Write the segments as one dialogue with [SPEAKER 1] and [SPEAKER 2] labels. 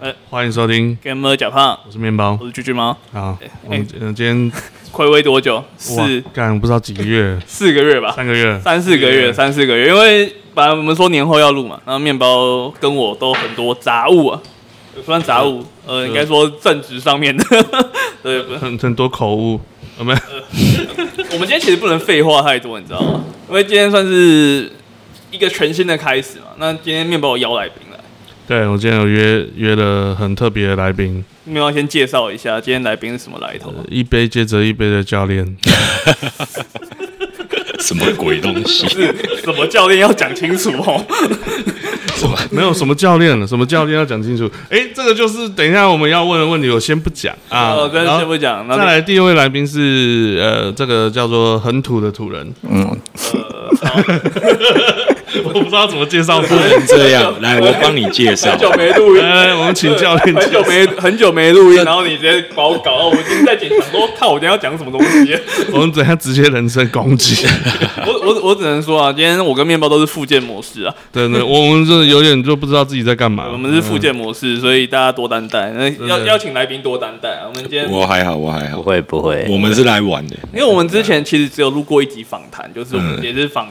[SPEAKER 1] 哎
[SPEAKER 2] 欢迎收听，
[SPEAKER 1] 给们假胖，
[SPEAKER 2] 我是面包
[SPEAKER 1] 我。是居哎居猫，
[SPEAKER 2] 好，我们呃今今天
[SPEAKER 1] 暌违多久？
[SPEAKER 2] 哇
[SPEAKER 1] 四
[SPEAKER 2] 干我不知道几个 月，
[SPEAKER 1] 四个月吧，
[SPEAKER 2] 三个月，
[SPEAKER 1] 三四个月，三四个月，因为本来我们说年后要录嘛，然后面包跟我都很多杂物啊，也不算杂物，呃，应该说正职上面的， 对，不
[SPEAKER 2] 很很多口误，我们
[SPEAKER 1] 呃我们今天其实不能废话太多，你知道吗？因为今天算是一个全新的开始嘛。那今天面包我邀来宾来，
[SPEAKER 2] 对我今天有约约了很特别的来宾，
[SPEAKER 1] 面包先介绍一下今天来宾是什么来头吗？啊
[SPEAKER 2] 一杯接着一杯的教练，
[SPEAKER 3] 什么鬼东西？
[SPEAKER 1] 是什么教练要讲清楚哦。
[SPEAKER 2] 没有什么教练了，什么教练要讲清楚。哎，这个就是等一下我们要问的问题，我先不讲啊。
[SPEAKER 1] 哦，真
[SPEAKER 2] 然
[SPEAKER 1] 的
[SPEAKER 2] 后
[SPEAKER 1] 先不讲，那
[SPEAKER 2] 再来第二位来宾是呃，这个叫做很土的土人，
[SPEAKER 3] 嗯，
[SPEAKER 1] 呃
[SPEAKER 2] 我不知道怎么介绍
[SPEAKER 3] 不
[SPEAKER 2] 他。
[SPEAKER 3] 能 这样。来，我帮你介绍
[SPEAKER 1] 很。久没录音，
[SPEAKER 2] 来来呃我们请教练
[SPEAKER 1] 很久没很久没录音，然后你直接把我搞到我今天在剪，想说看我今天要讲什么东西。
[SPEAKER 2] 我们等一下直接人身攻击。
[SPEAKER 1] 我我我只能说啊，今天我跟面包都是附件模式啊，
[SPEAKER 2] 真的，我们真的有点就不知道自己在干嘛。
[SPEAKER 1] 我们是附件模式，所以大家多担待。那要
[SPEAKER 2] 的
[SPEAKER 1] 要请来宾多担待啊。我们今天，
[SPEAKER 3] 我还好，我还
[SPEAKER 4] 不
[SPEAKER 3] 好。
[SPEAKER 4] 会不会，
[SPEAKER 3] 我们是来玩的，
[SPEAKER 1] 因为我们之前其实只有录过一集访谈，就是我们也是访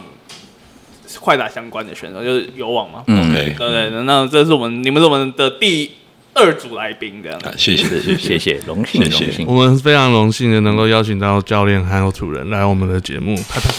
[SPEAKER 1] 快打相关的选手，就是有网嘛，
[SPEAKER 4] 嗯
[SPEAKER 3] OK
[SPEAKER 1] 对不对？那这是我们你们是我们的第二组来宾这样子
[SPEAKER 3] 啊，。谢谢，谢
[SPEAKER 4] 是是
[SPEAKER 3] 谢。
[SPEAKER 4] 谢谢，嗯荣幸荣
[SPEAKER 3] 谢谢
[SPEAKER 4] 幸
[SPEAKER 2] 我，们非常荣幸的能够邀请到教练还有主人来我们的节目。啪啪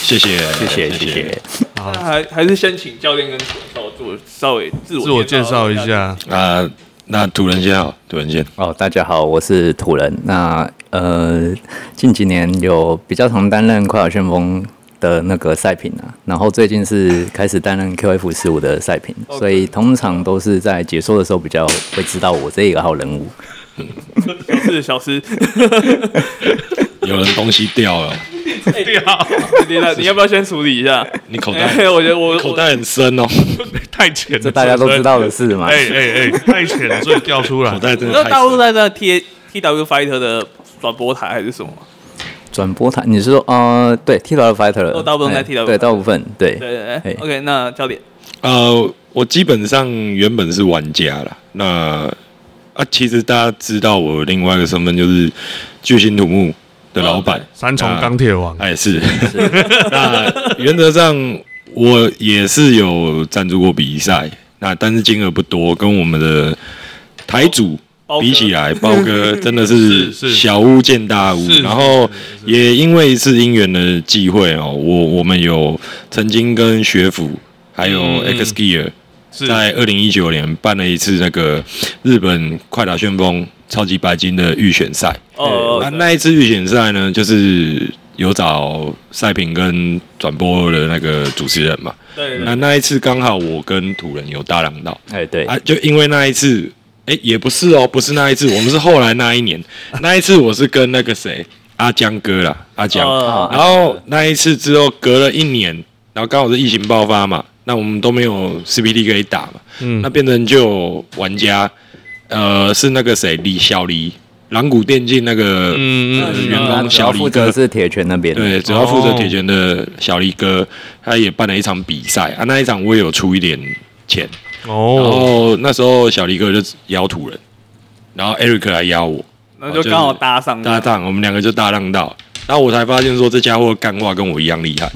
[SPEAKER 3] 谢谢，
[SPEAKER 4] 谢谢谢谢。
[SPEAKER 2] 好
[SPEAKER 1] 那，还还是先请教练跟选手自我稍微自我
[SPEAKER 2] 自我介绍一
[SPEAKER 1] 下。
[SPEAKER 2] 下，
[SPEAKER 3] 啊！那土人先好，土人先。
[SPEAKER 4] 哦，大家好，我是土人。那呃，近几年有比较常担任快跑旋风的那个赛品啊，然后最近是开始担任 QF 十五的赛品，所以通常都是在解说的时候比较会知道我这个号人 物。
[SPEAKER 1] 是小诗，
[SPEAKER 3] 有人东西掉了，
[SPEAKER 1] 你来，你要不要先处理一下？
[SPEAKER 3] 你口袋
[SPEAKER 1] 哎，我觉得我
[SPEAKER 3] 口袋很深哦，
[SPEAKER 2] 太浅了，
[SPEAKER 4] 这大家都知道的事嘛
[SPEAKER 2] 哎。哎哎，太浅了，所以掉出
[SPEAKER 3] 口
[SPEAKER 2] 来。
[SPEAKER 3] 袋
[SPEAKER 1] 我，
[SPEAKER 3] 真
[SPEAKER 1] 你知道
[SPEAKER 3] 的太
[SPEAKER 1] 大陆
[SPEAKER 3] 深。
[SPEAKER 1] 在那 T T W Fighter 的转播台还是什么吗？
[SPEAKER 4] 转播台，你是说呃，对 T W Fighter，哎
[SPEAKER 1] 哦大部分在 TW
[SPEAKER 4] 对，大部分对。
[SPEAKER 1] 对对对
[SPEAKER 4] 哎
[SPEAKER 1] ，OK，那教练，
[SPEAKER 3] 呃，我基本上原本是玩家啦，那啊，其实大家知道我另外一个身份就是巨星土木的老板，
[SPEAKER 2] 三重钢铁王，
[SPEAKER 3] 哎，是。 那原则上我也是有赞助过比赛，那但是金额不多，跟我们的台主
[SPEAKER 1] 包哥
[SPEAKER 3] 比起来，包哥真的是
[SPEAKER 2] 是是
[SPEAKER 3] 小巫见大巫
[SPEAKER 2] 是是。
[SPEAKER 3] 然后也因为是因缘的际会哦，我我们有曾经跟学府还有
[SPEAKER 2] 嗯嗯
[SPEAKER 3] X Gear
[SPEAKER 2] 是
[SPEAKER 3] 在二零一九年办了一次那个日本快打旋风超级白金的预选赛。
[SPEAKER 1] 哦
[SPEAKER 3] 那，那一次预选赛呢，就是有找赛评跟转播的那个主持人嘛。
[SPEAKER 1] 对对
[SPEAKER 3] 那那一次刚好我跟土人有搭档到
[SPEAKER 4] 哎，对，
[SPEAKER 3] 啊，就因为那一次，哎、也不是哦，不是那一次，我们是后来那一年，那一次我是跟那个谁阿江哥啦，阿江。
[SPEAKER 1] 哦
[SPEAKER 4] 啊
[SPEAKER 3] 然后那一次之后隔了一年，然后刚好是疫情爆发嘛，那我们都没有 CPD 可以打嘛，
[SPEAKER 2] 嗯
[SPEAKER 3] 那变成就有玩家，呃，是那个谁李小黎，狼谷电竞那个
[SPEAKER 2] 嗯嗯
[SPEAKER 3] 呃
[SPEAKER 2] 嗯
[SPEAKER 3] 员工
[SPEAKER 4] 主
[SPEAKER 3] 小
[SPEAKER 4] 要
[SPEAKER 3] 黎
[SPEAKER 4] 负
[SPEAKER 3] 哥
[SPEAKER 4] 责，是铁拳那边的。
[SPEAKER 3] 对，主要负责铁拳
[SPEAKER 2] 哦
[SPEAKER 3] 的小黎哥，他也办了一场比赛啊，那一场我也有出一点钱，然
[SPEAKER 2] 哦，
[SPEAKER 3] 后那时候小黎哥就邀土人，然后 Eric 来邀我
[SPEAKER 1] 那就刚好搭上
[SPEAKER 3] 搭档，我们两个就搭档到。然后我才发现说，这家伙干话跟我一样厉害。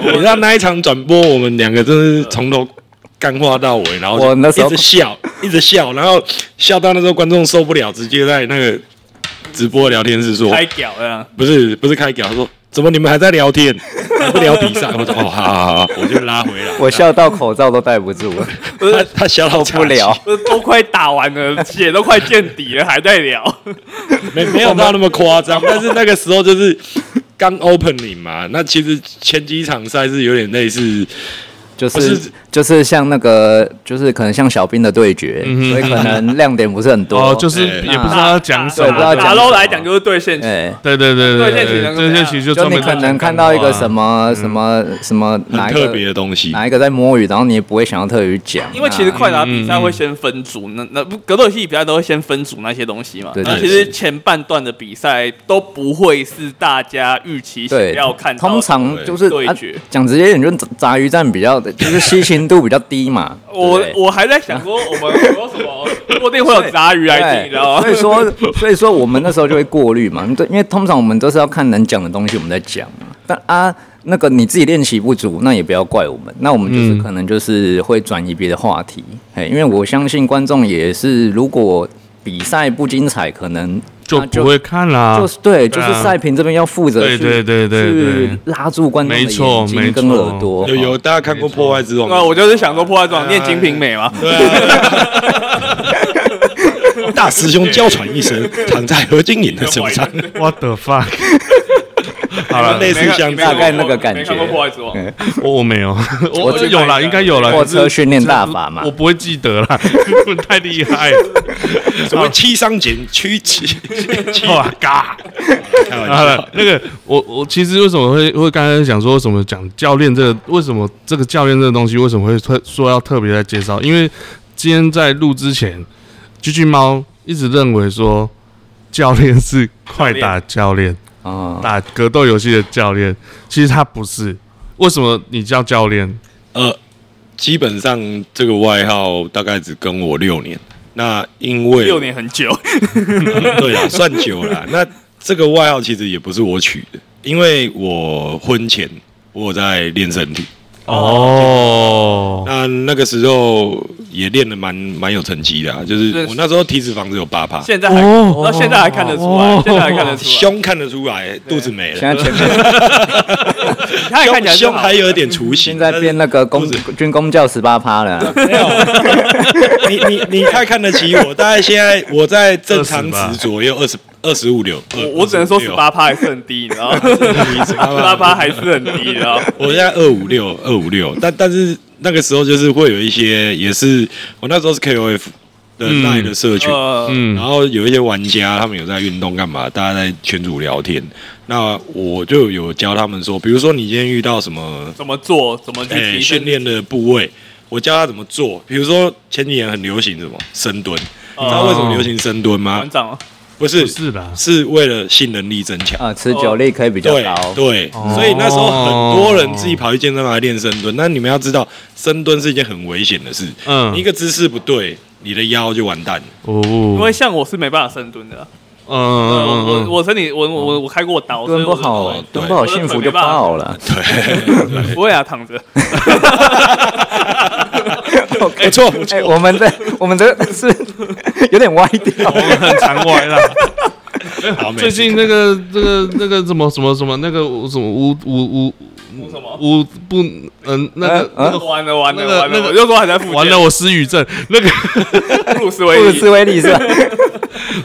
[SPEAKER 3] 你知道那一场转播，我们两个真是从头干话到尾，然后
[SPEAKER 4] 我那时候
[SPEAKER 3] 一直笑，一直笑，然后笑到那时候观众受不了，直接在那个直播聊天室说：“
[SPEAKER 1] 开屌这样，
[SPEAKER 3] 不是不是开屌，他说怎么你们还在聊天，还不聊比赛？”我说：“哦，好好好好，我就拉回来。
[SPEAKER 4] 我笑到口罩都戴不住了，
[SPEAKER 1] 不
[SPEAKER 3] 他
[SPEAKER 1] 是”
[SPEAKER 3] 他笑到
[SPEAKER 4] 受不了。
[SPEAKER 1] 不是都快打完了，血都快见底了，还在聊，
[SPEAKER 3] 没没有到那么夸张，但是那个时候就是刚 opening 嘛，那其实前几场赛是有点类似，
[SPEAKER 4] 就
[SPEAKER 3] 不
[SPEAKER 4] 是
[SPEAKER 3] 是
[SPEAKER 4] 就是像那个，就是可能像小兵的对决，
[SPEAKER 2] 哼
[SPEAKER 4] 所以可能亮点不是很多。
[SPEAKER 2] 哦，就是
[SPEAKER 3] 哎
[SPEAKER 2] 也不知道要讲什
[SPEAKER 4] 对不知
[SPEAKER 2] 么。
[SPEAKER 4] 道讲什
[SPEAKER 1] 打
[SPEAKER 4] 么
[SPEAKER 1] 捞来讲就是对线，
[SPEAKER 4] 哎，
[SPEAKER 2] 对对对对对，这些其实就
[SPEAKER 4] 就
[SPEAKER 2] 专
[SPEAKER 4] 你
[SPEAKER 2] 门
[SPEAKER 4] 可能看到一个什么什么什么
[SPEAKER 3] 很
[SPEAKER 4] 哪一
[SPEAKER 3] 特
[SPEAKER 4] 个
[SPEAKER 3] 别的东西。
[SPEAKER 4] 哪一个在摸鱼，然后你也不会想要特别去讲，
[SPEAKER 1] 因为其实
[SPEAKER 4] 那
[SPEAKER 1] 快打比
[SPEAKER 4] 嗯
[SPEAKER 1] 赛会先分组，那那不格斗游戏比赛都会先分组那些东西嘛。
[SPEAKER 4] 对
[SPEAKER 1] 那
[SPEAKER 4] 对
[SPEAKER 1] 其实前半段的比赛都不会是大家预期想
[SPEAKER 4] 对
[SPEAKER 1] 要看到的。
[SPEAKER 4] 通常就是
[SPEAKER 1] 对
[SPEAKER 4] 啊
[SPEAKER 1] 决
[SPEAKER 4] 讲直接一点，就是杂鱼战比较的，就是吸腥度比较低嘛。
[SPEAKER 1] 我
[SPEAKER 4] 对不对
[SPEAKER 1] 我还在想说，我们有没有什 么说不定会有杂鱼来听，你知道吗
[SPEAKER 4] 对？ 所以说，所以说我们那时候就会过滤嘛，对，因为通常我们都是要看能讲的东西我们在讲嘛。但啊，那个你自己练习不足，那也不要怪我们。那我们就是
[SPEAKER 2] 嗯
[SPEAKER 4] 可能就是会转移别的话题，哎、因为我相信观众也是，如果比赛不精彩，可能
[SPEAKER 2] 就
[SPEAKER 4] 他
[SPEAKER 2] 不会看啦
[SPEAKER 4] 就。是对，就
[SPEAKER 2] 对啊
[SPEAKER 4] 是赛评这边要负责
[SPEAKER 2] 对
[SPEAKER 4] 去
[SPEAKER 2] 对对对对
[SPEAKER 4] 去拉住观众的
[SPEAKER 2] 没错
[SPEAKER 4] 眼
[SPEAKER 2] 没
[SPEAKER 4] 睛跟
[SPEAKER 2] 错
[SPEAKER 4] 耳朵。
[SPEAKER 3] 有有，大家看过《破坏之王》
[SPEAKER 1] 那啊我就是想说，破坏状念《金瓶梅》嘛，
[SPEAKER 3] 呃大师兄娇喘一 声，躺在何金颖的手上。
[SPEAKER 2] What the fuck？好
[SPEAKER 3] 好了，
[SPEAKER 2] 了，
[SPEAKER 3] 类似
[SPEAKER 1] 没看
[SPEAKER 3] 像
[SPEAKER 1] 你
[SPEAKER 3] 这
[SPEAKER 1] 没看过
[SPEAKER 3] 样
[SPEAKER 4] 大概那个感觉
[SPEAKER 1] 没看过破坏之王，
[SPEAKER 2] 我我哦没有，我
[SPEAKER 4] 我
[SPEAKER 2] 有啦，应该有啦。
[SPEAKER 4] 货
[SPEAKER 2] 可是
[SPEAKER 4] 车训练大法嘛
[SPEAKER 2] 我不会记得啦， 你们太厉 害了。
[SPEAKER 3] 什么七伤剪曲奇，七
[SPEAKER 2] 哇嘎！
[SPEAKER 3] 开玩
[SPEAKER 2] 好了
[SPEAKER 3] 笑，，
[SPEAKER 2] 那个我我其实为什么会会刚才讲说为什么讲教练这个为什么这个教练这个东西为什么会特说要特别来介绍？因为今天在录之前，狙击猫一直认为说教练是快打教 练，
[SPEAKER 4] 啊、
[SPEAKER 2] 打格斗游戏的教练，其实他不是。为什么你叫教练？
[SPEAKER 3] 呃，基本上这个外号大概只跟我六年。那因为
[SPEAKER 1] 六年很久，
[SPEAKER 3] 对啊，算久了啦。那这个外号其实也不是我取的，因为我婚前我有在练身体，
[SPEAKER 2] 哦，
[SPEAKER 3] 那那个时候也练的蛮蛮有成绩的、啊，就是
[SPEAKER 1] 是
[SPEAKER 3] 我那时候体脂肪只有八趴，
[SPEAKER 1] 现在还
[SPEAKER 2] 哦
[SPEAKER 1] 到现在还看得出
[SPEAKER 2] 哦
[SPEAKER 1] 来，现在还看得出来，
[SPEAKER 3] 胸看得出来，肚子没
[SPEAKER 4] 现
[SPEAKER 3] 了
[SPEAKER 4] 在，前面
[SPEAKER 1] 他也啊看起
[SPEAKER 3] 胸
[SPEAKER 1] 来是
[SPEAKER 3] 胸
[SPEAKER 1] 好
[SPEAKER 3] 还有一点雏形。
[SPEAKER 4] 现在变那 个公
[SPEAKER 3] 不
[SPEAKER 4] 军工教十八趴了啊，
[SPEAKER 3] 但是你你你太看得起我，大概现在我在正常值左右二十二十五六，
[SPEAKER 1] 我我只能说十八趴还是很低，你知道 吗？十八趴还是很低，你知道吗？
[SPEAKER 3] 我现在二五六，二五六，但但是那个时候就是会有一些，也是我那时候是 KOF 的
[SPEAKER 2] 嗯
[SPEAKER 3] 那的社群，
[SPEAKER 1] 呃，
[SPEAKER 2] 嗯
[SPEAKER 3] 然，
[SPEAKER 4] 哦
[SPEAKER 3] 后有一些玩家他们有在运动干嘛，大家在群组聊天，那我就有教他们说，比如说你今天遇到什么
[SPEAKER 1] 怎么做，怎
[SPEAKER 2] 哎
[SPEAKER 1] 么去
[SPEAKER 3] 诶
[SPEAKER 1] 提
[SPEAKER 3] 训
[SPEAKER 1] 升
[SPEAKER 3] 练的部位，我教他怎么做，比如说前几年很流行什么深蹲，你知道为什么流行深蹲吗
[SPEAKER 2] 啊
[SPEAKER 1] 团？长啊吗？
[SPEAKER 3] 不
[SPEAKER 2] 不
[SPEAKER 3] 是，
[SPEAKER 2] 是啦，
[SPEAKER 3] 是为了性能力增强。
[SPEAKER 4] 啊，持久力可以比较
[SPEAKER 3] 对
[SPEAKER 4] 高。
[SPEAKER 3] 对，
[SPEAKER 2] 哦
[SPEAKER 3] 所以那时候很多人自己跑去健身房来练深蹲。那你们要知道，深蹲是一件很危险的事。
[SPEAKER 2] 嗯
[SPEAKER 3] 你一，个姿势不对，你的腰就完蛋了。
[SPEAKER 2] 哦，
[SPEAKER 1] 因为像我是没办法深蹲的啊，
[SPEAKER 2] 嗯嗯
[SPEAKER 1] 我
[SPEAKER 2] 嗯嗯，
[SPEAKER 1] 我身体我我我开过刀，
[SPEAKER 4] 嗯蹲不
[SPEAKER 1] 所以我
[SPEAKER 4] 好
[SPEAKER 1] 的，
[SPEAKER 4] 蹲不好，幸福就爆 了。
[SPEAKER 1] 腿，我也要啊躺着。
[SPEAKER 3] 没错，不
[SPEAKER 4] 哎、
[SPEAKER 3] 错。
[SPEAKER 4] 我们的我们的是 有点歪掉。
[SPEAKER 2] 我们很常歪啦。
[SPEAKER 3] 好没
[SPEAKER 2] 最
[SPEAKER 3] 事
[SPEAKER 2] 近那个那个那个什么什么什么那个什么吴吴吴
[SPEAKER 1] 我什么？
[SPEAKER 2] 吴不嗯那个
[SPEAKER 4] 嗯
[SPEAKER 2] 那
[SPEAKER 4] 嗯
[SPEAKER 2] 个
[SPEAKER 1] 完了完了
[SPEAKER 2] 那个
[SPEAKER 1] 完
[SPEAKER 2] 那
[SPEAKER 1] 了！
[SPEAKER 2] 个
[SPEAKER 1] 我就说还
[SPEAKER 3] 哎
[SPEAKER 1] 在附近。
[SPEAKER 2] 完了，我失语症。 那个
[SPEAKER 1] 布鲁斯
[SPEAKER 4] 布
[SPEAKER 1] 威
[SPEAKER 4] 鲁
[SPEAKER 1] 利
[SPEAKER 4] 斯威利是吧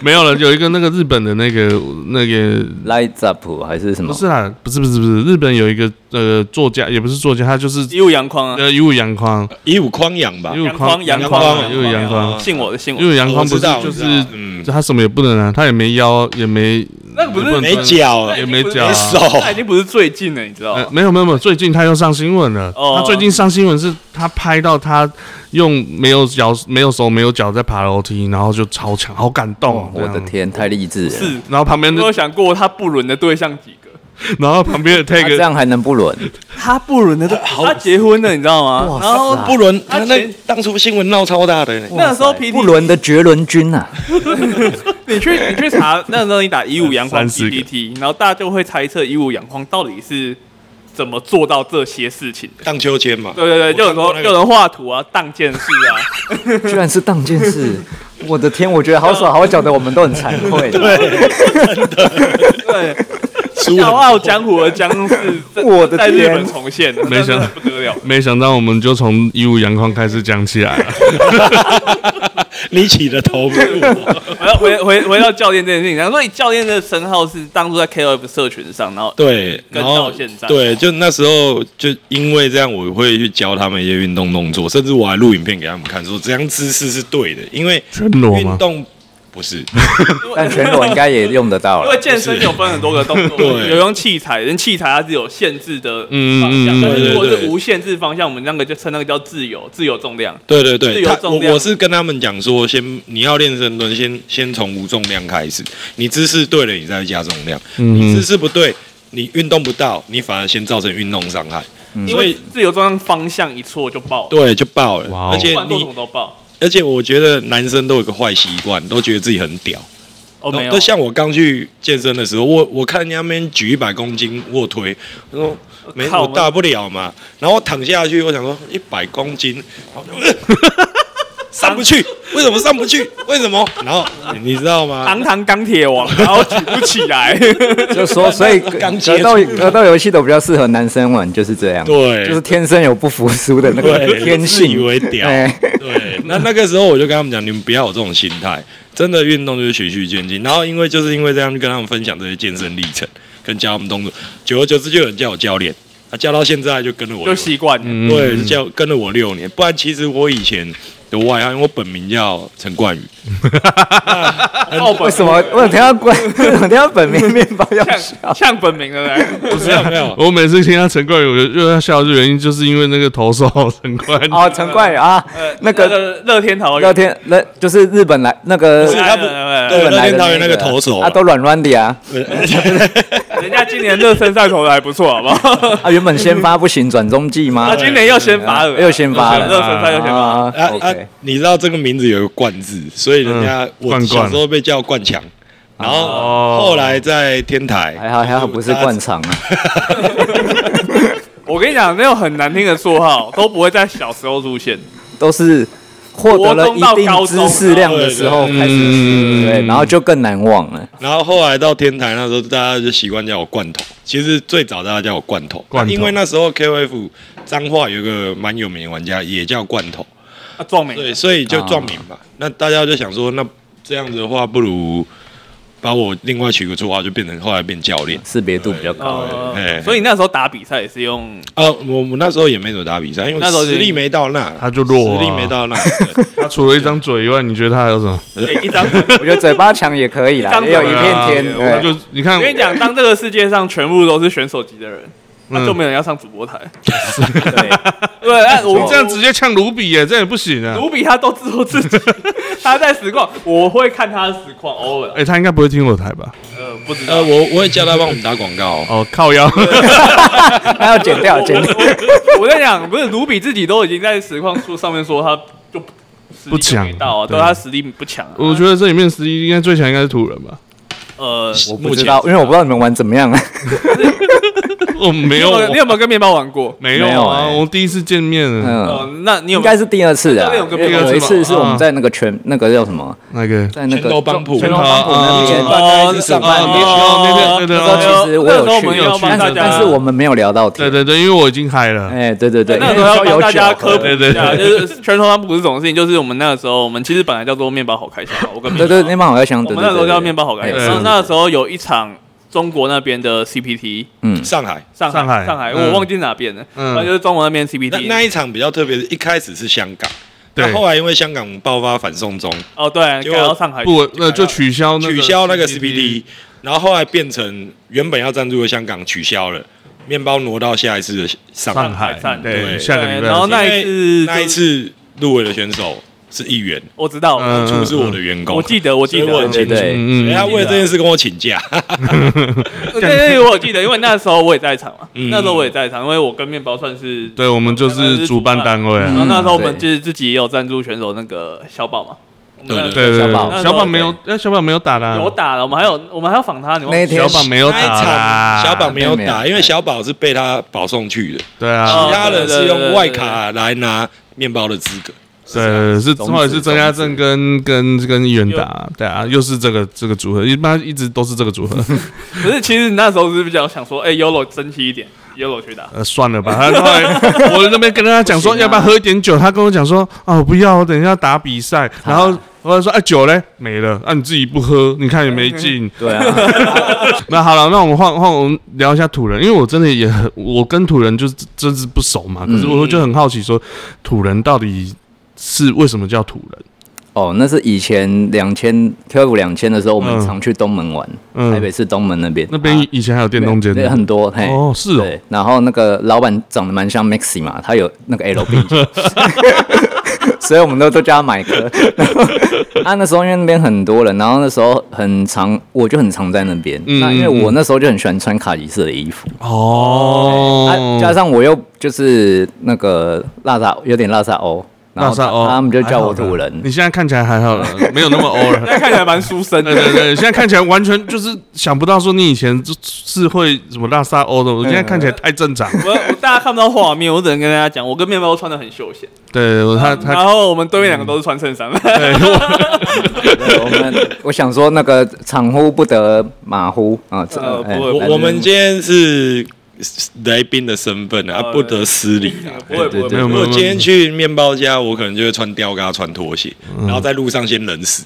[SPEAKER 2] 没有了，有一个那个日本的那个那个
[SPEAKER 4] ？Lights up 还是什么
[SPEAKER 2] 不？是啦，不是不是不是，日本有一个呃作家，也不是作家，他就是
[SPEAKER 1] 一路阳光啊，
[SPEAKER 2] 呃一物阳光，
[SPEAKER 3] 以武匡养吧
[SPEAKER 2] 一。物
[SPEAKER 1] 阳光阳
[SPEAKER 2] 光，
[SPEAKER 1] 光
[SPEAKER 2] 一物阳光
[SPEAKER 3] 光，
[SPEAKER 1] 信我的信我
[SPEAKER 2] 一
[SPEAKER 1] 的。
[SPEAKER 2] 物阳光
[SPEAKER 3] 我
[SPEAKER 2] 不
[SPEAKER 3] 知
[SPEAKER 2] 是
[SPEAKER 3] 道
[SPEAKER 2] 就
[SPEAKER 3] 我知
[SPEAKER 2] 是
[SPEAKER 3] 道嗯
[SPEAKER 2] 他什么也不能啊，他也没腰，也没
[SPEAKER 1] 那个不
[SPEAKER 2] 也
[SPEAKER 1] 是
[SPEAKER 2] 不能
[SPEAKER 3] 没脚
[SPEAKER 1] 那
[SPEAKER 3] 了
[SPEAKER 1] 已
[SPEAKER 2] 也
[SPEAKER 1] 经
[SPEAKER 2] 没
[SPEAKER 1] 不是
[SPEAKER 2] 脚啊
[SPEAKER 3] 没手
[SPEAKER 1] 他已经不是最近了，你
[SPEAKER 4] 哦
[SPEAKER 1] 知道
[SPEAKER 2] 呃，
[SPEAKER 1] 吗？
[SPEAKER 2] 没有没有没有，最近他又上新闻了。
[SPEAKER 1] 哦
[SPEAKER 2] 他最近上新闻是他拍到他用没有脚、没有手、没有脚在爬楼梯，然后就超强，好感动哦、
[SPEAKER 4] 我的
[SPEAKER 2] 这样！
[SPEAKER 4] 天，太励志了！啊
[SPEAKER 1] 是，
[SPEAKER 2] 然后旁边
[SPEAKER 1] 有没
[SPEAKER 2] 的
[SPEAKER 1] 有，想过他不伦的对象几个？
[SPEAKER 2] 然后旁边的
[SPEAKER 4] 啊、
[SPEAKER 2] tag，
[SPEAKER 4] 这样还能不伦？
[SPEAKER 1] 他不伦的对，他结婚了，你知道吗？然后
[SPEAKER 3] 不伦，
[SPEAKER 1] 他
[SPEAKER 3] 他
[SPEAKER 1] 前
[SPEAKER 3] 那当初新闻闹超大的。
[SPEAKER 1] 那时候 PT
[SPEAKER 4] 不伦的绝伦君啊！
[SPEAKER 1] 你去你去查，那时候你打一五阳光
[SPEAKER 2] 三四个
[SPEAKER 1] PPT，然后大家就会猜测一五阳光到底是怎么做到这些事情的。
[SPEAKER 3] 荡秋千嘛，
[SPEAKER 1] 对对对，就有人
[SPEAKER 3] 我
[SPEAKER 1] 说
[SPEAKER 3] 看过那个
[SPEAKER 1] 有人画图啊，当剑士 啊，
[SPEAKER 4] 居然是当件事，我的天！我觉得好手好脚的我们都很惭愧。
[SPEAKER 1] 对，
[SPEAKER 3] 输
[SPEAKER 1] 笑
[SPEAKER 3] 了。
[SPEAKER 1] 傲江湖的江是在
[SPEAKER 4] 我的
[SPEAKER 1] 在日
[SPEAKER 4] 天
[SPEAKER 1] 本重现的，
[SPEAKER 2] 没想
[SPEAKER 1] 真的不 得了。
[SPEAKER 2] 没想到我们就从一五阳光开始讲起来了。
[SPEAKER 3] 你起的头不是我。
[SPEAKER 1] 我要回回回到教练这件事情，然后所以教练的称号是当初在 KOF 社群上，然后
[SPEAKER 3] 对，
[SPEAKER 1] 跟
[SPEAKER 3] 然后
[SPEAKER 1] 到现在
[SPEAKER 3] 对，就那时候就因为这样，我会去教他们一些运动动作，甚至我还录影片给他们看，说这样姿势是对的，因为
[SPEAKER 2] 全裸
[SPEAKER 3] 运
[SPEAKER 2] 吗？
[SPEAKER 3] 动不是，
[SPEAKER 4] 但全裸应该也用得到
[SPEAKER 1] 因
[SPEAKER 4] 了
[SPEAKER 1] 为。健身有分很多个动作，
[SPEAKER 3] 对
[SPEAKER 1] 有用器材，人器材它是有限制的
[SPEAKER 2] 嗯
[SPEAKER 1] 方向，
[SPEAKER 2] 嗯嗯
[SPEAKER 1] 但是如果
[SPEAKER 3] 对对
[SPEAKER 1] 是
[SPEAKER 3] 对
[SPEAKER 1] 无限制方向，我们那个就称那个叫自由，自由重量。
[SPEAKER 3] 对对
[SPEAKER 1] 自
[SPEAKER 3] 对，
[SPEAKER 1] 由
[SPEAKER 3] 他我
[SPEAKER 1] 重量
[SPEAKER 3] 我是跟他们讲说，先你要练深蹲，先先从无重量开始，你姿势对了，你再加重量，
[SPEAKER 2] 嗯
[SPEAKER 3] 你
[SPEAKER 2] 哼
[SPEAKER 3] 姿势不对，你运动不到，你反而先造成运动伤害。
[SPEAKER 1] 因为自由撞上方向一错就爆了，
[SPEAKER 3] 对，就爆了。
[SPEAKER 2] 哇哦
[SPEAKER 3] 而且
[SPEAKER 1] 不管做什么
[SPEAKER 3] 你，
[SPEAKER 1] 都爆。
[SPEAKER 3] 而且我觉得男生都有个坏习惯，都觉得自己很屌。
[SPEAKER 1] 哦，没有
[SPEAKER 3] 那，像我刚去健身的时候，我我看人家那边举一百公斤卧推，我说没
[SPEAKER 1] 哦靠
[SPEAKER 3] 我大不了嘛。然后躺下去，我想说一百 公斤，然后就上不去，为什么上不去？为什么？然后你知 道吗？
[SPEAKER 1] 堂堂钢铁王，然后举不起来。
[SPEAKER 4] 就说，所以
[SPEAKER 3] 刚
[SPEAKER 4] 格
[SPEAKER 3] 接触
[SPEAKER 4] 斗格斗游戏都比较适合男生玩，就是这样，
[SPEAKER 3] 对
[SPEAKER 4] 就是天生有不服输的那个
[SPEAKER 3] 对，
[SPEAKER 4] 天
[SPEAKER 3] 自以
[SPEAKER 4] 性，
[SPEAKER 3] 为屌。
[SPEAKER 4] 哎，
[SPEAKER 3] 对，那那个时候我就跟他们讲，你们不要有这种心态，真的运动就是循序渐进。然后因为就是因为这样，就跟他们分享这些健身历程，跟教他们动作，久而久之就有人叫我教练，他教到现在就跟了我
[SPEAKER 1] 就
[SPEAKER 3] 六
[SPEAKER 1] 习惯了。
[SPEAKER 2] 嗯
[SPEAKER 3] 对，叫跟了我六年。不然其实我以前的外号，因为我本名叫陈冠宇，
[SPEAKER 1] 哦，
[SPEAKER 4] 为什么我有听到 关，我听到本名面包要笑
[SPEAKER 1] 像？像本名的人？不
[SPEAKER 3] 没有没 有，
[SPEAKER 2] 我每次听到陈冠宇，我就又要笑的原因，就是因为那个投手陈冠宇。
[SPEAKER 4] 哦，陈冠宇啊，那个
[SPEAKER 1] 呃个乐天桃
[SPEAKER 4] 乐
[SPEAKER 1] 园，
[SPEAKER 4] 天，那就是日本来那个
[SPEAKER 3] 是他不
[SPEAKER 1] 来来来
[SPEAKER 3] 对
[SPEAKER 4] 日本
[SPEAKER 3] 乐
[SPEAKER 4] 来
[SPEAKER 3] 天
[SPEAKER 4] 的
[SPEAKER 3] 桃园那
[SPEAKER 4] 那
[SPEAKER 3] 个投手
[SPEAKER 4] 啊，都软软的啊，
[SPEAKER 1] 人家今年热身赛投的还不错，好不好？
[SPEAKER 4] 啊，原本先发不行，转中继吗
[SPEAKER 1] 他？啊今年又先发了，
[SPEAKER 4] 又先发
[SPEAKER 1] 热
[SPEAKER 4] 了
[SPEAKER 1] 身赛又先发了。
[SPEAKER 4] 啊
[SPEAKER 3] 啊啊
[SPEAKER 4] ，OK，！
[SPEAKER 3] 你知道这个名字有个“冠”字，所以人家、
[SPEAKER 2] 嗯
[SPEAKER 3] 我
[SPEAKER 2] 冠冠
[SPEAKER 3] 小时候被叫冠强，然后
[SPEAKER 2] 哦
[SPEAKER 3] 后来在天台，
[SPEAKER 4] 还好还好不是
[SPEAKER 3] 大家
[SPEAKER 4] 灌肠啊，
[SPEAKER 1] 我跟你讲，那种很难听的绰号都不会在小时候出现。
[SPEAKER 4] 都是获得了
[SPEAKER 1] 国中
[SPEAKER 4] 一
[SPEAKER 1] 到
[SPEAKER 4] 定
[SPEAKER 1] 高中啊
[SPEAKER 4] 知识量的时候
[SPEAKER 2] 对对
[SPEAKER 4] 开始
[SPEAKER 2] 嗯
[SPEAKER 4] 吃，对，然后就更难忘了。
[SPEAKER 3] 然后后来到天台那时候，大家就习惯叫我罐头。其实最早大家叫我罐头，
[SPEAKER 2] 罐头
[SPEAKER 3] 因为那时候 KOF 彰化有个蛮有名的玩家也叫罐头，
[SPEAKER 1] 啊，壮美，
[SPEAKER 3] 对，所以就撞名嘛。那大家就想说，那这样子的话，不如把我另外取个绰号，就变成后来变教练。
[SPEAKER 4] 识别度比较高。
[SPEAKER 1] 哦
[SPEAKER 3] 哎
[SPEAKER 1] 所以你那时候打比赛也是用
[SPEAKER 3] 啊，我我那时候也没怎么打比赛，因为
[SPEAKER 1] 那时候
[SPEAKER 3] 实力
[SPEAKER 1] 就
[SPEAKER 3] 没到那，
[SPEAKER 2] 他就弱啊
[SPEAKER 3] 实力没到那。对
[SPEAKER 2] 他除了一张嘴以外，你觉得他还有什么？
[SPEAKER 1] 哎一张。
[SPEAKER 4] 我觉得嘴巴强也可以
[SPEAKER 1] 一
[SPEAKER 4] 啦，
[SPEAKER 1] 张
[SPEAKER 4] 也有一
[SPEAKER 1] 嘴
[SPEAKER 4] 片天。
[SPEAKER 1] 啊
[SPEAKER 2] 他
[SPEAKER 4] 对
[SPEAKER 2] 就你看
[SPEAKER 1] 我，跟你讲，当这个世界上全部都是选手级的人，那就没有人要上主播台。
[SPEAKER 4] 对，
[SPEAKER 1] 对，那我
[SPEAKER 2] 我
[SPEAKER 1] 们
[SPEAKER 2] 这样直接呛卢比耶，这样也不行啊。
[SPEAKER 1] 卢比他都知道自己， 他在实况，我会看他的实况，偶尔
[SPEAKER 2] 哎，他应该不会听我台吧？。
[SPEAKER 1] 呃不知
[SPEAKER 3] 呃，
[SPEAKER 1] 道。
[SPEAKER 3] 我我会叫他帮我们打广告
[SPEAKER 2] 哦，靠 腰。
[SPEAKER 4] 还要剪掉，剪掉。
[SPEAKER 1] 我在讲，不是卢比自己都已经在实况书上面说他就实力就
[SPEAKER 2] 不强
[SPEAKER 1] 没到啊，
[SPEAKER 2] 对
[SPEAKER 1] 对他实力不强啊。
[SPEAKER 2] 我觉得这里面实力应该最强应该是土人吧？
[SPEAKER 1] 呃，
[SPEAKER 4] 我
[SPEAKER 3] 目
[SPEAKER 4] 不知
[SPEAKER 3] 前
[SPEAKER 4] 道，因为我不知道你们玩怎么样啊。
[SPEAKER 2] 我哦没
[SPEAKER 1] 你
[SPEAKER 2] 有
[SPEAKER 1] 有，没有你有没有跟面包玩过？
[SPEAKER 2] 没有啊，我第一次见面了。
[SPEAKER 1] 哦
[SPEAKER 4] 哎嗯，，
[SPEAKER 1] 那你有
[SPEAKER 4] 应该是第二次的啊，
[SPEAKER 1] 那有个
[SPEAKER 4] 因为
[SPEAKER 1] 第二次
[SPEAKER 4] 有一次
[SPEAKER 1] 嘛啊
[SPEAKER 4] 是我们在那个全那个叫什么，
[SPEAKER 2] 那个
[SPEAKER 4] 在那个
[SPEAKER 3] 全都帮浦
[SPEAKER 4] 全都帮浦那边
[SPEAKER 2] 全
[SPEAKER 1] 哦
[SPEAKER 3] 大概是上半年
[SPEAKER 2] 哦对对对
[SPEAKER 4] 那时
[SPEAKER 2] 对
[SPEAKER 4] 候其实我
[SPEAKER 1] 那时候
[SPEAKER 4] 有
[SPEAKER 1] 我们
[SPEAKER 4] 去
[SPEAKER 1] 有，帮
[SPEAKER 4] 但
[SPEAKER 1] 大
[SPEAKER 4] 是
[SPEAKER 1] 家
[SPEAKER 4] 但是我们没有聊到
[SPEAKER 2] 对
[SPEAKER 4] 天。
[SPEAKER 2] 对对，因为我已经嗨了。
[SPEAKER 4] 哎，对对对，
[SPEAKER 1] 那
[SPEAKER 4] 因
[SPEAKER 1] 时
[SPEAKER 4] 为
[SPEAKER 1] 候要帮
[SPEAKER 4] 有
[SPEAKER 1] 大
[SPEAKER 4] 酒
[SPEAKER 1] 家
[SPEAKER 4] 喝
[SPEAKER 1] 科普
[SPEAKER 2] 对
[SPEAKER 1] 一下，就是全头汤不是这种事情，就是我们那个时候，我们其实本来叫做面包好开心嘛，我跟
[SPEAKER 4] 对对，
[SPEAKER 1] 面
[SPEAKER 4] 那帮好像想，
[SPEAKER 1] 包我
[SPEAKER 4] 对
[SPEAKER 1] 们那时候叫面包好开
[SPEAKER 4] 对
[SPEAKER 1] 心，
[SPEAKER 2] 哎
[SPEAKER 4] 对
[SPEAKER 1] 然后
[SPEAKER 4] 是
[SPEAKER 1] 那时候有一场中国那边的 CPT，
[SPEAKER 4] 嗯，
[SPEAKER 3] 上海
[SPEAKER 1] 上
[SPEAKER 2] 上海
[SPEAKER 1] 海上海，
[SPEAKER 2] 嗯
[SPEAKER 1] 我忘记哪边了，
[SPEAKER 2] 嗯
[SPEAKER 1] 反正就是中国那边
[SPEAKER 3] 那
[SPEAKER 1] CPT，
[SPEAKER 3] 那一场比较特别，是一开始是香港，
[SPEAKER 2] 对
[SPEAKER 3] 那后来因为香港爆发反送中，
[SPEAKER 1] 哦对，
[SPEAKER 3] 结
[SPEAKER 1] 改
[SPEAKER 3] 果
[SPEAKER 1] 到上海去，
[SPEAKER 2] 不，那就取消那个
[SPEAKER 3] 取消那个
[SPEAKER 2] CPT
[SPEAKER 3] CPT，然后后来变成原本要赞助的香港取消了，面包挪到下一次的上
[SPEAKER 2] 上
[SPEAKER 3] 海。
[SPEAKER 2] 海
[SPEAKER 1] 上海
[SPEAKER 2] 对
[SPEAKER 3] 对
[SPEAKER 2] 下个礼拜。
[SPEAKER 1] 然后哦那一次
[SPEAKER 3] 因为那一次入围的选手是议员，
[SPEAKER 1] 我知道，
[SPEAKER 2] 嗯
[SPEAKER 3] 不是我的员工。
[SPEAKER 1] 我记得我记
[SPEAKER 3] 所以我
[SPEAKER 1] 得
[SPEAKER 3] 很，清楚。
[SPEAKER 4] 对
[SPEAKER 3] 所以他
[SPEAKER 2] 嗯
[SPEAKER 3] 为了这件事跟我请假，
[SPEAKER 1] 对对，对我记得，因为那时候我也在场 嘛，
[SPEAKER 3] 嗯
[SPEAKER 1] 那时候我也在场，因为我跟面包算是
[SPEAKER 2] 对，我们就是主办单位
[SPEAKER 1] 然
[SPEAKER 2] 啊。
[SPEAKER 4] 嗯
[SPEAKER 1] 后那时候我们
[SPEAKER 4] 对
[SPEAKER 1] 就是自己也有赞助选手那个小宝嘛，我们那
[SPEAKER 3] 对
[SPEAKER 1] 时候
[SPEAKER 2] 对对对，
[SPEAKER 4] 小宝
[SPEAKER 2] 对小宝没有，哎，小宝没有打啦，
[SPEAKER 1] 有打了，我们还有我们还要访他，你忘
[SPEAKER 4] 那一
[SPEAKER 1] 记
[SPEAKER 4] 天
[SPEAKER 2] 小宝没有
[SPEAKER 3] 那一
[SPEAKER 2] 打啦
[SPEAKER 3] 场，小宝没有
[SPEAKER 4] 对没
[SPEAKER 3] 打，
[SPEAKER 4] 有
[SPEAKER 3] 因为小宝是被他保送去的，
[SPEAKER 2] 对啊，
[SPEAKER 1] 哦
[SPEAKER 3] 其他人是
[SPEAKER 1] 对对对
[SPEAKER 3] 用
[SPEAKER 1] 对
[SPEAKER 3] 外卡来拿面包的资格。
[SPEAKER 2] 对，是
[SPEAKER 4] 种
[SPEAKER 2] 后来
[SPEAKER 4] 子
[SPEAKER 2] 是曾家正跟跟跟议员打，对啊，又是这个这个组合，一般一直都是这个组合。
[SPEAKER 1] 可是其实你那时候是比较想说，哎，Yolo 争气一点，Yolo 去打。
[SPEAKER 2] 呃，算 了吧，他后来我那边跟他讲说，
[SPEAKER 4] 不行啊
[SPEAKER 2] 要不要喝一点酒？他跟我讲说，啊，我不要，我等一下打比赛。然后我说，哎，酒嘞没了，啊，你自己不喝，你看也没 劲。
[SPEAKER 4] 对啊，
[SPEAKER 2] 那好了，那我们换换我们聊一下土人，因为我真的也很，我跟土人就是真是
[SPEAKER 4] 嗯
[SPEAKER 2] 不熟嘛，可是我就很好奇说，土人到底是为什么叫土人？
[SPEAKER 4] 哦，那是以前两千 QF 两千的时候，我们
[SPEAKER 2] 嗯
[SPEAKER 4] 常去东门玩，
[SPEAKER 2] 嗯
[SPEAKER 4] 台北市东门那边，啊
[SPEAKER 2] 那边以前还有电动间
[SPEAKER 4] 对
[SPEAKER 2] 的，
[SPEAKER 4] 很多，嘿，
[SPEAKER 2] 哦是哦
[SPEAKER 4] 对，然后那个老板长得蛮像 Maxi 嘛，他有那个 LB，所以我们都都叫他买个。然后 啊，那时候因为那边很多人，然后那时候很常，我就很常在那边。
[SPEAKER 2] 嗯
[SPEAKER 4] 那因为
[SPEAKER 2] 嗯嗯
[SPEAKER 4] 我那时候就很喜欢穿卡其色的衣服，啊，加
[SPEAKER 2] 哦，
[SPEAKER 4] 上我又就是那个辣萨，有点辣萨欧，然后
[SPEAKER 2] 萨哦，
[SPEAKER 4] 他们就叫我
[SPEAKER 2] 还好啦
[SPEAKER 4] 土人。
[SPEAKER 2] 你现在看起来还好了，没有那么欧了。
[SPEAKER 1] 现在看起来蛮书生的
[SPEAKER 2] 对。对对，现在看起来完全就是想不到说你以前是会什么拉萨欧的，我现在看起来太正 常。
[SPEAKER 1] 我我大家看不到画面，我只能跟大家讲，我跟面包穿的很休闲，
[SPEAKER 2] 对，我他嗯他
[SPEAKER 1] 然后我们对面两个都是穿衬衫，
[SPEAKER 4] 对我们我想说那个场呼不得马虎啊，这
[SPEAKER 1] 呃
[SPEAKER 4] 哎
[SPEAKER 1] 不会
[SPEAKER 3] 我
[SPEAKER 4] 反
[SPEAKER 3] 我
[SPEAKER 4] 正
[SPEAKER 3] 们今天是来宾的身份啊，
[SPEAKER 1] 哦
[SPEAKER 3] 不得失礼啊。
[SPEAKER 1] 不会不会不会
[SPEAKER 4] 对
[SPEAKER 2] 对
[SPEAKER 3] 如
[SPEAKER 2] 没
[SPEAKER 1] 不
[SPEAKER 2] 有
[SPEAKER 1] 会
[SPEAKER 3] 果今天去面包家，我可能就会穿吊嘎、穿拖鞋，然后在路上先冷死。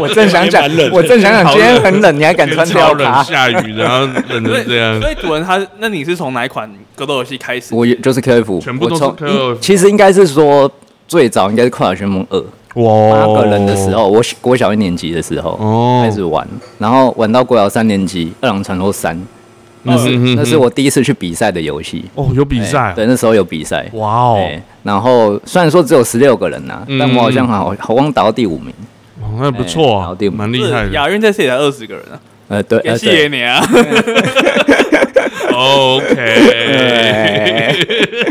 [SPEAKER 4] 我正想讲
[SPEAKER 3] 也蛮冷，的
[SPEAKER 4] 我正想讲，今天很冷，你还敢穿
[SPEAKER 2] 超
[SPEAKER 4] 吊
[SPEAKER 2] 冷，
[SPEAKER 4] 卡？
[SPEAKER 2] 下雨，然后冷
[SPEAKER 1] 所
[SPEAKER 2] 成这
[SPEAKER 1] 以
[SPEAKER 2] 样
[SPEAKER 1] 所。以主人他，那你是从哪一款格斗游戏开始？
[SPEAKER 4] 我也就是 K F，
[SPEAKER 2] 全部都是
[SPEAKER 4] 我从
[SPEAKER 2] KOF
[SPEAKER 4] 嗯其实应该是说最早应该是《快打旋风二》八
[SPEAKER 2] 哇
[SPEAKER 4] 个人的时，候，我小国小一年级的时候
[SPEAKER 2] 哦
[SPEAKER 4] 开始玩，然后玩到国小三年级《二郎传说三》，那是
[SPEAKER 2] 嗯哼哼
[SPEAKER 4] 那是我第一次去比赛的游戏。
[SPEAKER 2] 哦，有比赛
[SPEAKER 4] 哎
[SPEAKER 2] 啊，
[SPEAKER 4] 对，那时候有比赛。
[SPEAKER 2] 哇哦
[SPEAKER 4] 哎，，然后虽然说只有十六个人呐，
[SPEAKER 2] 嗯
[SPEAKER 4] 但我好像好好像打到第五名。
[SPEAKER 2] 哦那不错
[SPEAKER 4] 哎搞
[SPEAKER 2] 啊，
[SPEAKER 4] 定
[SPEAKER 2] 蛮厉害
[SPEAKER 1] 不是
[SPEAKER 2] 的。
[SPEAKER 1] 亚运这次也才二十个人啊，
[SPEAKER 4] 呃，对，
[SPEAKER 1] 也
[SPEAKER 4] 呃，
[SPEAKER 1] 谢谢
[SPEAKER 4] 对，
[SPEAKER 1] 你 啊，
[SPEAKER 2] 哦 OK，
[SPEAKER 4] 哎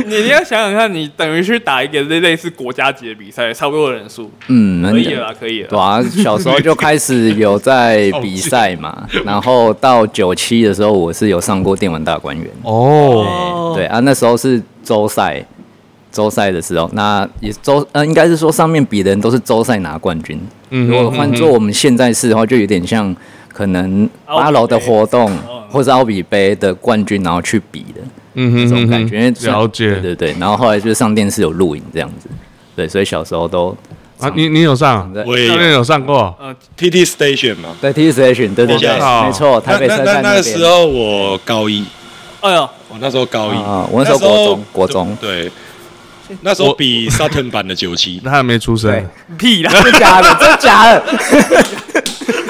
[SPEAKER 1] 你你要想想看，你等于去打一个类类似国家级的比赛，差不多的人数，
[SPEAKER 4] 嗯，
[SPEAKER 1] 可
[SPEAKER 4] 很
[SPEAKER 1] 以了啦，可以
[SPEAKER 4] 对
[SPEAKER 1] 了。
[SPEAKER 4] 啊，小时候就开始有在比赛
[SPEAKER 2] 哦
[SPEAKER 4] 嘛，然后到九七的时候，我是有上过电玩大观园。
[SPEAKER 2] 哦，
[SPEAKER 4] 对啊，那时候是周赛，周赛的时候，那也周呃，应该是说上面比的人都是周赛拿冠军。
[SPEAKER 2] 嗯
[SPEAKER 4] 如果换做
[SPEAKER 2] 嗯
[SPEAKER 4] 我们现在是的话，就有点像可能八楼的活动
[SPEAKER 1] 哦
[SPEAKER 4] 或是奥比杯的冠军，然后去比的
[SPEAKER 2] 嗯
[SPEAKER 4] 这
[SPEAKER 2] 哼
[SPEAKER 4] 种感觉。因为
[SPEAKER 2] 嗯哼了
[SPEAKER 4] 对
[SPEAKER 2] 解
[SPEAKER 4] 对对，然后后来就上电视有录影这样子，对，所以小时候都
[SPEAKER 2] 啊，你你有上，
[SPEAKER 4] 对
[SPEAKER 3] 我也
[SPEAKER 2] 教
[SPEAKER 3] 有
[SPEAKER 2] 练有上过，
[SPEAKER 1] 呃，
[SPEAKER 3] TT Station 嘛。
[SPEAKER 4] 对 T S H 对对对，
[SPEAKER 3] 我
[SPEAKER 2] 靠
[SPEAKER 4] 没错，哦台
[SPEAKER 3] 那
[SPEAKER 4] 北
[SPEAKER 3] 那
[SPEAKER 4] 车
[SPEAKER 3] 那
[SPEAKER 4] 站
[SPEAKER 3] 那
[SPEAKER 4] 边。
[SPEAKER 3] 时候我高一，
[SPEAKER 1] 哎呦，
[SPEAKER 3] 我哦那时候高一
[SPEAKER 4] 啊，我那时候国中国中
[SPEAKER 3] 对，那时候比 Saturn 版的九七，
[SPEAKER 2] 他还没出生
[SPEAKER 4] 对。
[SPEAKER 1] 屁啦，
[SPEAKER 4] 真假的，真假的，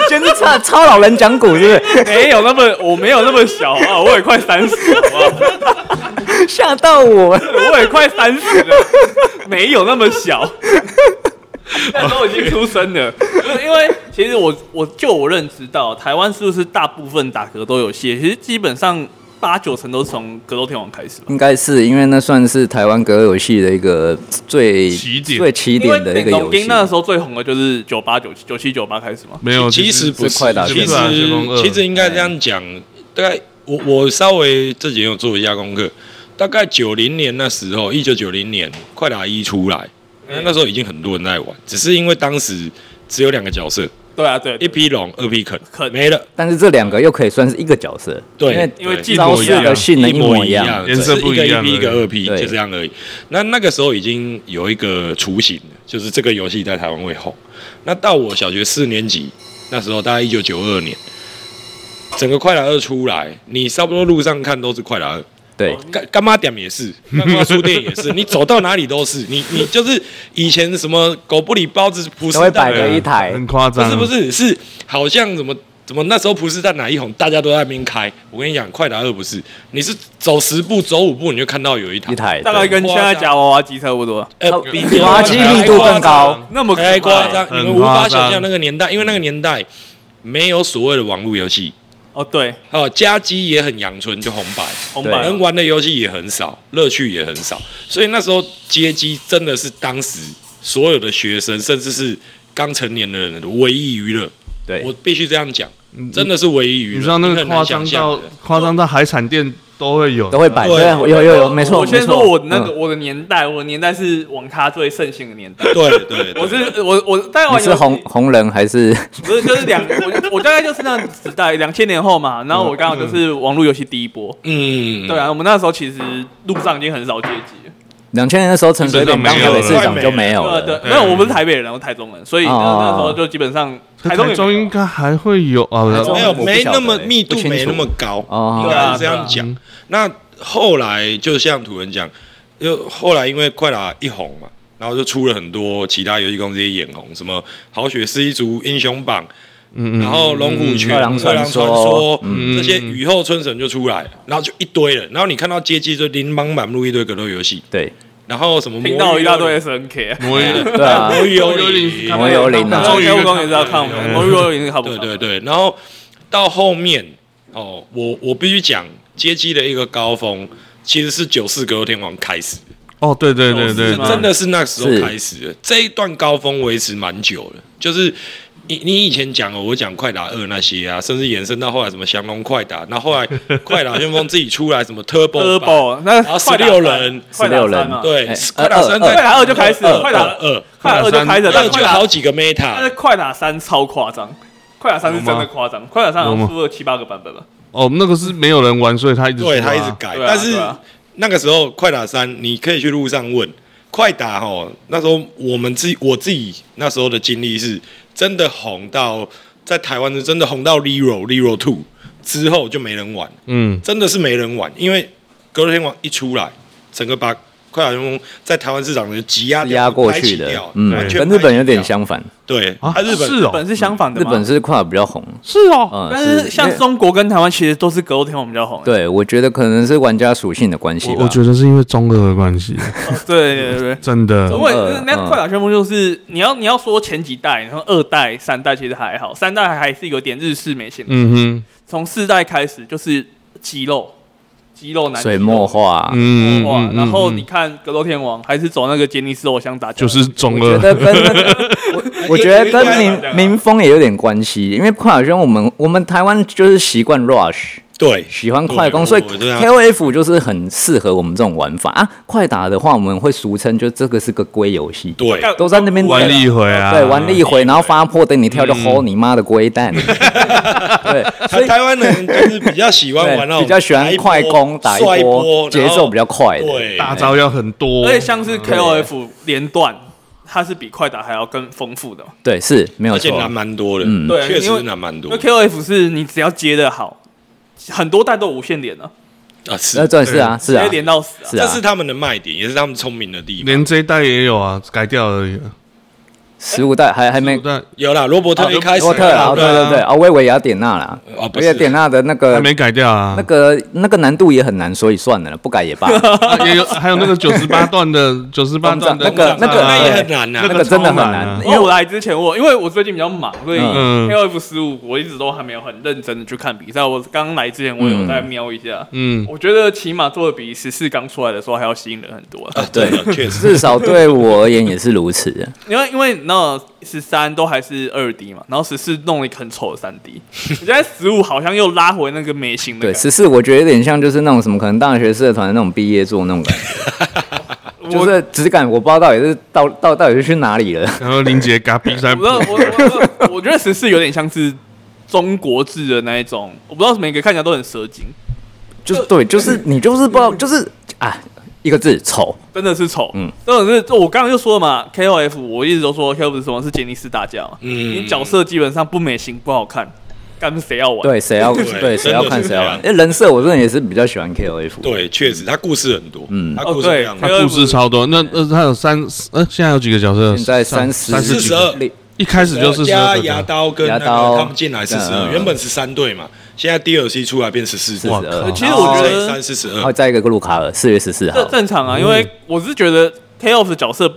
[SPEAKER 4] 简直超超老人讲古，是不
[SPEAKER 1] 没有那么，我没有那么小啊，我也快三十了，
[SPEAKER 4] 是？吓到我！
[SPEAKER 1] 我也快三十了，没有那么小。 那时候已经出生了，因为其实我我就我认知到，台湾是不是大部分打格斗游戏，其实基本上八九成都是从格斗天王开始吧。
[SPEAKER 4] 应该是因为那算是台湾格斗游戏的一个最
[SPEAKER 2] 起点
[SPEAKER 4] 最起
[SPEAKER 1] 因为
[SPEAKER 4] 点的一个游戏。
[SPEAKER 1] 那时候最红的就是九八九九七九八开始嘛。
[SPEAKER 2] 没有，
[SPEAKER 3] 其实不
[SPEAKER 4] 是快打
[SPEAKER 3] 其
[SPEAKER 4] 旋
[SPEAKER 3] 实
[SPEAKER 2] 风二
[SPEAKER 3] 其实应该这样讲，大概我我稍微这几天有做一下功课，大概九零年那时候，一九九零年快打一出来，那那时候已经很多人在玩，只是因为当时只有两个角色，
[SPEAKER 1] 对啊，对，
[SPEAKER 3] 一匹龙，二匹肯，
[SPEAKER 1] 肯
[SPEAKER 3] 没了，
[SPEAKER 4] 但是这两个又可以算是一个角色，
[SPEAKER 3] 对
[SPEAKER 4] 因为
[SPEAKER 1] 因为
[SPEAKER 3] 对
[SPEAKER 1] 技
[SPEAKER 4] 招
[SPEAKER 1] 术
[SPEAKER 4] 式的性能
[SPEAKER 3] 一
[SPEAKER 4] 模
[SPEAKER 3] 模
[SPEAKER 4] 一
[SPEAKER 3] 一
[SPEAKER 4] 样。
[SPEAKER 3] 样，
[SPEAKER 2] 颜色不
[SPEAKER 3] 一
[SPEAKER 2] 一样
[SPEAKER 3] 个一 P 一个
[SPEAKER 2] 而已
[SPEAKER 3] 二 P，
[SPEAKER 4] 对
[SPEAKER 3] 就这样而已。那那个时候已经有一个雏形了，就是这个游戏在台湾会红。那到我小学四年级那时候，大概一九九二年，整个快打二出来，你差不多路上看都是快打二。
[SPEAKER 4] 对，
[SPEAKER 3] 干干妈点也是，干妈书店也是，你走到哪里都是，你你就是以前什么狗不理包子不是
[SPEAKER 4] 都会
[SPEAKER 3] 蛋
[SPEAKER 4] 摆
[SPEAKER 3] 啊
[SPEAKER 4] 个一台
[SPEAKER 2] 很夸
[SPEAKER 3] 不
[SPEAKER 2] 张，
[SPEAKER 3] 是不是，是好像怎么怎么那时候不是在哪一红，大家都在那边开。我跟你讲，快打二不是，你是走十步走五步你就看到有一台
[SPEAKER 4] 一，台
[SPEAKER 1] 大概
[SPEAKER 4] 对
[SPEAKER 1] 跟现在夹娃娃机差不多。
[SPEAKER 3] 呃，比比
[SPEAKER 4] 滑稽密度更高，
[SPEAKER 1] 那么可
[SPEAKER 3] 太
[SPEAKER 1] 怕
[SPEAKER 3] 夸张，
[SPEAKER 2] 很
[SPEAKER 3] 你们无法
[SPEAKER 2] 夸张
[SPEAKER 3] 想象那个年代，因为那个年代没有所谓的网络游戏，
[SPEAKER 1] 哦，对，
[SPEAKER 3] 哦，夹击也很阳春，就红白，
[SPEAKER 1] 红
[SPEAKER 4] 对
[SPEAKER 1] 白
[SPEAKER 3] 能玩的游戏也很少，乐趣也很少，所以那时候街机真的是当时所有的学生，甚至是刚成年的人的唯一娱乐。
[SPEAKER 4] 对
[SPEAKER 3] 我必须这样讲，真的是唯一娱乐。
[SPEAKER 2] 你知道那
[SPEAKER 3] 你
[SPEAKER 2] 个
[SPEAKER 3] 很难
[SPEAKER 2] 夸张
[SPEAKER 3] 想象
[SPEAKER 2] 到
[SPEAKER 3] 的
[SPEAKER 2] 夸张到海产店都会有，
[SPEAKER 4] 都会摆，
[SPEAKER 3] 对
[SPEAKER 4] 对，有有有，没错。
[SPEAKER 1] 我先
[SPEAKER 4] 没
[SPEAKER 1] 说
[SPEAKER 4] 错
[SPEAKER 1] 我那个
[SPEAKER 4] 嗯
[SPEAKER 1] 我的年代，我的年代是网咖最盛行的年代。
[SPEAKER 3] 对对 对
[SPEAKER 1] 我是我我大概玩
[SPEAKER 4] 你
[SPEAKER 1] 游
[SPEAKER 4] 是
[SPEAKER 1] 戏
[SPEAKER 4] 红红人还是
[SPEAKER 1] 不是就是两我我大概就是那时代两千年后嘛，然后我刚好就是网络游戏第一波。
[SPEAKER 3] 嗯，
[SPEAKER 1] 对啊，我们那时候其实路上已经很少街机，
[SPEAKER 4] 两千年的时候，陈水扁当台北市长就没有
[SPEAKER 1] 对啊对
[SPEAKER 4] 了。
[SPEAKER 1] 啊，
[SPEAKER 3] 嗯
[SPEAKER 1] 没有我不是台北人，我是台中人，所以那
[SPEAKER 4] 哦
[SPEAKER 1] 那时候就基本上台
[SPEAKER 2] 台
[SPEAKER 1] 中也没有
[SPEAKER 2] 中应该还会有啊，
[SPEAKER 4] 台中
[SPEAKER 3] 没
[SPEAKER 4] 我
[SPEAKER 3] 有
[SPEAKER 4] 不
[SPEAKER 3] 没
[SPEAKER 4] 晓
[SPEAKER 3] 那
[SPEAKER 4] 得
[SPEAKER 3] 么
[SPEAKER 4] 欸
[SPEAKER 3] 密
[SPEAKER 4] 不
[SPEAKER 3] 度
[SPEAKER 4] 清
[SPEAKER 3] 没那
[SPEAKER 4] 楚
[SPEAKER 3] 么高，
[SPEAKER 4] 哦
[SPEAKER 3] 应该是这
[SPEAKER 1] 对啊
[SPEAKER 3] 样讲。那后来就像土人讲，又后来因为快打一红嘛，然后就出了很多其他游戏公司也眼红，什么好雪是一族英雄榜，
[SPEAKER 2] 嗯
[SPEAKER 3] 然后龙虎拳、
[SPEAKER 4] 二
[SPEAKER 3] 二郎
[SPEAKER 4] 郎传
[SPEAKER 3] 传
[SPEAKER 4] 说
[SPEAKER 3] 说
[SPEAKER 2] 嗯
[SPEAKER 3] 这些雨后春笋就出来了，然后就一堆人，然后你看到街机就琳琅满目一堆格斗游戏，
[SPEAKER 4] 对，
[SPEAKER 3] 然后什么魔
[SPEAKER 1] 听到
[SPEAKER 3] 域
[SPEAKER 1] 一大
[SPEAKER 3] 幽
[SPEAKER 1] 堆
[SPEAKER 3] 灵
[SPEAKER 1] SNK 啊。
[SPEAKER 2] 魔芋
[SPEAKER 4] 对啊，
[SPEAKER 3] 魔域幽
[SPEAKER 2] 灵
[SPEAKER 3] 灵，
[SPEAKER 4] 魔芋幽灵 啊
[SPEAKER 2] 终于
[SPEAKER 1] 我刚也是要看，
[SPEAKER 2] 嗯
[SPEAKER 1] 我若有看不
[SPEAKER 3] 对
[SPEAKER 1] 上
[SPEAKER 3] 对对，然后到后面哦，我我必须讲街机的一个高峰，其实是九四格斗天王开始，
[SPEAKER 2] 哦，对对对对，
[SPEAKER 1] 是吗
[SPEAKER 2] 对
[SPEAKER 3] 真的是那时候
[SPEAKER 4] 是
[SPEAKER 3] 开始的。这一段高峰维持蛮久的，就是你你以前讲哦，我讲快打二那些啊，甚至延伸到后来什么降龙快打，那后来快打旋风自己出来什么 Turbo 版。
[SPEAKER 1] Turbo 啊那
[SPEAKER 3] 后
[SPEAKER 1] 快打
[SPEAKER 3] 16
[SPEAKER 1] 三啊
[SPEAKER 3] 人
[SPEAKER 1] 快打
[SPEAKER 4] 16人
[SPEAKER 1] 三嘛
[SPEAKER 3] 对
[SPEAKER 4] 哎，
[SPEAKER 3] 快打三
[SPEAKER 4] 二
[SPEAKER 1] 快
[SPEAKER 3] 在
[SPEAKER 1] 打二就开始了，
[SPEAKER 4] 二
[SPEAKER 1] 快打
[SPEAKER 3] 打二，
[SPEAKER 1] 快打二就开始了，
[SPEAKER 3] 二
[SPEAKER 1] 但
[SPEAKER 3] 就
[SPEAKER 1] 快打
[SPEAKER 3] 好几个
[SPEAKER 1] 但是
[SPEAKER 3] meta，
[SPEAKER 1] 快打三超夸张，快打三是真的夸张，快打三好
[SPEAKER 2] 有
[SPEAKER 1] 像
[SPEAKER 2] 吗
[SPEAKER 1] 出了七八个版本吧。
[SPEAKER 2] 哦，那个是没有人玩，所以他一直
[SPEAKER 3] 对
[SPEAKER 2] 出啊
[SPEAKER 3] 他一直改，
[SPEAKER 1] 对啊
[SPEAKER 3] 但是
[SPEAKER 1] 对啊
[SPEAKER 3] 那个时候快打三，你可以去路上问快打哦。那时候我们自己我自己那时候的经历是真的红到在台湾是真的红到 Lero Lero Two 之后就没人玩，
[SPEAKER 2] 嗯
[SPEAKER 3] 真的是没人玩，因为格斗天王一出来，整个把快打旋风在台湾市场的挤压掉
[SPEAKER 4] 压过
[SPEAKER 3] 拍起
[SPEAKER 4] 去的
[SPEAKER 3] 掉，
[SPEAKER 4] 嗯
[SPEAKER 3] 完，全
[SPEAKER 4] 跟日本有点
[SPEAKER 3] 拍起掉，
[SPEAKER 4] 相反。
[SPEAKER 3] 对，
[SPEAKER 2] 啊
[SPEAKER 3] 日本
[SPEAKER 2] 是
[SPEAKER 1] 日
[SPEAKER 2] 哦
[SPEAKER 1] 本是相反的
[SPEAKER 4] 日
[SPEAKER 1] 嘛，
[SPEAKER 4] 本是跨比较红，
[SPEAKER 2] 是哦，
[SPEAKER 4] 嗯，
[SPEAKER 1] 但是像
[SPEAKER 4] 因为
[SPEAKER 1] 中国跟台湾其实都是格斗天王比较红。
[SPEAKER 4] 对，我觉得可能是玩家属性的关系
[SPEAKER 2] 我
[SPEAKER 4] 吧
[SPEAKER 2] 我。觉得是因为中二的关系，
[SPEAKER 1] 对对对对。
[SPEAKER 2] 真的
[SPEAKER 1] 不
[SPEAKER 4] 中
[SPEAKER 1] 过
[SPEAKER 4] 二
[SPEAKER 1] 那
[SPEAKER 4] 嗯
[SPEAKER 1] 快打旋风就是你要你要说前几代，然后二代、三代其实还好，三代还是有点日式美型。
[SPEAKER 2] 嗯
[SPEAKER 1] 从四代开始就是肌肉，肌肉男
[SPEAKER 4] 水墨画
[SPEAKER 2] 哼，，嗯
[SPEAKER 1] 哇，
[SPEAKER 2] 嗯，
[SPEAKER 1] 然后
[SPEAKER 2] 嗯
[SPEAKER 1] 你看格斗天王还是走那个杰尼斯偶像打架，
[SPEAKER 2] 就是中
[SPEAKER 4] 我觉
[SPEAKER 2] 二，
[SPEAKER 4] 得跟那个我我觉得
[SPEAKER 1] 应
[SPEAKER 4] 跟
[SPEAKER 1] 该
[SPEAKER 4] 民
[SPEAKER 1] 吧
[SPEAKER 4] 民风也有点关系，因为跨海圈我们我们台湾就是习惯 rush，
[SPEAKER 3] 对，
[SPEAKER 4] 喜欢快攻，
[SPEAKER 3] 对
[SPEAKER 4] 所以
[SPEAKER 3] 我我这样
[SPEAKER 4] K O F 就是很适合我们这种玩法啊。快打的话，我们会俗称就这个是个龟游戏，
[SPEAKER 3] 对，
[SPEAKER 1] 干
[SPEAKER 4] 都在那边
[SPEAKER 2] 玩力回啊，
[SPEAKER 4] 对，玩力回，然后发破等你跳就吼你妈的龟蛋，对，所
[SPEAKER 3] 台
[SPEAKER 4] 以
[SPEAKER 3] 台湾人就是比较喜欢玩那
[SPEAKER 4] 对
[SPEAKER 3] 种
[SPEAKER 4] 比较喜欢快攻打
[SPEAKER 3] 一
[SPEAKER 4] 一
[SPEAKER 3] 波
[SPEAKER 4] 波，节奏比较快的，
[SPEAKER 3] 对，
[SPEAKER 2] 大招要很多，
[SPEAKER 1] 而且像是 KOF
[SPEAKER 2] 嗯
[SPEAKER 1] 连段，它是比快打还要更丰富的嘛。
[SPEAKER 4] 对，是没有
[SPEAKER 3] 而且
[SPEAKER 4] 错，
[SPEAKER 3] 难蛮多的，
[SPEAKER 4] 嗯
[SPEAKER 1] 对
[SPEAKER 3] 确实
[SPEAKER 1] 因为
[SPEAKER 3] 是难蛮
[SPEAKER 1] 因
[SPEAKER 3] 多
[SPEAKER 1] 为 KOF 是你只要接的好，很多代都有无限连了，
[SPEAKER 3] 啊，是
[SPEAKER 4] 那，这是啊，
[SPEAKER 1] 直
[SPEAKER 4] 是
[SPEAKER 1] 接
[SPEAKER 4] 啊，
[SPEAKER 1] 连到死啊。
[SPEAKER 4] 是
[SPEAKER 3] 这
[SPEAKER 4] 啊，
[SPEAKER 3] 是他们的卖点，也是他们聪明的地方。
[SPEAKER 2] 连这一代也有啊，改掉而已。
[SPEAKER 4] 十五代还还没
[SPEAKER 2] 但
[SPEAKER 3] 有啦，罗伯特一开始
[SPEAKER 4] 罗特
[SPEAKER 3] 啊，
[SPEAKER 4] 啊，哦对对对，啊，我以为雅典娜啦，
[SPEAKER 3] 哦不
[SPEAKER 4] 我
[SPEAKER 3] 是
[SPEAKER 4] 雅典娜的那
[SPEAKER 2] 还
[SPEAKER 4] 个
[SPEAKER 2] 没改掉啊
[SPEAKER 4] 那，个那个难度也很难，所以算了，不改也罢。
[SPEAKER 2] 啊也有还有那个九十八段 的九十八段的
[SPEAKER 4] 那个那 个
[SPEAKER 3] 那也很难哦
[SPEAKER 2] 那
[SPEAKER 3] 呐
[SPEAKER 2] 个。
[SPEAKER 4] 个真的
[SPEAKER 2] 超
[SPEAKER 4] 很
[SPEAKER 2] 难啊
[SPEAKER 4] 难，
[SPEAKER 1] 因为我来之前我，因为我最近比较忙，所以
[SPEAKER 2] 嗯
[SPEAKER 1] KOF 十五我一直都还没有很认真的去看比赛。我刚来之前，我有在瞄一下，
[SPEAKER 2] 嗯，
[SPEAKER 1] 我觉得起码做的比十四刚出来的时候还要吸引人很多了。
[SPEAKER 3] 对，确实
[SPEAKER 4] 至少对我而言也是如 此。
[SPEAKER 1] 因为因为你知道十三都还是二 D 嘛，然后十四弄了一个很丑的三 D，我觉得十五好像又拉回那个美型的感
[SPEAKER 4] 对，
[SPEAKER 1] 觉。
[SPEAKER 4] 十四我觉得有点像就是那种什么，可能大学社团的那种毕业作那种感觉， 就是质感我不知道到底是到到到底是去哪里了。
[SPEAKER 2] 然后林杰嘎比赛
[SPEAKER 1] 我不知道，我我我我觉得十四有点像是中国制的那一种，我不知道每个看起来都很蛇精，
[SPEAKER 4] 就是 对，就是你就是不知道，就是啊，一个字丑。
[SPEAKER 1] 真的是丑。嗯
[SPEAKER 4] 嗯，
[SPEAKER 1] 真的是我刚刚就说了嘛，KOF 我一直都说 KOF 是什么是杰尼斯打架嘛，
[SPEAKER 3] 嗯
[SPEAKER 1] 你角色基本上不美型不好看，干谁要玩？
[SPEAKER 4] 对，谁要
[SPEAKER 3] 对
[SPEAKER 4] 对谁要
[SPEAKER 3] 真的
[SPEAKER 4] 看
[SPEAKER 3] 是
[SPEAKER 4] 谁
[SPEAKER 3] 这
[SPEAKER 4] 要
[SPEAKER 3] 样
[SPEAKER 4] 玩？哎，人设我真的也是比较喜欢 K O F。
[SPEAKER 3] 对，确实他故事很多，嗯，他故事
[SPEAKER 1] 哦对
[SPEAKER 3] 非常
[SPEAKER 1] 还
[SPEAKER 3] 多
[SPEAKER 1] 有。
[SPEAKER 2] 故事超多。那呃，他有三呃，现在有几个角色？
[SPEAKER 4] 现在三十
[SPEAKER 2] 三十几
[SPEAKER 3] 四
[SPEAKER 2] 个
[SPEAKER 3] 十二
[SPEAKER 4] 六
[SPEAKER 2] 一开始就是十
[SPEAKER 3] 加
[SPEAKER 2] 二
[SPEAKER 3] 牙
[SPEAKER 2] 个。
[SPEAKER 3] 刀跟那
[SPEAKER 4] 牙
[SPEAKER 3] 个
[SPEAKER 4] 刀
[SPEAKER 3] 他们进来是十二，
[SPEAKER 4] 嗯
[SPEAKER 3] 原本是三队嘛，现在 DLC 出来变十四队
[SPEAKER 4] 四，十二
[SPEAKER 1] 其实我觉得
[SPEAKER 3] 三四十
[SPEAKER 4] 然后
[SPEAKER 3] 二，
[SPEAKER 4] 再一个路卡尔，四月十四
[SPEAKER 1] 这
[SPEAKER 4] 号
[SPEAKER 1] 正常
[SPEAKER 4] 嗯
[SPEAKER 1] 啊，因为我是觉得 KOF 的角色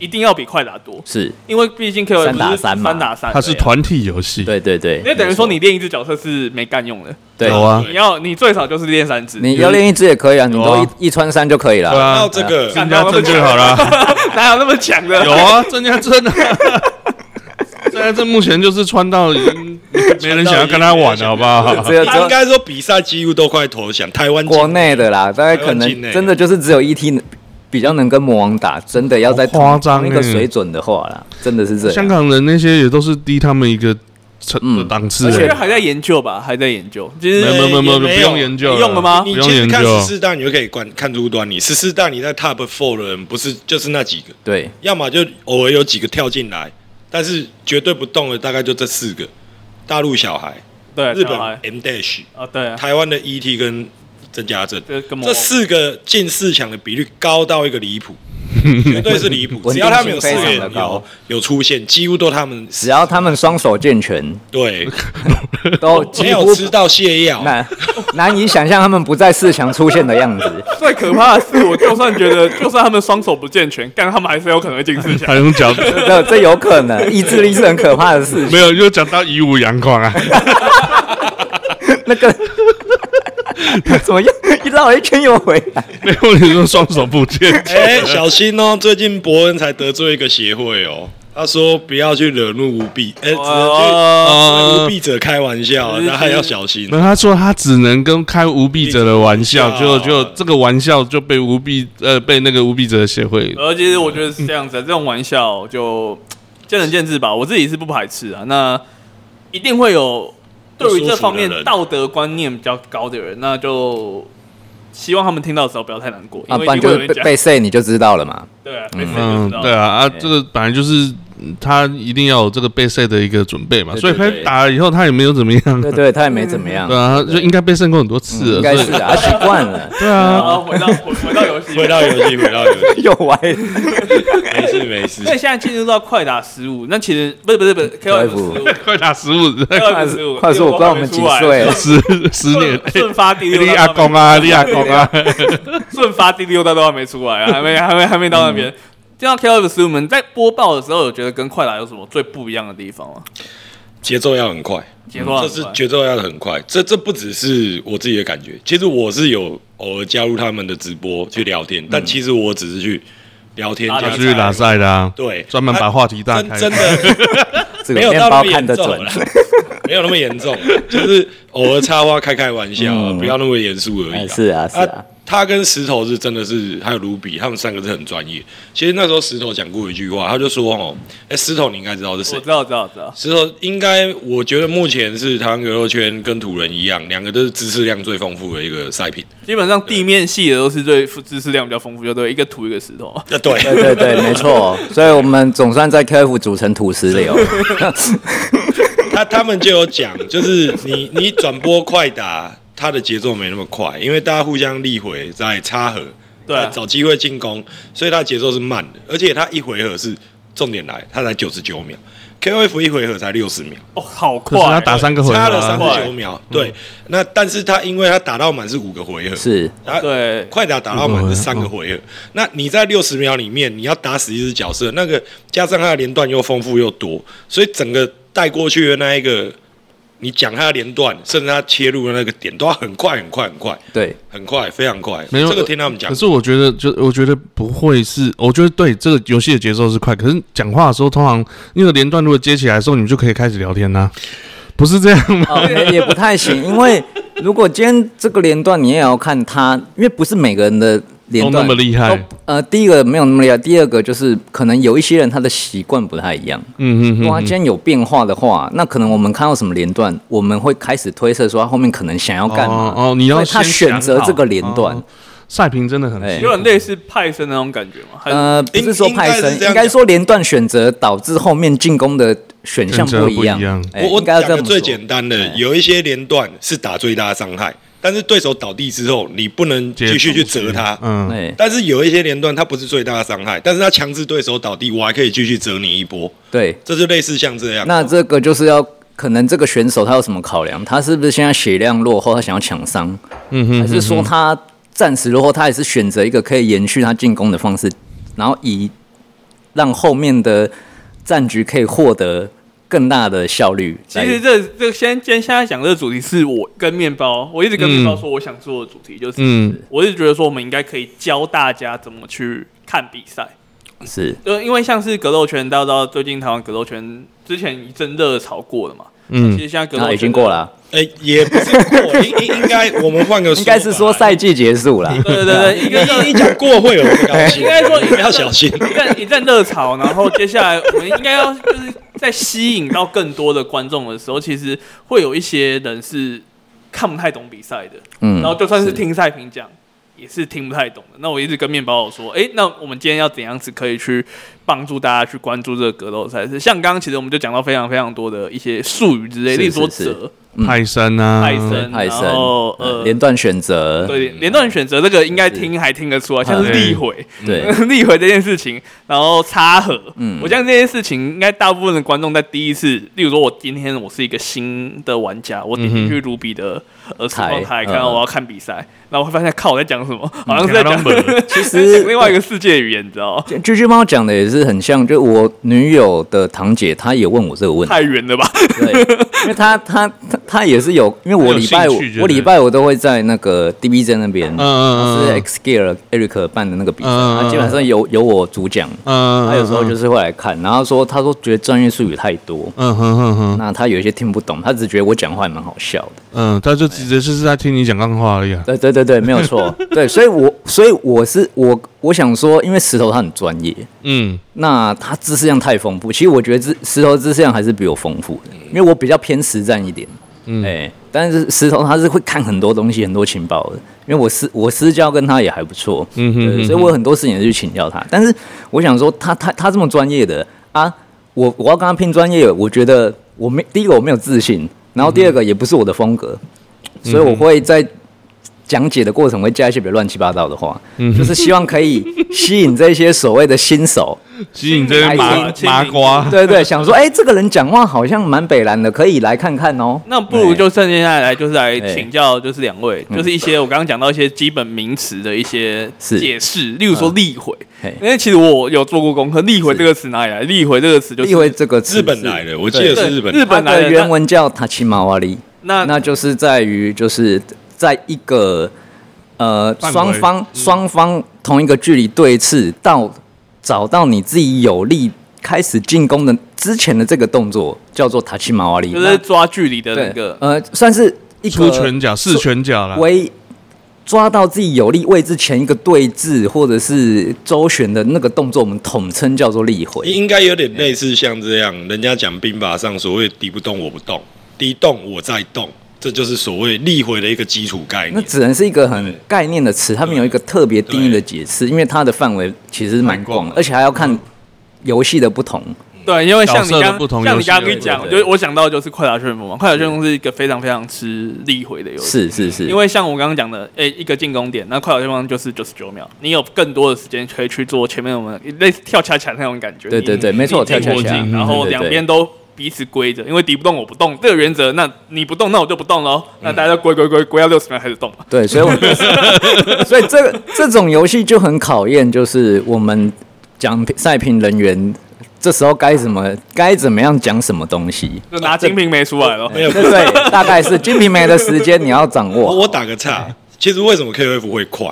[SPEAKER 1] 一定要比快打多，
[SPEAKER 4] 是，
[SPEAKER 1] 因为毕竟 KOF
[SPEAKER 4] 三打三嘛
[SPEAKER 1] 三打三，
[SPEAKER 2] 它是
[SPEAKER 1] 对啊
[SPEAKER 2] 团体游戏，
[SPEAKER 4] 对对对，
[SPEAKER 1] 那等于
[SPEAKER 4] 没
[SPEAKER 1] 说
[SPEAKER 4] 错
[SPEAKER 1] 你练一只角色是没干用的，
[SPEAKER 4] 对
[SPEAKER 2] 有啊，
[SPEAKER 1] 你要你最少就是练三只，
[SPEAKER 4] 你要练一只也可以啊，你
[SPEAKER 2] 有
[SPEAKER 4] 都
[SPEAKER 2] 啊
[SPEAKER 4] 一一穿三就可以
[SPEAKER 2] 对
[SPEAKER 4] 了。
[SPEAKER 2] 啊
[SPEAKER 3] 到，这个
[SPEAKER 2] 增加证就好了。
[SPEAKER 1] 哪有那么强的？
[SPEAKER 2] 有啊，增加证啊。增加证目前就是穿到已经没人想要跟他玩了，好不好
[SPEAKER 4] 只？有只
[SPEAKER 3] 他应
[SPEAKER 4] 有
[SPEAKER 3] 该说比赛几乎都快投降，台湾
[SPEAKER 4] 国内的啦，大概可
[SPEAKER 3] 台湾境内
[SPEAKER 4] 能真的就是只有 ET 比较能跟魔王打，真的要在同
[SPEAKER 2] 好夸张欸
[SPEAKER 4] 同一个水准的话啦，真的是这
[SPEAKER 2] 香
[SPEAKER 4] 样。
[SPEAKER 2] 港人那些也都是低他们一个层
[SPEAKER 4] 嗯
[SPEAKER 2] 的档次
[SPEAKER 1] 而且
[SPEAKER 2] 的。
[SPEAKER 1] 还在研究吧，还在研究，其
[SPEAKER 2] 没
[SPEAKER 1] 实
[SPEAKER 2] 有没有没有，不
[SPEAKER 3] 也没有
[SPEAKER 2] 用研究
[SPEAKER 1] 用了吗
[SPEAKER 2] 不
[SPEAKER 3] 你
[SPEAKER 2] 用
[SPEAKER 3] 其实
[SPEAKER 2] 研
[SPEAKER 3] 看
[SPEAKER 2] 究
[SPEAKER 3] 十。四代，你就可以观看出端倪。十四代你在 Top Four 的人，不是就是那几个，
[SPEAKER 4] 对，
[SPEAKER 3] 要么就偶尔有几个跳进来，但是绝对不动的大概就这四个：大陆小孩、
[SPEAKER 1] 对
[SPEAKER 3] 日
[SPEAKER 1] 小
[SPEAKER 3] 本
[SPEAKER 1] 孩
[SPEAKER 3] M Dash、
[SPEAKER 1] 啊，对啊，
[SPEAKER 3] 台湾的 ET 跟郑家正，
[SPEAKER 1] 这跟魔
[SPEAKER 3] 这
[SPEAKER 1] 王
[SPEAKER 3] 四个进四强的比率高到一个离谱。绝对是离谱。
[SPEAKER 4] 稳定性
[SPEAKER 3] 只要他们有四个
[SPEAKER 4] 非
[SPEAKER 3] 人
[SPEAKER 4] 常的
[SPEAKER 3] 有
[SPEAKER 4] 高
[SPEAKER 3] 有出现，几乎都他们
[SPEAKER 4] 只要他们双手健全，
[SPEAKER 3] 对
[SPEAKER 4] 都
[SPEAKER 3] 没
[SPEAKER 4] 几乎
[SPEAKER 3] 有吃到泻药。
[SPEAKER 4] 难难以想象他们不在四强出现的样子。
[SPEAKER 1] 最可怕的是，我就算觉得，就算他们双手不健全，干他们还是有可能会进四强。
[SPEAKER 2] 还用讲？
[SPEAKER 4] 这这有可能，意志力是很可怕的事情。
[SPEAKER 2] 没有，又讲到以武扬 狂啊！
[SPEAKER 4] 那个怎么又一绕一圈又回来？
[SPEAKER 2] 没有，你说双手不健全，
[SPEAKER 3] 哎、小心哦！最近伯恩才得罪一个协会哦，他说不要去惹怒无弊，哎、只能去
[SPEAKER 1] 哦
[SPEAKER 3] 跟无弊者开玩笑，
[SPEAKER 1] 是
[SPEAKER 3] 大家要小心。
[SPEAKER 2] 那他说他只能跟开无臂者的玩笑，
[SPEAKER 3] 玩
[SPEAKER 2] 就
[SPEAKER 3] 笑
[SPEAKER 2] 就这个玩笑就被无臂呃被那个无臂者协会
[SPEAKER 1] 而其实我觉得是这样子、啊，这种玩笑就见仁见智吧。我自己是不排斥啊，那一定会有对于这方
[SPEAKER 3] 不舒服的
[SPEAKER 1] 面
[SPEAKER 3] 人
[SPEAKER 1] 道德观念比较高的人，那就希望他们听到的时候不要太难过，
[SPEAKER 4] 啊，
[SPEAKER 1] 因为
[SPEAKER 4] 不
[SPEAKER 1] 一
[SPEAKER 4] 然
[SPEAKER 1] 定
[SPEAKER 4] 就
[SPEAKER 1] 会
[SPEAKER 4] 是
[SPEAKER 1] 有人
[SPEAKER 4] 被
[SPEAKER 1] 讲，
[SPEAKER 4] 被 say 你就知道了嘛。
[SPEAKER 1] 对啊，被谁就
[SPEAKER 2] 嗯
[SPEAKER 1] 知，道
[SPEAKER 2] 对
[SPEAKER 1] 了。
[SPEAKER 2] 啊，啊，这个本来就是嗯他一定要有这个备赛的一个准备嘛，所以他打了以后他也没有怎么样，
[SPEAKER 4] 对对，他也没怎么样
[SPEAKER 2] 对，啊，就应该被胜过很多次
[SPEAKER 4] 应
[SPEAKER 2] 了，
[SPEAKER 4] 该
[SPEAKER 2] 所以
[SPEAKER 4] 是啊，他习惯了，
[SPEAKER 2] 对啊，
[SPEAKER 1] 好，回到回回到游戏，
[SPEAKER 3] 回到游戏，回到游 戏，哎
[SPEAKER 4] 又歪。
[SPEAKER 3] 没事没事
[SPEAKER 1] 所。以现在进入到快打十五，那其实不是不是不是 K O 十五
[SPEAKER 4] K-O-F
[SPEAKER 2] 快打十五
[SPEAKER 1] ，K O
[SPEAKER 4] 快
[SPEAKER 1] 十五，
[SPEAKER 4] 快速，我不知道我们几岁，
[SPEAKER 2] 十十年，
[SPEAKER 1] 顺顺发第六
[SPEAKER 2] 利
[SPEAKER 1] 代
[SPEAKER 2] 亚公啊，利亚公啊，
[SPEAKER 1] 顺发第六代都还没出来啊，还没还没还没到那边。进到 K O 十五，我们在播报的时候有觉得跟快打有什么最不一样的地方吗？
[SPEAKER 3] 节奏要很快，
[SPEAKER 1] 节奏
[SPEAKER 3] 这
[SPEAKER 1] 很
[SPEAKER 3] 是
[SPEAKER 1] 快
[SPEAKER 3] 节奏要很快。这这不只是我自己的感觉，其实我是有偶尔加入他们的直播去聊天，但其实我只是去聊
[SPEAKER 1] 嗯
[SPEAKER 3] 天
[SPEAKER 1] 打
[SPEAKER 3] 加
[SPEAKER 1] 打
[SPEAKER 2] 就是去打赛的啊，
[SPEAKER 3] 对
[SPEAKER 2] 专门把话题大
[SPEAKER 3] 真
[SPEAKER 2] 开，
[SPEAKER 3] 真的
[SPEAKER 4] 这个
[SPEAKER 3] 没有
[SPEAKER 4] 面
[SPEAKER 3] 到那
[SPEAKER 4] 包
[SPEAKER 3] 么
[SPEAKER 4] 看
[SPEAKER 3] 严
[SPEAKER 4] 得
[SPEAKER 3] 重
[SPEAKER 4] 准
[SPEAKER 3] 啦。，没有那么严重，就是偶尔插花开开玩笑，啊不要那么严肃而已
[SPEAKER 4] 嗯哎
[SPEAKER 3] 啦。
[SPEAKER 4] 是啊是啊，
[SPEAKER 3] 他跟石头是真的是，还有卢比，他们三个是很专业。其实那时候石头讲过一句话，他就说：“哦，哎，石头你应该知道是谁
[SPEAKER 1] 我，知道知道知道，
[SPEAKER 3] 石头应该，我觉得目前是台湾格斗圈跟土人一样，两个都是知识量最丰富的一个赛品。
[SPEAKER 1] 基本上地面系的都是最知识量比较丰富，就对，一个土一个石头。
[SPEAKER 3] 啊，对，
[SPEAKER 4] 对对对，没错。所以我们总算在 KF 组成土石流。
[SPEAKER 3] 他他们就有讲，就是你你转播快打，他的节奏没那么快，因为大家互相力回在插合，
[SPEAKER 1] 对啊
[SPEAKER 3] 在找机会进攻，所以他节奏是慢的，而且他一回合是重点来，他才九十九秒，K O F 一回合才六十秒。
[SPEAKER 1] 哦，好
[SPEAKER 2] 可是他
[SPEAKER 1] 快！
[SPEAKER 2] 打三个回合
[SPEAKER 3] 差了三
[SPEAKER 2] 啊，
[SPEAKER 3] 十九秒，对，那但是他因为他打到满是五个回合，
[SPEAKER 4] 是，
[SPEAKER 3] 他
[SPEAKER 1] 对，
[SPEAKER 3] 快打打到满是三个回合，那你在六十秒里面你要打死一只角色，那个加上他的连段又丰富又多，所以整个带过去的那一个，你讲他的连段，甚至他切入的那个点都要很快很快很快
[SPEAKER 4] 对，
[SPEAKER 3] 很快，非常快。
[SPEAKER 2] 没有
[SPEAKER 3] 这个听他们讲
[SPEAKER 2] 可，是我觉得，就我觉得不会是，我觉得对这个游戏的节奏是快，可是讲话的时候，通常那个连段如果接起来的时候，你们就可以开始聊天啦、不是这样吗？
[SPEAKER 4] 哦，也也不太行，因为如果今天这个连段，你也要看他，因为不是每个人的连
[SPEAKER 2] 都
[SPEAKER 4] 段
[SPEAKER 2] 哦那么厉害
[SPEAKER 4] 都呃，第一个没有那么厉害，第二个就是可能有一些人他的习惯不太一样。
[SPEAKER 2] 嗯
[SPEAKER 4] 如
[SPEAKER 2] 哼
[SPEAKER 4] 果他
[SPEAKER 2] 哼
[SPEAKER 4] 今天有变化的话，那可能我们看到什么连段，我们会开始推测说他后面可能想要
[SPEAKER 2] 哼，
[SPEAKER 4] 干嘛。
[SPEAKER 2] 哦哦，你要
[SPEAKER 4] 所以他
[SPEAKER 2] 先
[SPEAKER 4] 选择
[SPEAKER 2] 想好
[SPEAKER 4] 这个连段
[SPEAKER 2] 哦赛评真的很
[SPEAKER 4] 哎
[SPEAKER 1] 有点类似派生那种感觉嘛。还是
[SPEAKER 4] 呃，
[SPEAKER 2] 哎
[SPEAKER 4] 不是说派
[SPEAKER 3] 应
[SPEAKER 4] 生
[SPEAKER 3] 应该是，这样
[SPEAKER 4] 应该说连段选择导致后面进攻的选项
[SPEAKER 2] 选择
[SPEAKER 4] 一样
[SPEAKER 2] 不一样。
[SPEAKER 4] 哎
[SPEAKER 3] 我我
[SPEAKER 4] 应该要
[SPEAKER 3] 讲
[SPEAKER 4] 这
[SPEAKER 3] 个
[SPEAKER 4] 么
[SPEAKER 3] 最
[SPEAKER 4] 说。哎
[SPEAKER 3] 简单的，有一些连段是打最大的伤害，但是对手倒地之后，你不能
[SPEAKER 2] 接触
[SPEAKER 3] 继续去折他，
[SPEAKER 2] 嗯，
[SPEAKER 4] 哎，
[SPEAKER 3] 但是有一些连段，它不是最大的伤害，但是它强制对手倒地，我还可以继续折你一波，
[SPEAKER 4] 对，
[SPEAKER 3] 这就类似像这样。
[SPEAKER 4] 那这个就是要可能这个选手他有什么考量？他是不是现在血量落后，他想要抢伤，
[SPEAKER 2] 嗯哼，
[SPEAKER 4] 还是说他暂时落后，他也是选择一个可以延续他进攻的方式，然后以让后面的战局可以获得更大的效率
[SPEAKER 1] 其
[SPEAKER 4] 来？
[SPEAKER 1] 实这这先今天现在讲这个主题是我跟面包，我一直跟面包说我想做的主题就是，
[SPEAKER 2] 嗯
[SPEAKER 1] 我一直觉得说我们应该可以教大家怎么去看比赛。
[SPEAKER 4] 是
[SPEAKER 1] 呃，因为像是格斗圈，大家知道最近台湾格斗圈之前一阵热炒过了嘛，其
[SPEAKER 2] 嗯，
[SPEAKER 1] 实现在格斗
[SPEAKER 4] 那
[SPEAKER 1] 圈
[SPEAKER 4] 已经过了。啊，
[SPEAKER 3] 哎、也不是 过，应应应该我们换个，
[SPEAKER 4] 应该是说，赛季结 束了。
[SPEAKER 1] 对对 对，一
[SPEAKER 3] 应该
[SPEAKER 1] 个
[SPEAKER 3] 一讲过会有人不高兴，
[SPEAKER 1] 应该说
[SPEAKER 3] 你们要小心。
[SPEAKER 1] 一阵一阵热潮，然后接下来我们应该要就是在吸引到更多的观众的时候，其实会有一些人是看不太懂比赛的，
[SPEAKER 4] 嗯
[SPEAKER 1] 然后就算是听赛评讲，也是听不太懂的。那我一直跟面包我说，哎、那我们今天要怎样子可以去帮助大家去关注这个格斗赛事。像刚刚其实我们就讲到非常非常多的一些术语之类，
[SPEAKER 4] 是
[SPEAKER 1] 例如说
[SPEAKER 4] 是是
[SPEAKER 1] 折、
[SPEAKER 4] 嗯
[SPEAKER 2] 泰森啊，
[SPEAKER 1] 泰森，
[SPEAKER 4] 泰森
[SPEAKER 1] 然后呃
[SPEAKER 4] 呃，连段选择，
[SPEAKER 1] 对，连段选择这个应该听还听得出来，像是
[SPEAKER 2] 嗯
[SPEAKER 1] 立回、
[SPEAKER 4] 啊对
[SPEAKER 1] 立回这件事情，然后插合，
[SPEAKER 4] 嗯
[SPEAKER 1] 我相信这件事情应该大部分的观众在第一次，例如说我今天我是一个新的玩家，我点进去卢比的呃实况台，
[SPEAKER 4] 嗯台
[SPEAKER 1] 看到
[SPEAKER 4] 嗯
[SPEAKER 1] 我要看比赛，然后我会发现靠我在讲什么，好像是在讲
[SPEAKER 4] 其
[SPEAKER 1] 讲
[SPEAKER 4] 实
[SPEAKER 1] 另外一个世界语言，你知道吗？
[SPEAKER 4] 居居猫讲的也是很像，就我女友的堂姐，她也问我这个问题，
[SPEAKER 1] 太远了吧？
[SPEAKER 4] 对，因为她她她她也是有，因为我礼拜
[SPEAKER 2] 她有
[SPEAKER 4] 五
[SPEAKER 2] 兴趣就对
[SPEAKER 4] 我礼拜五都会在那个 DBZ 那边，
[SPEAKER 2] 嗯嗯嗯
[SPEAKER 4] 是 X Gear Eric 办的那个比
[SPEAKER 2] 嗯
[SPEAKER 4] 赛，
[SPEAKER 2] 嗯嗯
[SPEAKER 4] 她基本上有有我主讲，
[SPEAKER 2] 嗯，，
[SPEAKER 4] 她有时候就是是会来看，然后说她说觉得专业术语太多，
[SPEAKER 2] 嗯哼哼哼，
[SPEAKER 4] 那她有一些听不懂，她只觉得我讲话还蛮好笑的。
[SPEAKER 2] 嗯，他就直接就是在听你讲干话而已啊。
[SPEAKER 4] 对对对对，没有错。对，所以我所以我是我我想说，因为石头他很专业，
[SPEAKER 2] 嗯，
[SPEAKER 4] 那他知识量太丰富。其实我觉得知石头知识量还是比我丰富
[SPEAKER 2] 嗯
[SPEAKER 4] 的，因为我比较偏实战一点。嗯，哎、但是石头他是会看很多东西、很多情报的，因为我私我私交跟他也还不错，
[SPEAKER 2] 嗯哼
[SPEAKER 4] 对
[SPEAKER 2] 嗯哼
[SPEAKER 4] 所以我有很多事情也是去请教他。但是我想说他，他他这么专业的啊，我我要跟他拼专业，我觉得我没第一个我没有自信，然后第二个也不是我的风格，
[SPEAKER 2] 嗯
[SPEAKER 4] 所以我会在讲解的过程会加一些比较乱七八糟的话，
[SPEAKER 2] 嗯
[SPEAKER 4] 就是希望可以吸引这些所谓的新手，
[SPEAKER 2] 吸引这些麻麻 瓜，
[SPEAKER 4] 对对，想说，哎、这个人讲话好像蛮北蓝的，可以来看看哦。
[SPEAKER 1] 那不如就趁现在来，就是来
[SPEAKER 4] 哎嗯
[SPEAKER 1] 请教，就是两位，就是一些我刚刚讲到一些基本名词的一些
[SPEAKER 4] 是嗯
[SPEAKER 1] 解释，例如说立回，
[SPEAKER 4] 嘿
[SPEAKER 1] 因为其实我有做过功课，立回这个词哪里来？立回这个词就是
[SPEAKER 4] 因为这个词
[SPEAKER 3] 日本来的，我记得
[SPEAKER 1] 对
[SPEAKER 3] 是日本
[SPEAKER 1] 日
[SPEAKER 3] 来的。
[SPEAKER 1] 本
[SPEAKER 4] 它
[SPEAKER 1] 来的
[SPEAKER 4] 的原文叫塔奇马瓦里，
[SPEAKER 1] 那
[SPEAKER 4] 那就是在于就是在一个呃
[SPEAKER 2] 范围
[SPEAKER 4] 双方
[SPEAKER 1] 嗯
[SPEAKER 4] 双方同一个距离对峙到找到你自己有力开始进攻的之前的这个动作叫做塔奇马瓦里，
[SPEAKER 1] 就是抓距离的
[SPEAKER 4] 那
[SPEAKER 1] 那
[SPEAKER 4] 对
[SPEAKER 1] 个，
[SPEAKER 4] 呃算是一
[SPEAKER 2] 出
[SPEAKER 4] 个
[SPEAKER 2] 拳脚、四拳脚
[SPEAKER 3] 啊
[SPEAKER 2] 啦。
[SPEAKER 4] 为抓到自己有利位置前一个对峙或者是周旋的那个动作，我们统称叫做力回。
[SPEAKER 3] 应该有点类似像这样，人家讲兵法上所谓敌不动我不动，敌动我在动，这就是所谓立回的一个基础概
[SPEAKER 4] 那
[SPEAKER 3] 念。
[SPEAKER 4] 只能是一个很概念的词，它没有一个特别定义的解释，因为它的范围其实蛮广
[SPEAKER 3] 蛮广
[SPEAKER 4] 的
[SPEAKER 3] 的，嗯
[SPEAKER 4] 而且还要看游戏的不同。
[SPEAKER 1] 嗯对，因为像你
[SPEAKER 2] 角色
[SPEAKER 1] 刚
[SPEAKER 2] 的不同
[SPEAKER 1] 像你
[SPEAKER 2] 游戏
[SPEAKER 1] 刚刚
[SPEAKER 2] 而已
[SPEAKER 1] 一讲，
[SPEAKER 4] 对
[SPEAKER 1] 就
[SPEAKER 4] 对
[SPEAKER 1] 是我想到就是快打旋风嘛，快打旋风是一个非常非常吃力回的游戏。
[SPEAKER 4] 是是是，
[SPEAKER 1] 因为像我刚刚讲的，诶、一个进攻点，那快打旋风就是九十九秒，你有更多的时间可以去做前面我们类似跳恰恰那种感觉。
[SPEAKER 4] 对对对，没错，
[SPEAKER 1] 你
[SPEAKER 4] 跳
[SPEAKER 1] 进
[SPEAKER 4] 起来
[SPEAKER 1] 我
[SPEAKER 4] 起来
[SPEAKER 1] 进，然后
[SPEAKER 4] 对对
[SPEAKER 1] 两
[SPEAKER 4] 对
[SPEAKER 1] 边都彼此归着，因为敌不动我不动这个原则，那你不动那我就不动喽，那大家就归归归归到六十秒开始动嘛。
[SPEAKER 4] 对，所以我就 是所以这个这种游戏就很考验，就是我们讲赛评人员这时候该怎么该怎么样讲什么东西。
[SPEAKER 1] 就拿金瓶梅出来了，
[SPEAKER 3] 没有，
[SPEAKER 4] 对对，大概是《金瓶梅》的时间你要掌
[SPEAKER 3] 我
[SPEAKER 4] 握。
[SPEAKER 3] 我打个岔，其实为什么 KF 会快？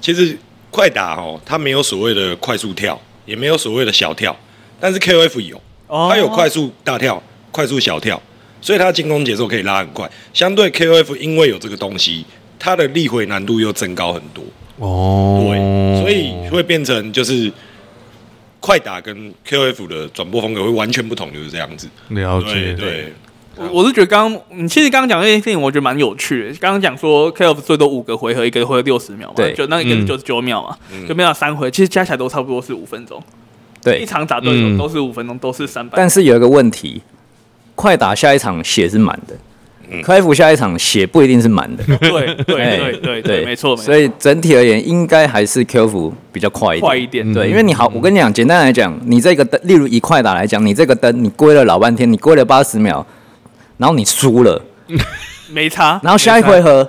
[SPEAKER 3] 其实快打哦，它没有所谓的快速跳，也没有所谓的小跳，但是 KF 有，
[SPEAKER 1] 哦
[SPEAKER 3] 它有快速大跳、快速小跳，所以它进攻节奏可以拉很快。相对 KF，因为有这个东西，它的力回难度又增高很多。
[SPEAKER 2] 哦，
[SPEAKER 3] 对，所以会变成就是快打跟 QF 的转播风格会完全不同，就是这样子。
[SPEAKER 2] 了
[SPEAKER 3] 对
[SPEAKER 2] 解，
[SPEAKER 3] 对，
[SPEAKER 1] 我我是觉得刚刚你其实刚刚讲那件事情，我觉得蛮有趣的。刚刚讲说 K F 最多五个回合，一个回合六十秒嘛，
[SPEAKER 4] 对
[SPEAKER 1] 就那一个是
[SPEAKER 2] 嗯
[SPEAKER 1] 九十九秒嘛，就没有三回，其实加起来都差不多是五分钟，一
[SPEAKER 4] 对，
[SPEAKER 1] 场打对手
[SPEAKER 2] 嗯
[SPEAKER 1] 都是五分钟，都是三百。
[SPEAKER 4] 但是有一个问题，快打下一场血是满的，开服下一场血不一定是满的。
[SPEAKER 1] 嗯 对对
[SPEAKER 4] 哎
[SPEAKER 1] 对对对，没错，没错
[SPEAKER 4] 所以整体而言，应该还是 Q 服比较快一
[SPEAKER 1] 快
[SPEAKER 4] 点。
[SPEAKER 1] 一点，
[SPEAKER 4] 对，因为你好，我跟你讲，简单来讲，你这个灯，例如以快打来讲，你这个灯你归了老半天，你归了八十秒，然后你输了，
[SPEAKER 1] 没差。
[SPEAKER 4] 然后下一回合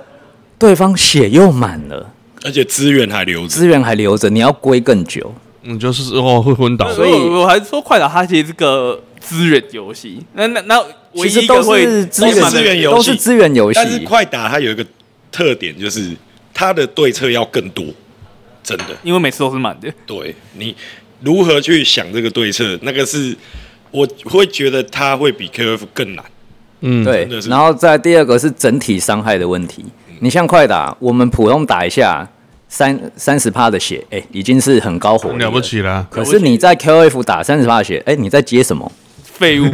[SPEAKER 4] 对方血又满了，
[SPEAKER 3] 而且资源还留着。
[SPEAKER 4] 资源还留着，你要归更久。
[SPEAKER 2] 你就是哦会昏倒，
[SPEAKER 1] 所
[SPEAKER 4] 所
[SPEAKER 1] 以
[SPEAKER 4] 以
[SPEAKER 1] 我还是说快打它其实是个资源游戏。那那那唯一
[SPEAKER 4] 其实
[SPEAKER 1] 一个
[SPEAKER 4] 都
[SPEAKER 1] 会
[SPEAKER 4] 是资源
[SPEAKER 1] 都是
[SPEAKER 3] 资源游戏
[SPEAKER 4] 都是资源游戏
[SPEAKER 3] 但。是快打它有一个特点，就是它的对策要更多，真的。
[SPEAKER 1] 因为每次都是满的，
[SPEAKER 3] 对你如何去想这个对策，那个是我会觉得它会比 QF 更难。
[SPEAKER 2] 嗯，
[SPEAKER 4] 对
[SPEAKER 3] 真的，是
[SPEAKER 4] 然后再第二个是整体伤害的问题。你像快打，我们普通打一下三三十趴的血，哎、已经是很高火力
[SPEAKER 2] 嗯了不。起啦，
[SPEAKER 4] 可是你在 QF 打三十趴的血，哎、你在接什么？
[SPEAKER 1] 废物，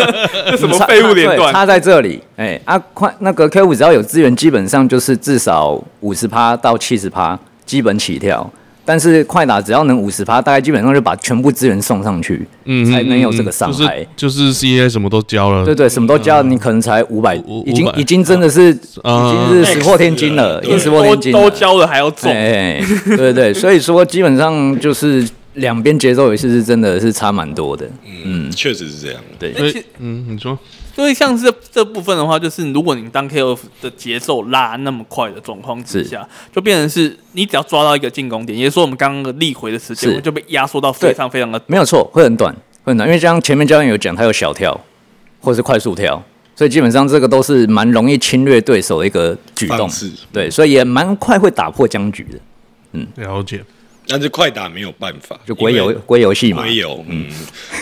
[SPEAKER 1] 这什么
[SPEAKER 4] 差
[SPEAKER 1] 废物连
[SPEAKER 4] 对
[SPEAKER 1] 段？
[SPEAKER 4] 差在这里。哎、啊，快那个 QF 只要有资源，基本上就是至少五十趴到七十趴基本起跳。但是快打只要能五十趴，大概基本上就把全部资源送上去，
[SPEAKER 2] 嗯，
[SPEAKER 4] 才能有这
[SPEAKER 2] 嗯嗯
[SPEAKER 4] 个上
[SPEAKER 2] 就是
[SPEAKER 4] 来。
[SPEAKER 2] 就是 CA 什么都交了，
[SPEAKER 4] 对对，什么都加，你可能才五百，
[SPEAKER 2] 五
[SPEAKER 4] 已经
[SPEAKER 2] 500
[SPEAKER 4] 已经真的是已
[SPEAKER 2] 啊
[SPEAKER 4] 经是石破天惊了，已经石破
[SPEAKER 1] 都
[SPEAKER 4] 天惊了
[SPEAKER 1] 都交了还要中，
[SPEAKER 4] 哎，对对对，所以说基本上就是两边节奏也是真的是差蛮多的。
[SPEAKER 3] 嗯，确实是这样。
[SPEAKER 2] 所
[SPEAKER 1] 而
[SPEAKER 2] 以
[SPEAKER 1] 且
[SPEAKER 2] 嗯，你说
[SPEAKER 1] 所以像这这部分的话，就是如果你当 KOF 的节奏拉那么快的状况之下，就变成是你只要抓到一个进攻点，也就是说我们刚刚的立回的时
[SPEAKER 4] 是
[SPEAKER 1] 间就被压缩到非常非常的
[SPEAKER 4] 没有错，会很短，会很短，因为像前面教练有讲，他有小跳或者是快速跳，所以基本上这个都是蛮容易侵略对手的一个举动
[SPEAKER 3] 方式，
[SPEAKER 4] 对，所以也蛮快会打破僵局的，
[SPEAKER 2] 了解，
[SPEAKER 3] 但是快打没有办法，
[SPEAKER 4] 就归
[SPEAKER 3] 因
[SPEAKER 4] 游
[SPEAKER 3] 为
[SPEAKER 4] 归游戏嘛，
[SPEAKER 3] 没有，嗯，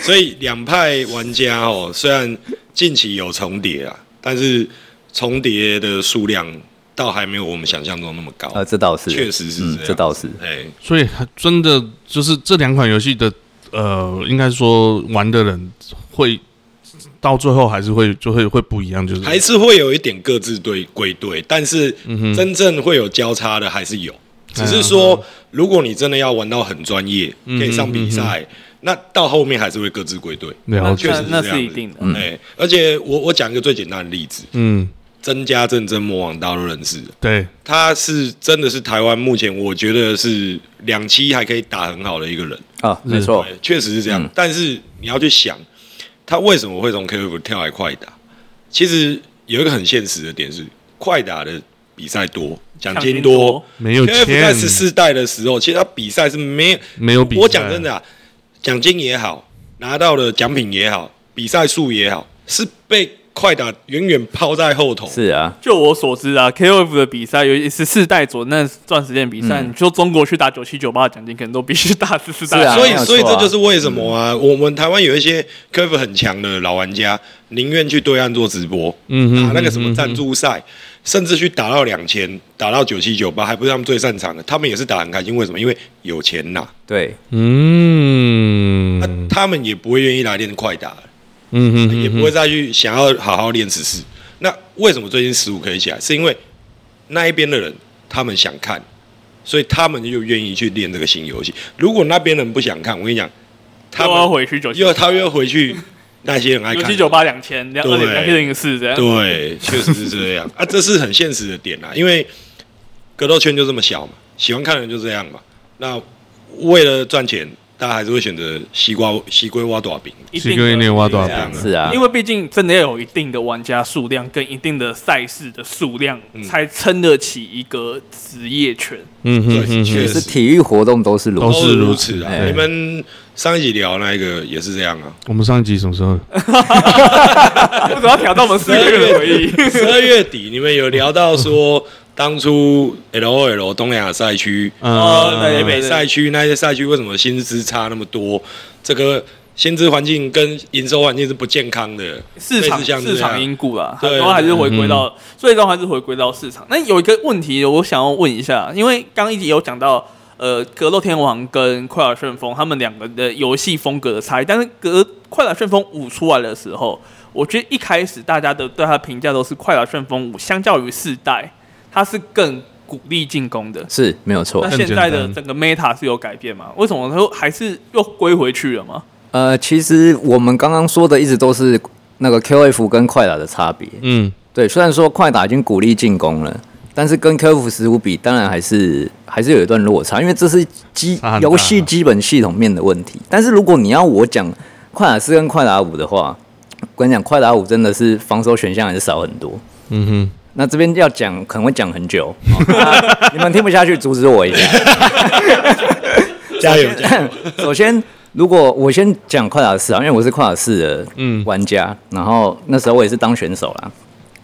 [SPEAKER 3] 所以两派玩家哦，虽然近期有重叠啊，但是重叠的数量倒还没有我们想象中那么高。
[SPEAKER 4] 呃，这倒是，
[SPEAKER 3] 确实是这样
[SPEAKER 4] 嗯，这倒是，
[SPEAKER 3] 哎，
[SPEAKER 2] 所以还真的就是这两款游戏的呃，应该说玩的人会到最后还是会就会会不一样，就是
[SPEAKER 3] 还是会有一点各自对归队，但是
[SPEAKER 4] 嗯
[SPEAKER 3] 真正会有交叉的还是有。只是说，如果你真的要玩到很专业，
[SPEAKER 4] 嗯
[SPEAKER 3] 可以上比赛，那到后面还是会各自归队。
[SPEAKER 2] 了
[SPEAKER 1] 那
[SPEAKER 2] 解
[SPEAKER 3] 确实是
[SPEAKER 1] 那
[SPEAKER 3] 这
[SPEAKER 1] 那
[SPEAKER 3] 样
[SPEAKER 1] 是
[SPEAKER 3] 子
[SPEAKER 1] 一定的。
[SPEAKER 4] 嗯
[SPEAKER 3] 哎，而且我我讲一个最简单的例子，
[SPEAKER 2] 嗯，
[SPEAKER 3] 增加战争魔王大家都认识，
[SPEAKER 2] 对，
[SPEAKER 3] 他是真的是台湾目前我觉得是两期还可以打很好的一个人，
[SPEAKER 4] 啊，没
[SPEAKER 2] 哦
[SPEAKER 4] 错，
[SPEAKER 3] 对，确实是这样。
[SPEAKER 4] 嗯
[SPEAKER 3] 但是你要去想，他为什么会从 KF 跳来快打？其实有一个很现实的点是，快打的比赛多，奖金多。
[SPEAKER 2] 没 有
[SPEAKER 3] KF 在
[SPEAKER 2] 钱，
[SPEAKER 3] 十四代的时候，其实他比赛是没有
[SPEAKER 2] 没有比赛
[SPEAKER 3] 我讲真的啊，奖金也好，拿到的奖品也好，比赛数也好，是被快打远远抛在后头。
[SPEAKER 4] 是啊，
[SPEAKER 1] 就我所知啊，KOF 的比赛，尤其是四代左那段时间比
[SPEAKER 2] 嗯
[SPEAKER 1] 赛，你说中国去打九七九八的奖金，可能都必须打四四代。
[SPEAKER 4] 是啊
[SPEAKER 3] 所
[SPEAKER 4] 没
[SPEAKER 3] 以，
[SPEAKER 4] 有
[SPEAKER 3] 所以
[SPEAKER 4] 错
[SPEAKER 3] 这
[SPEAKER 4] 啊
[SPEAKER 3] 就是为什么
[SPEAKER 2] 嗯
[SPEAKER 3] 啊，我们台湾有一些科普很强的老玩家，宁愿去对岸做直播，
[SPEAKER 2] 嗯哼
[SPEAKER 3] 打那个什
[SPEAKER 2] 嗯
[SPEAKER 3] 么
[SPEAKER 2] 哼
[SPEAKER 3] 赞助赛，甚至去打到两千，打到九七九八，还不是他们最擅长的，他们也是打很开心。为什么？因为有钱拿，
[SPEAKER 4] 对，
[SPEAKER 2] 嗯
[SPEAKER 3] 那、他们也不会愿意来练快打了，
[SPEAKER 2] 嗯哼
[SPEAKER 3] 也
[SPEAKER 2] 嗯
[SPEAKER 3] 不
[SPEAKER 2] 哼，
[SPEAKER 3] 会再去想要好好练十四。那为什么最近十五可以起来？是因为那一边的人他们想看，所以他们就愿意去练这个新游戏。如果那边人不想看，我跟你讲，他
[SPEAKER 1] 又
[SPEAKER 3] 们
[SPEAKER 1] 要回去九 七
[SPEAKER 3] 又他又 回去那些很爱
[SPEAKER 1] 九
[SPEAKER 3] 看
[SPEAKER 1] 七九八两千两
[SPEAKER 3] 对
[SPEAKER 1] 二两千零四这样。
[SPEAKER 3] 对，确实是 这样啊，这是很现实的点啊，因为格斗圈就这么小嘛，喜欢看的人就这样嘛。那为了赚钱，大家还是会选择西瓜西龟挖大饼，
[SPEAKER 1] 一
[SPEAKER 2] 西
[SPEAKER 1] 定
[SPEAKER 2] 哥一
[SPEAKER 1] 的
[SPEAKER 2] 年挖多少
[SPEAKER 3] 这样
[SPEAKER 2] 饼？
[SPEAKER 3] 啊
[SPEAKER 4] 是啊
[SPEAKER 1] 因，为毕竟真的要有一定的玩家数量跟一定的赛事的数量，
[SPEAKER 3] 嗯
[SPEAKER 1] 才撑得起一个职业 圈。
[SPEAKER 2] 嗯哼
[SPEAKER 3] 对
[SPEAKER 2] 嗯
[SPEAKER 3] 确
[SPEAKER 2] 哼，
[SPEAKER 3] 实
[SPEAKER 4] 是体育活动都是如
[SPEAKER 2] 都
[SPEAKER 4] 此，
[SPEAKER 2] 是如
[SPEAKER 3] 如
[SPEAKER 2] 此
[SPEAKER 3] 此啊。
[SPEAKER 4] 哎
[SPEAKER 3] 你们上一集聊那个也是这样啊，
[SPEAKER 2] 我们上一集什么时候？
[SPEAKER 1] 我只要挑到我们四个人的回忆。
[SPEAKER 3] 十二月底你们有聊到说当初 L O L 东南亚赛区
[SPEAKER 1] 哦对
[SPEAKER 2] 嗯
[SPEAKER 3] 北
[SPEAKER 1] 对
[SPEAKER 3] 美赛区呃那些赛区为什么薪资差那么多？这个薪资环境跟营收环境是不健康的，
[SPEAKER 1] 市
[SPEAKER 3] 类
[SPEAKER 1] 场
[SPEAKER 3] 似像这
[SPEAKER 1] 市场
[SPEAKER 3] 样
[SPEAKER 1] 因故啦，
[SPEAKER 3] 对
[SPEAKER 1] 很多还是回归
[SPEAKER 2] 嗯
[SPEAKER 1] 到，最终还是回归到市场。那有一个问题，我想要问一下，因为刚一集有讲到，呃，格斗天王跟快打旋风他们两个的游戏风格的差异，但是格快打旋风五出来的时候，我觉得一开始大家的对它的评价都是快打旋风五相较于四代，它是更鼓励进攻的。
[SPEAKER 4] 是没有错
[SPEAKER 1] 那
[SPEAKER 2] 更，
[SPEAKER 1] 现
[SPEAKER 2] 哦简
[SPEAKER 1] 在的
[SPEAKER 2] 单
[SPEAKER 1] 整个 meta 是有改变吗？为什么它又还是又归回去了吗？
[SPEAKER 4] 呃，其实我们刚刚说的一直都是那个 QF 跟快打的差别，
[SPEAKER 2] 嗯，
[SPEAKER 4] 对，虽然说快打已经鼓励进攻了，但是跟科夫十五比，当然还是还是有一段落差，因为这是基
[SPEAKER 2] 差很大
[SPEAKER 4] 游戏基本系统面的问题。但是如果你要我讲快打四跟快打五的话，我跟你讲，快打五真的是防守选项还是少很多。
[SPEAKER 2] 嗯哼，
[SPEAKER 4] 那这边要讲可能会讲很久、 哦那你们听不下去，阻止我一下。
[SPEAKER 3] 加油！
[SPEAKER 4] 首先，如果我先讲快打四啊，因为我是快打四的
[SPEAKER 2] 嗯
[SPEAKER 4] 玩家，然后那时候我也是当选手啦。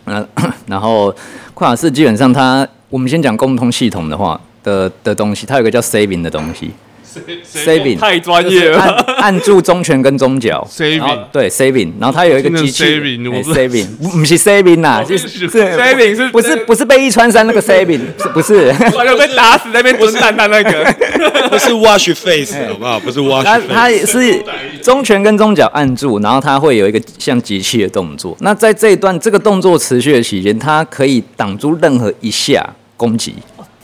[SPEAKER 4] 嗯、 然后快打四基本上它，我们先讲共通系统的话的的东西，它有一个叫 saving 的东西，saving
[SPEAKER 1] 太专
[SPEAKER 4] 就
[SPEAKER 1] 业
[SPEAKER 4] 是
[SPEAKER 1] 了。
[SPEAKER 4] 按按住中拳跟中脚
[SPEAKER 2] Saving
[SPEAKER 4] 然后对 saving，然后它有一个机器
[SPEAKER 2] 我听成 saving，我不
[SPEAKER 4] 哎 saving，不不是 saving 啦，
[SPEAKER 2] 我
[SPEAKER 4] 就
[SPEAKER 2] 跟你
[SPEAKER 4] 是
[SPEAKER 2] 说
[SPEAKER 1] saving 是
[SPEAKER 4] 不是不是被一穿山那个 saving，不是。
[SPEAKER 1] 完全被打死在那边蹲蛋蛋那个，
[SPEAKER 3] 不是 wash
[SPEAKER 1] 哎
[SPEAKER 3] face 好不好？不是 wash
[SPEAKER 4] 它
[SPEAKER 3] face，
[SPEAKER 4] 它也是中拳跟中脚按住，然后它会有一个像机器的动作。那在这一段这个动作持续的期间，它可以挡住任何一下攻击。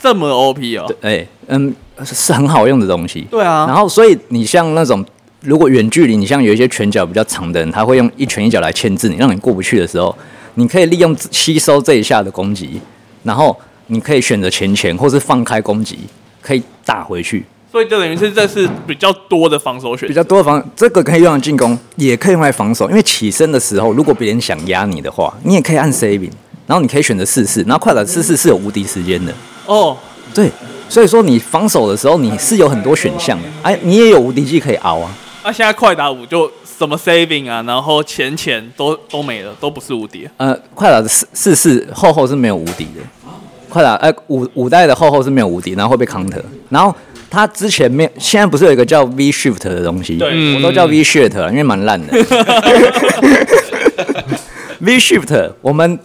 [SPEAKER 1] 这么 OP 哦，
[SPEAKER 4] 哎、嗯，是很好用的东西。
[SPEAKER 1] 对啊，
[SPEAKER 4] 然后，所以你像那种如果远距离，你像有一些拳脚比较长的人，他会用一拳一脚来牵制你，让你过不去的时候，你可以利用吸收这一下的攻击，然后你可以选择前前或是放开攻击，可以打回去。
[SPEAKER 1] 所以就等于是这是比较多的防守选
[SPEAKER 4] 比
[SPEAKER 1] 择。
[SPEAKER 4] 较多的防，这个可以用来进攻，也可以用来防守。因为起身的时候，如果别人想压你的话，你也可以按 saving，然后你可以选择试试，然后快打试试是有无敌时间的。
[SPEAKER 1] 哦，
[SPEAKER 4] 对，所以说你防守的时候你是有很多选项的，哎，你也有无敌技可以熬啊。
[SPEAKER 1] 那、现在快打五就什么 saving 啊，然后钱钱都都没了，都不是无敌。
[SPEAKER 4] 呃，快打的四四四后后是没有无敌的，快打呃五五代的后后是没有无敌，然后会被 counter，然后他之前没有，现在不是有一个叫 V shift 的东西，
[SPEAKER 1] 对
[SPEAKER 4] 我都叫 V shift，了因为蛮烂的。V shift 我们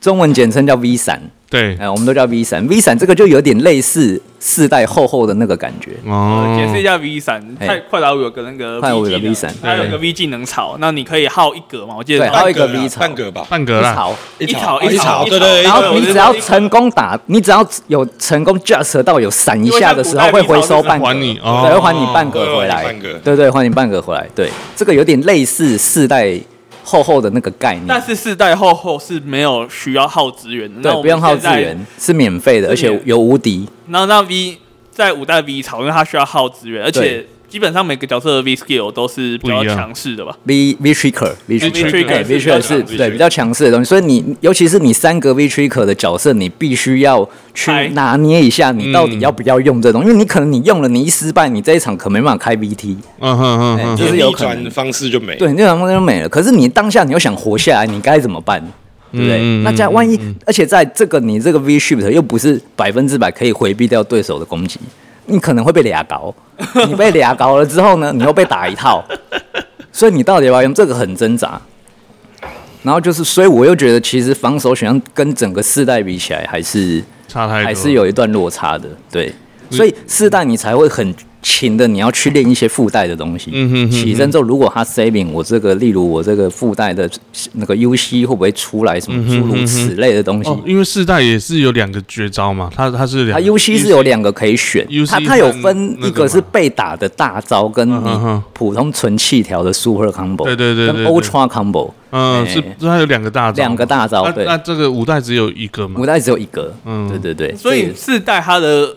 [SPEAKER 4] 中文简称叫 V 闪，
[SPEAKER 2] 对，
[SPEAKER 4] 呃，我们都叫 V 闪，V 闪这个就有点类似四代后后的那个感觉，呃
[SPEAKER 2] 哦，
[SPEAKER 1] 解释一下 V 闪，
[SPEAKER 4] 嘿
[SPEAKER 1] 快快打五有个那个
[SPEAKER 4] 快打五
[SPEAKER 1] V 技
[SPEAKER 4] 有
[SPEAKER 1] 能
[SPEAKER 4] V 闪
[SPEAKER 1] 它有个 V 技能草，那你可以耗一格嘛？我记得
[SPEAKER 4] 对还有一个
[SPEAKER 3] 半
[SPEAKER 4] V
[SPEAKER 3] 啦
[SPEAKER 4] 槽
[SPEAKER 3] 半格 吧，
[SPEAKER 2] 半格
[SPEAKER 4] 一
[SPEAKER 2] 啦，
[SPEAKER 4] 槽。
[SPEAKER 1] 一
[SPEAKER 3] 槽
[SPEAKER 1] 草
[SPEAKER 3] 一
[SPEAKER 1] 草，
[SPEAKER 3] 槽，对对，
[SPEAKER 4] 然后
[SPEAKER 1] 我
[SPEAKER 4] 你
[SPEAKER 1] 知
[SPEAKER 4] 只
[SPEAKER 1] 道
[SPEAKER 4] 要成功打，你只要有成功 just 到有闪一下的时候，会回收半格，
[SPEAKER 2] 还你哦
[SPEAKER 4] 对，会还你半格回来，
[SPEAKER 3] 会还你半格
[SPEAKER 4] 对对，还你半格回来，对，这个有点类似四代厚厚的那个概
[SPEAKER 1] 但
[SPEAKER 4] 念，
[SPEAKER 1] 是四代后后是没有需要耗资源的，那，
[SPEAKER 4] 对
[SPEAKER 1] 我们
[SPEAKER 4] 不用耗
[SPEAKER 1] 现
[SPEAKER 4] 资
[SPEAKER 1] 在
[SPEAKER 4] 源，是免费的，而
[SPEAKER 1] 是免
[SPEAKER 4] 且有无敌，
[SPEAKER 1] 然后那 V 在五代 V 槽，因为它需要耗资源，而且基本上每个角色的 V skill 都是比
[SPEAKER 2] 不
[SPEAKER 1] 较
[SPEAKER 2] 一样
[SPEAKER 1] 强势的吧？
[SPEAKER 4] V V Tricker V
[SPEAKER 1] Tricker 是
[SPEAKER 4] 哎 V
[SPEAKER 1] 比较
[SPEAKER 4] Tricker
[SPEAKER 1] 强
[SPEAKER 4] 是
[SPEAKER 3] ，V
[SPEAKER 4] 对
[SPEAKER 3] Tricker
[SPEAKER 4] 比较强势的东西，所以你尤其是你三个 V Tricker 的角色，你必须要去
[SPEAKER 1] 哎
[SPEAKER 4] 拿捏一下，你到底要不要用这种，因为你可能你用了，你一失败，你这一场可没办法开 VT，
[SPEAKER 2] 嗯哼哼
[SPEAKER 4] 哎
[SPEAKER 2] 哼，
[SPEAKER 4] 就是有
[SPEAKER 3] 逆
[SPEAKER 4] 可能
[SPEAKER 3] 转方式就没了。
[SPEAKER 4] 对，你那场风就没了。可是你当下你又想活下来，你该怎么办？对不对？
[SPEAKER 2] 嗯嗯
[SPEAKER 4] 那这样万一，而且在这个你这个 V shift 又不是百分之百可以回避掉对手的攻击，你可能会被俩搞。你被俩搞了之后呢，你又被打一套，所以你到底要不要用这个很挣扎。然后就是，所以我又觉得，其实防守选项跟整个世代比起来，还是
[SPEAKER 2] 差太多，哦
[SPEAKER 4] 还是有一段落差的，对。所以四代你才会很勤的，你要去练一些附带的东西。
[SPEAKER 2] 嗯哼哼哼
[SPEAKER 4] 起身之后，如果他 saving 我这个，例如我这个附带的那个 UC 会不会出来什么
[SPEAKER 2] 嗯哼
[SPEAKER 4] 诸如此类的东西？
[SPEAKER 2] 哦，因为四代也是有两个绝招嘛，它它是两
[SPEAKER 4] 它
[SPEAKER 2] 个
[SPEAKER 4] UC 是有两个可以选
[SPEAKER 2] UC，
[SPEAKER 4] 它它有分一
[SPEAKER 2] 和
[SPEAKER 4] 个
[SPEAKER 2] 那个
[SPEAKER 4] 是
[SPEAKER 2] 嘛
[SPEAKER 4] 被打的大招，跟
[SPEAKER 2] 嗯哼
[SPEAKER 4] 你
[SPEAKER 2] 哼
[SPEAKER 4] 普通纯气条的 super combo，
[SPEAKER 2] 对对对对
[SPEAKER 4] 跟
[SPEAKER 2] 对
[SPEAKER 4] ultra combo，
[SPEAKER 2] 嗯
[SPEAKER 4] 哎
[SPEAKER 2] 是它有两个大招，
[SPEAKER 4] 两个大招
[SPEAKER 2] 那
[SPEAKER 4] 对
[SPEAKER 2] 那这个五代只有一个嘛
[SPEAKER 4] 五，代只有一个，
[SPEAKER 2] 嗯
[SPEAKER 4] 对对对，
[SPEAKER 1] 所
[SPEAKER 4] 这
[SPEAKER 1] 以
[SPEAKER 4] 也是
[SPEAKER 1] 四代它的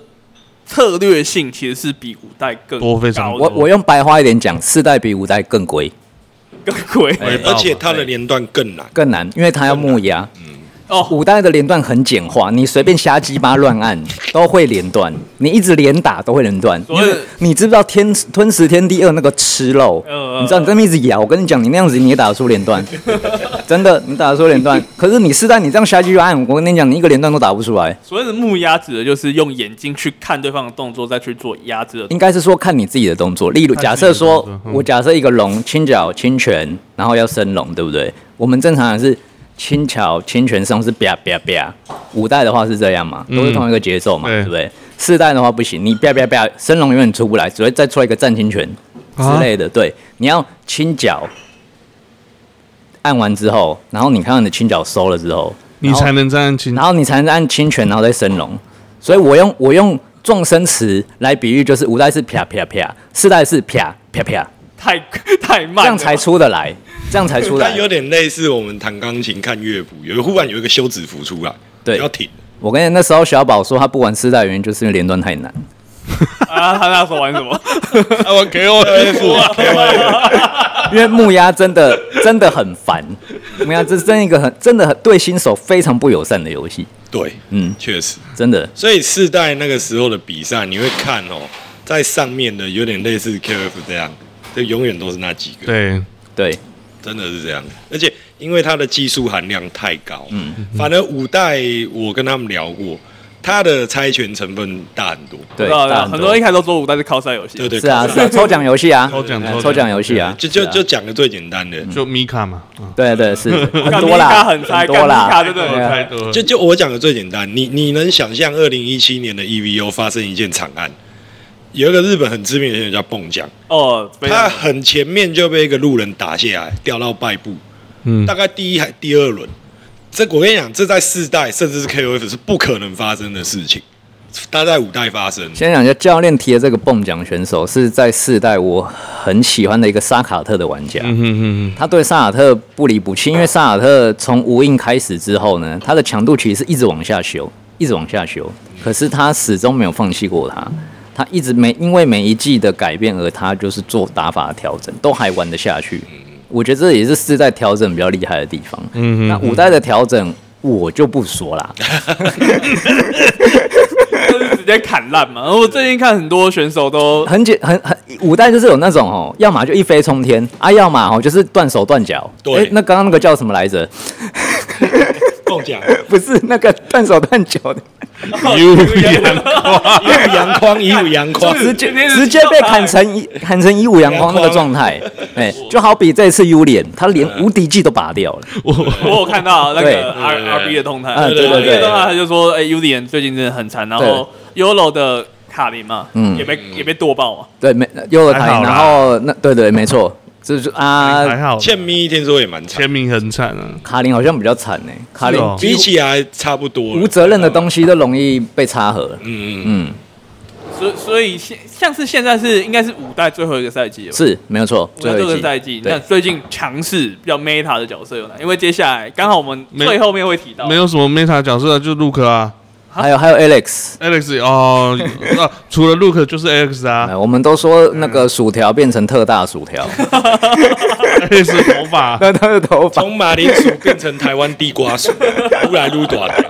[SPEAKER 1] 策略性其实是比五代更
[SPEAKER 2] 多非常
[SPEAKER 1] 高
[SPEAKER 2] 多
[SPEAKER 1] 的
[SPEAKER 4] 我我用白话一点讲，四代比五代更贵
[SPEAKER 1] 更贵
[SPEAKER 2] 回
[SPEAKER 4] 哎
[SPEAKER 2] 报
[SPEAKER 3] 而且它的连段更难，
[SPEAKER 4] 更难，因为它要木压。
[SPEAKER 1] 哦。
[SPEAKER 4] 古代的连段很简化，你随便瞎鸡巴乱按都会连段，你一直连打都会连段。
[SPEAKER 1] 所
[SPEAKER 4] 因
[SPEAKER 1] 以
[SPEAKER 4] 为你知不知道天吞食天地二那个吃肉？
[SPEAKER 1] 嗯
[SPEAKER 4] 你知道你这么一直咬，我跟你讲，你那样子你也打得出连 段，真的，你打得出连段。可是你是在你这样瞎鸡巴按，我跟你讲，你一个连段都打不出来。
[SPEAKER 1] 所谓的木压指的就是用眼睛去看对方的动作，再去做压制的动
[SPEAKER 4] 应该是说看你自己的动作。例
[SPEAKER 2] 看
[SPEAKER 4] 如，
[SPEAKER 2] 自己
[SPEAKER 4] 假
[SPEAKER 2] 的
[SPEAKER 4] 设说
[SPEAKER 2] 动作嗯
[SPEAKER 4] 我假设一个龙轻脚轻拳，然后要升龙，对不对？我们正常人是轻巧轻拳升龙是啪啪啪，五代的话是这样嘛，都是同一个节奏嘛，
[SPEAKER 2] 嗯对
[SPEAKER 4] 对不对？四代的话不行，你啪啪啪升龙永远出不来，只会再出来一个战轻拳
[SPEAKER 2] 啊
[SPEAKER 4] 之类的。对，你要轻脚按完之后，然后你看到你的轻脚收了之后，
[SPEAKER 2] 你
[SPEAKER 4] 然后
[SPEAKER 2] 才能站清
[SPEAKER 4] 然后你才能按清泉，然后再升龙。所以我用我用撞声词来比喻，就是五代是啪啪啪，四代是啪啪啪，
[SPEAKER 1] 作，太太慢了吧，
[SPEAKER 4] 这样才出得来，这样才出
[SPEAKER 3] 它
[SPEAKER 1] 哎
[SPEAKER 4] 来。
[SPEAKER 3] 有点类似我们弹钢琴看乐谱，有忽然有一个休止符出来，
[SPEAKER 4] 对
[SPEAKER 3] 要 停。
[SPEAKER 4] 我跟你那时候小宝说他不玩四代，原因就是因为连段太难。
[SPEAKER 1] 啊！他那时候玩什 么？
[SPEAKER 3] 啊，我 K O F，
[SPEAKER 1] 啊
[SPEAKER 4] 因为木鸭真的真的很烦，木鸭这是真一个很真的很对新手非常不友善的游戏，
[SPEAKER 3] 对，
[SPEAKER 4] 嗯，
[SPEAKER 3] 确实。
[SPEAKER 4] 真的。
[SPEAKER 3] 所以世代那个时候的比赛，你会看哦，在上面的有点类似 K F 这样，就永远都是那几个，
[SPEAKER 2] 对，
[SPEAKER 4] 对，
[SPEAKER 3] 真的是这样。而且因为它的技术含量太高，嗯，反而五代我跟他们聊过，它的猜拳成分大很多，
[SPEAKER 1] 不
[SPEAKER 4] 对，
[SPEAKER 1] 知道
[SPEAKER 4] 大
[SPEAKER 1] 啊很多人一开始都说五代是靠赛游戏，
[SPEAKER 3] 对对
[SPEAKER 4] 是啊是啊，抽奖游戏啊，
[SPEAKER 2] 抽奖
[SPEAKER 4] 哎
[SPEAKER 2] 抽奖
[SPEAKER 4] 抽奖游戏啊，
[SPEAKER 3] 就就是
[SPEAKER 4] 啊嗯
[SPEAKER 3] 就讲的最简单的，
[SPEAKER 2] 就米卡嘛，啊
[SPEAKER 4] 对对是很
[SPEAKER 1] 干
[SPEAKER 4] 多啦，
[SPEAKER 1] Mika 很菜
[SPEAKER 4] 多啦，
[SPEAKER 1] 干 Mika 真的很
[SPEAKER 4] 对啊
[SPEAKER 2] 太多了，
[SPEAKER 3] 就就我讲的最简单，你你能想象二零一七年的 EVO 发生一件惨案，有一个日本很知名的选手叫蹦江，
[SPEAKER 1] 哦，非
[SPEAKER 3] 他
[SPEAKER 1] 常
[SPEAKER 3] 很前面就被一个路人打下来，掉到败部，
[SPEAKER 2] 嗯
[SPEAKER 3] 大概第一还第二轮。这我跟你讲，这在世代甚至是 KOF 是不可能发生的事情，大概五代发生。
[SPEAKER 4] 先讲一下教练提的这个蹦奖选手是在世代我很喜欢的一个沙卡特的玩家，
[SPEAKER 2] 嗯哼哼
[SPEAKER 4] 他对萨尔特不离不弃，因为萨尔特从无印开始之后呢，他的强度其实是一直往下修，一直往下修，可是他始终没有放弃过他，他一直没因为每一季的改变而他就是做打法的调整，都还玩得下去。我觉得这也是世代调整比较厉害的地方。嗯，那五代的调整我就不说啦，
[SPEAKER 1] 就是直接砍烂嘛。我最近看很多选手都
[SPEAKER 4] 很简很很五代就是有那种哦，要么就一飞冲天啊，要么哦就是断手断脚。
[SPEAKER 3] 对
[SPEAKER 4] 诶那刚刚那个叫什么来着？
[SPEAKER 3] 蹦奖，
[SPEAKER 4] 不是那个断手断脚 的。
[SPEAKER 2] 哼，有点
[SPEAKER 3] 一五阳光，一五阳 光，
[SPEAKER 4] 直接
[SPEAKER 1] 今天是
[SPEAKER 4] 直接被砍成一砍成一五阳光那个状态，哎，就好比这一次 U 脸，他连无敌技都拔掉了，
[SPEAKER 1] 我有看到那
[SPEAKER 4] 对
[SPEAKER 1] 个 R
[SPEAKER 3] 对
[SPEAKER 1] R B 的动态，
[SPEAKER 4] 啊对对
[SPEAKER 1] R B 的
[SPEAKER 4] 对
[SPEAKER 1] 动态他就说，哎，Udian 最近真的很惨，然后 Yolo 的卡林嘛，
[SPEAKER 4] 嗯
[SPEAKER 1] 也被也被剁爆嘛，
[SPEAKER 4] 对，没又了台
[SPEAKER 2] 还好，啦
[SPEAKER 4] 然后那对对没错，就是啊，
[SPEAKER 2] 还好，
[SPEAKER 3] 欠咪听说也蛮惨，
[SPEAKER 2] 签名很惨啊，
[SPEAKER 4] 卡林好像比较惨哎，卡林
[SPEAKER 2] 是哦
[SPEAKER 3] 比起来差不多了。
[SPEAKER 4] 无责任的东西都容易被插合，
[SPEAKER 3] 嗯，嗯嗯，
[SPEAKER 4] 嗯，
[SPEAKER 1] 所以所以现像是现在是应该是五代最后一个赛季了吧。
[SPEAKER 4] 是没有错，
[SPEAKER 1] 五代
[SPEAKER 4] 最
[SPEAKER 1] 最后
[SPEAKER 4] 后
[SPEAKER 1] 一
[SPEAKER 4] 一
[SPEAKER 1] 个赛
[SPEAKER 4] 季
[SPEAKER 1] 季，
[SPEAKER 4] 对
[SPEAKER 1] 那最近强势比较 meta 的角色有哪？因为接下来刚好我们
[SPEAKER 2] 没
[SPEAKER 1] 最后面会提到，
[SPEAKER 2] 没有什么 meta 角色啊，就是 Luke 啊
[SPEAKER 4] 还有还有 Alex。
[SPEAKER 2] ，Alex 哦， 啊除了 Luke 就是 Alex 啊
[SPEAKER 4] 哎我们都说那个薯条变成特大薯条，
[SPEAKER 2] ，Alex 头 发，
[SPEAKER 4] 那他的头发
[SPEAKER 3] 从马铃薯变成台湾地瓜 薯，撸来撸短条。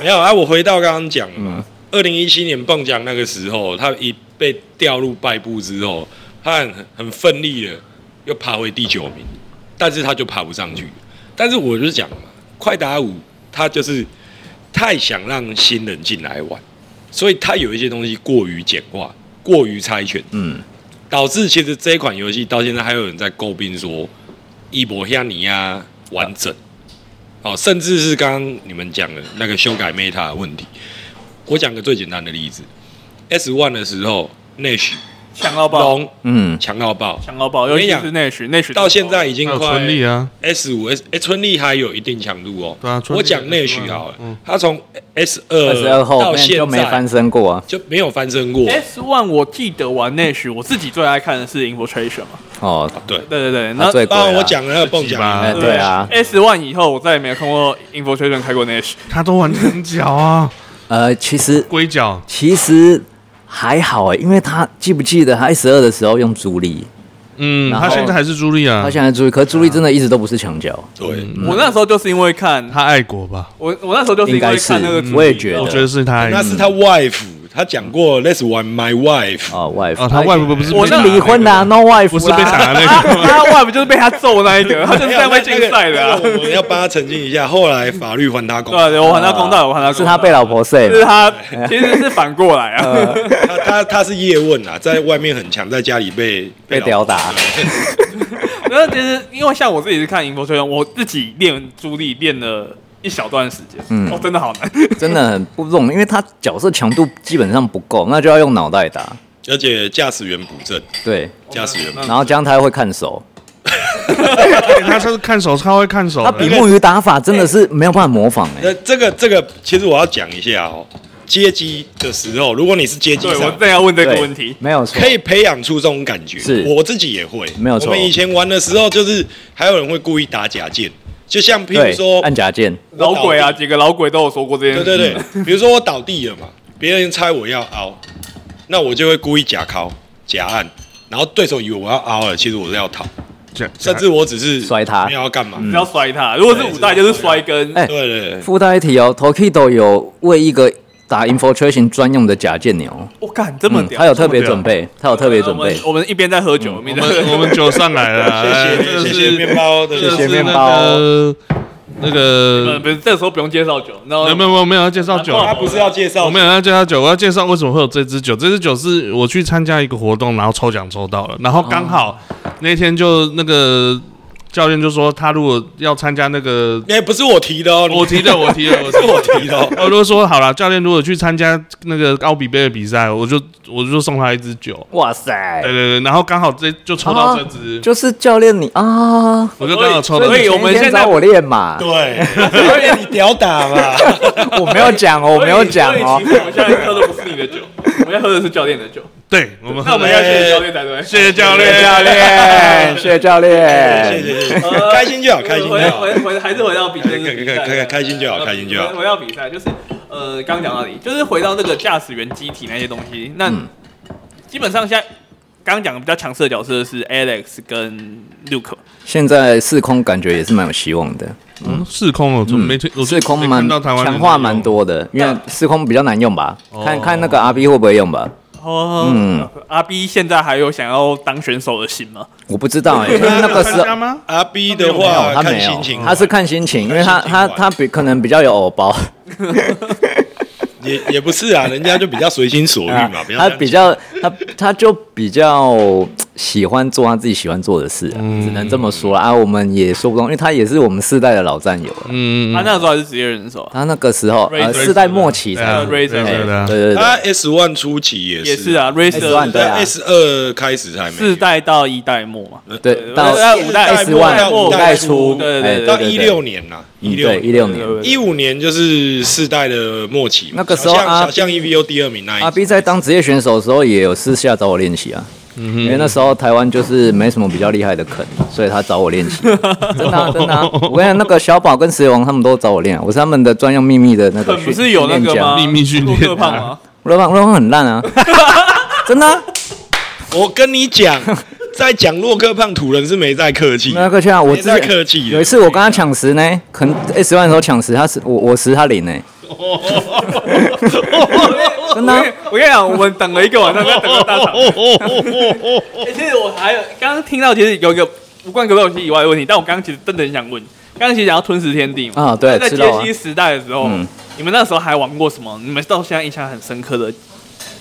[SPEAKER 3] 没有啊，我回到刚刚讲的嘛，二零一七年蹦奖那个时候，他一被掉入败部之后，他很很奋力的又爬回第九名，但是他就爬不上去。但是我就讲嘛，快打五他就是太想让新人进来玩，所以他有一些东西过于简化，过于猜拳，
[SPEAKER 4] 嗯，
[SPEAKER 3] 导致其实这一款游戏到现在还有人在诟病说伊博亚尼亚完整，哦，甚至是刚刚你们讲的那个修改 Meta 的问题。我讲个最简单的例子，S One 的时候，Nash
[SPEAKER 1] 强到爆，
[SPEAKER 3] 龙
[SPEAKER 4] 嗯，
[SPEAKER 3] 强到爆，
[SPEAKER 1] 强到爆，
[SPEAKER 3] 我
[SPEAKER 1] 尤
[SPEAKER 3] 跟你
[SPEAKER 1] 其
[SPEAKER 3] 讲
[SPEAKER 1] 是内许内许
[SPEAKER 3] 到现在已经
[SPEAKER 2] 还有
[SPEAKER 3] 快
[SPEAKER 2] 春丽啊，
[SPEAKER 3] S 五 S 哎春丽还有一定强度哦。
[SPEAKER 2] 对啊春丽
[SPEAKER 3] 我讲内需好了，他从 S
[SPEAKER 4] 二
[SPEAKER 3] 二
[SPEAKER 4] 十二后
[SPEAKER 3] 到
[SPEAKER 4] 面
[SPEAKER 3] 现
[SPEAKER 4] 就没
[SPEAKER 3] 在
[SPEAKER 4] 翻身过啊。
[SPEAKER 3] 就没有翻身过。
[SPEAKER 1] S One，我记得玩内许，我自己最爱看的是 Infiltration 嘛，
[SPEAKER 4] 哦，
[SPEAKER 3] 对，
[SPEAKER 1] 对对对，
[SPEAKER 4] 他
[SPEAKER 1] 那
[SPEAKER 4] 最贵
[SPEAKER 3] 包括
[SPEAKER 4] 啊
[SPEAKER 3] 我讲的那个蹦
[SPEAKER 2] 自己
[SPEAKER 3] 奖
[SPEAKER 2] 吧
[SPEAKER 3] 里面，
[SPEAKER 4] 哎对啊，
[SPEAKER 1] S One 以后，我再也没有看过 Infiltration 开过 Nash。
[SPEAKER 2] 他都玩成脚 啊，
[SPEAKER 4] 呃，其实
[SPEAKER 2] 龟脚，
[SPEAKER 4] 其实还好哎、因为他记不记得他 S 二的时候用朱莉，
[SPEAKER 2] 嗯，
[SPEAKER 4] 然
[SPEAKER 2] 他
[SPEAKER 4] 后
[SPEAKER 2] 现在还是朱莉啊
[SPEAKER 4] 他，现在朱莉，可是朱莉真的一直都不是强角，
[SPEAKER 3] 对，啊
[SPEAKER 4] 嗯
[SPEAKER 1] 我那时候就是因为看
[SPEAKER 2] 他爱国吧，
[SPEAKER 1] 我，我那时候就是因
[SPEAKER 4] 应
[SPEAKER 1] 为
[SPEAKER 4] 该是嗯
[SPEAKER 1] 看那个主题，
[SPEAKER 4] 我也觉
[SPEAKER 2] 我觉得是他爱
[SPEAKER 3] 那
[SPEAKER 2] 国，
[SPEAKER 3] 是他 wife，他讲过 Let's one my wife，
[SPEAKER 4] 哦外
[SPEAKER 2] 哦，他外婆不是
[SPEAKER 1] 我
[SPEAKER 2] 被
[SPEAKER 1] 那
[SPEAKER 2] 打
[SPEAKER 4] 离婚啦、
[SPEAKER 2] 那
[SPEAKER 4] n o wife
[SPEAKER 2] 不是被打的
[SPEAKER 1] 他
[SPEAKER 2] 那个吗，
[SPEAKER 1] 他外不就是被他揍那一 个，他就是在外竞赛的、啊
[SPEAKER 3] 那。个我们要帮他澄清一下，后来法律还他公道，
[SPEAKER 1] 对，我还他公道，我还他公道
[SPEAKER 4] 是他被嗯老 婆睡
[SPEAKER 1] 是他其实是反过来啊。
[SPEAKER 3] 他他他是叶问啊，在外面很强，在家里被
[SPEAKER 4] 被
[SPEAKER 3] 老
[SPEAKER 4] 吊打，
[SPEAKER 1] 然后其实因为像我自己是看 Infiltration，我自己练朱莉练了一小段时间，
[SPEAKER 4] 嗯
[SPEAKER 1] 哦，真的好 难。
[SPEAKER 4] 真的很不容易，因为他角色强度基本上不够，那就要用脑袋打。
[SPEAKER 3] 而且驾驶员补正，
[SPEAKER 4] 对，
[SPEAKER 3] 驾驶员补
[SPEAKER 4] 然后姜太会看手，
[SPEAKER 2] 对 他是看手超会看手
[SPEAKER 4] 他
[SPEAKER 2] 的，
[SPEAKER 4] 比目鱼打法真的是没有办法模仿 哎、
[SPEAKER 3] 那这个这个，其实我要讲一下哦，接机的时候，如果你是接机
[SPEAKER 1] 对，我
[SPEAKER 3] 上，
[SPEAKER 1] 正要问这个
[SPEAKER 4] 对
[SPEAKER 1] 问题。
[SPEAKER 4] 没有错
[SPEAKER 3] 可，以培养出这种感觉。
[SPEAKER 4] 是
[SPEAKER 3] 我自己也会，
[SPEAKER 4] 没有错
[SPEAKER 3] 我们以前玩的时候，就是还有人会故意打假箭，就像譬
[SPEAKER 4] 对
[SPEAKER 3] 如说，，
[SPEAKER 4] 按甲键，
[SPEAKER 3] 我倒
[SPEAKER 1] 老
[SPEAKER 3] 地
[SPEAKER 1] 鬼啊，几个老鬼都有说过这件
[SPEAKER 3] 对
[SPEAKER 1] 事。嗯
[SPEAKER 3] 对对，比如说我倒地了嘛，别人猜我要凹，那我就会故意假敲假按，然后对手以为我要凹了，其实我是要逃，
[SPEAKER 2] 这
[SPEAKER 3] 甚至我只是
[SPEAKER 4] 摔他嗯
[SPEAKER 3] 没有要干嘛。
[SPEAKER 1] 不要摔他。如果是五代，就是摔跟
[SPEAKER 4] 哎
[SPEAKER 3] 对对对，
[SPEAKER 4] 附带一提哦，Tokido 有为一个打 Infiltration 专用的假键钮，
[SPEAKER 1] 我干这么
[SPEAKER 4] 嗯，
[SPEAKER 1] 屌，啊
[SPEAKER 4] 他有特别
[SPEAKER 2] 这么屌
[SPEAKER 4] 准备，他有特别准
[SPEAKER 1] 我
[SPEAKER 4] 备
[SPEAKER 1] 们。我们一边在喝酒，一边
[SPEAKER 2] 嗯我
[SPEAKER 1] 在
[SPEAKER 2] 们我们酒上来了啊，
[SPEAKER 3] 谢
[SPEAKER 2] 哎这个
[SPEAKER 3] 谢
[SPEAKER 2] 是
[SPEAKER 3] 谢谢面包的，
[SPEAKER 2] 这个
[SPEAKER 4] 谢
[SPEAKER 2] 是
[SPEAKER 4] 谢面
[SPEAKER 2] 那
[SPEAKER 4] 包
[SPEAKER 2] 个那
[SPEAKER 1] 呃，
[SPEAKER 2] 个，
[SPEAKER 1] 不是，这时候不用介绍酒，然后
[SPEAKER 2] 没有没有没有要介绍酒，
[SPEAKER 3] 他不是要介绍
[SPEAKER 2] 我没有要介绍酒，我要介绍为什么会有这支酒。这支酒是我去参加一个活动，然后抽奖抽到了，然后刚好那天就那个。教练就说他如果要参加那个，
[SPEAKER 3] 哎、不是 我提的哦，你
[SPEAKER 2] 我提的，我提的，我提
[SPEAKER 3] 是
[SPEAKER 2] 的。
[SPEAKER 3] 我提 的、哦。
[SPEAKER 2] 我就说好了，教练如果去参加那个奥比杯的比赛，我就我就送他一支酒。
[SPEAKER 4] 哇塞
[SPEAKER 2] 对，对对，然后刚好这就抽到这支，
[SPEAKER 4] 哎哦就是教练你啊，
[SPEAKER 2] 我就刚好抽到
[SPEAKER 1] 所
[SPEAKER 2] 这
[SPEAKER 1] 以
[SPEAKER 2] 支。
[SPEAKER 1] 我们
[SPEAKER 4] 前一天
[SPEAKER 1] 现在
[SPEAKER 4] 找我练嘛，
[SPEAKER 3] 对，所以你屌打嘛，
[SPEAKER 4] 我没有讲哦，我没有讲哦
[SPEAKER 1] 所以，其实我们现在喝的不是你的酒，我们要喝的是教练 的酒。
[SPEAKER 2] 对，我们
[SPEAKER 1] 那我们要谢谢教练才对。
[SPEAKER 2] 哎谢谢教
[SPEAKER 4] 谢谢
[SPEAKER 2] 练，
[SPEAKER 4] 教练，谢谢教
[SPEAKER 3] 谢谢
[SPEAKER 4] 练，
[SPEAKER 3] 谢谢，开心就好，开心就
[SPEAKER 1] 回
[SPEAKER 3] 好。
[SPEAKER 1] 回回还是回到比赛，就是比赛
[SPEAKER 3] 开开开开心就好开心就好
[SPEAKER 1] 回回到比赛，就是呃，刚刚讲到哪里？就是回到那个驾驶员机体那些东西。那
[SPEAKER 4] 嗯
[SPEAKER 1] 基本上现在刚刚讲的比较强势的角色是 Alex 跟 Luke。
[SPEAKER 4] 现在四空感觉也是蛮有希望的，
[SPEAKER 2] 嗯，四空哦，我怎么没听？我
[SPEAKER 4] 四空
[SPEAKER 2] 没
[SPEAKER 4] 蛮
[SPEAKER 2] 看到台湾人
[SPEAKER 4] 强化
[SPEAKER 2] 有
[SPEAKER 4] 蛮多的，因为四空比较难用吧
[SPEAKER 2] 哦，
[SPEAKER 4] 看看那个 R B 会不会用吧，
[SPEAKER 1] 哦，
[SPEAKER 4] 嗯
[SPEAKER 1] 阿 B 现在还有想要当选手的心吗？
[SPEAKER 4] 我不知道欸，因为
[SPEAKER 2] 他有
[SPEAKER 4] 那个时
[SPEAKER 2] 参加
[SPEAKER 4] 候。
[SPEAKER 2] 吗？
[SPEAKER 3] 阿 B 的
[SPEAKER 4] 没有，
[SPEAKER 3] 话，
[SPEAKER 4] 他
[SPEAKER 3] 看
[SPEAKER 4] 没
[SPEAKER 3] 心情
[SPEAKER 4] 有，，他是看心情，因为他
[SPEAKER 3] 看心情
[SPEAKER 4] 他
[SPEAKER 3] 玩
[SPEAKER 4] 他比可能比较有偶包，
[SPEAKER 3] 也也不是啊，人家就比较随心所欲 嘛，不要
[SPEAKER 4] 他
[SPEAKER 3] 这样
[SPEAKER 4] 比较他他就比较喜欢做他自己喜欢做的事啊，只能这么说啊。我们也说不通，因为他也是我们世代的老战友了。
[SPEAKER 2] 嗯，
[SPEAKER 1] 他那时候还是职业人手啊，
[SPEAKER 4] 他那个时候呃
[SPEAKER 1] Razer
[SPEAKER 4] 世代末期才
[SPEAKER 2] 对啊
[SPEAKER 1] 有 Razer
[SPEAKER 4] 哎
[SPEAKER 2] Razer 的啊
[SPEAKER 4] 对对对
[SPEAKER 3] 他 S one 初期也
[SPEAKER 1] 也是
[SPEAKER 3] 是，
[SPEAKER 1] 啊
[SPEAKER 4] ，S1
[SPEAKER 1] ，Racer
[SPEAKER 4] 对啊
[SPEAKER 3] 但 S 二开始才没有
[SPEAKER 1] 四代到一代末嘛，
[SPEAKER 4] 对，
[SPEAKER 1] 大
[SPEAKER 4] 到
[SPEAKER 1] 概呃五代
[SPEAKER 4] S
[SPEAKER 1] 末代
[SPEAKER 4] one
[SPEAKER 1] 末
[SPEAKER 4] 五代初，
[SPEAKER 1] 对对
[SPEAKER 4] 哎
[SPEAKER 1] 对
[SPEAKER 3] 到一六年呐，一
[SPEAKER 4] 嗯
[SPEAKER 3] 六
[SPEAKER 4] 对一六年
[SPEAKER 1] 对对
[SPEAKER 3] 一五年就是世代的末期嘛，
[SPEAKER 4] 那个时候啊
[SPEAKER 3] 小象
[SPEAKER 4] 阿
[SPEAKER 3] 小象 EVO 第二名那一
[SPEAKER 4] 阿
[SPEAKER 3] 集
[SPEAKER 4] B 在啊当职业选手的时候也有私下找我练习啊。
[SPEAKER 1] 嗯
[SPEAKER 4] 因为那时候台湾就是没什么比较厉害的坑，所以他找 我练习。真的啊、真的啊、我跟你讲，那个小宝跟石王他们都找我练啊、我是他们的专用秘密的那个
[SPEAKER 1] 很
[SPEAKER 4] 训
[SPEAKER 1] 不是有那
[SPEAKER 4] 训
[SPEAKER 1] 个
[SPEAKER 4] 练家
[SPEAKER 1] 吗？
[SPEAKER 2] 秘密训练啊
[SPEAKER 1] 洛克胖吗？
[SPEAKER 4] 罗胖罗胖很 烂啊，真的、啊。
[SPEAKER 3] 我跟你 讲，在讲洛克胖土人是没在客气
[SPEAKER 4] 没，有客气啊，我
[SPEAKER 3] 别
[SPEAKER 4] 之
[SPEAKER 3] 再客气
[SPEAKER 4] 前
[SPEAKER 3] 了
[SPEAKER 4] 有一次我跟他抢食呢，可能 S 万的时候抢食，他是我我食他零呢，真的啊、
[SPEAKER 1] 我跟你讲，我们等了一个晚上，再等到大场。欸其实我还有刚刚听到，其实有一个无关格斗游戏以外的问题，但我刚刚其实真的很想问，刚刚其实想要吞食天地嘛？
[SPEAKER 4] 啊对
[SPEAKER 1] 在
[SPEAKER 4] 吃
[SPEAKER 1] 街
[SPEAKER 4] 肉啊
[SPEAKER 1] 机时代的时候，
[SPEAKER 4] 嗯
[SPEAKER 1] 你们那时候还玩过什么？你们到现在印象很深刻的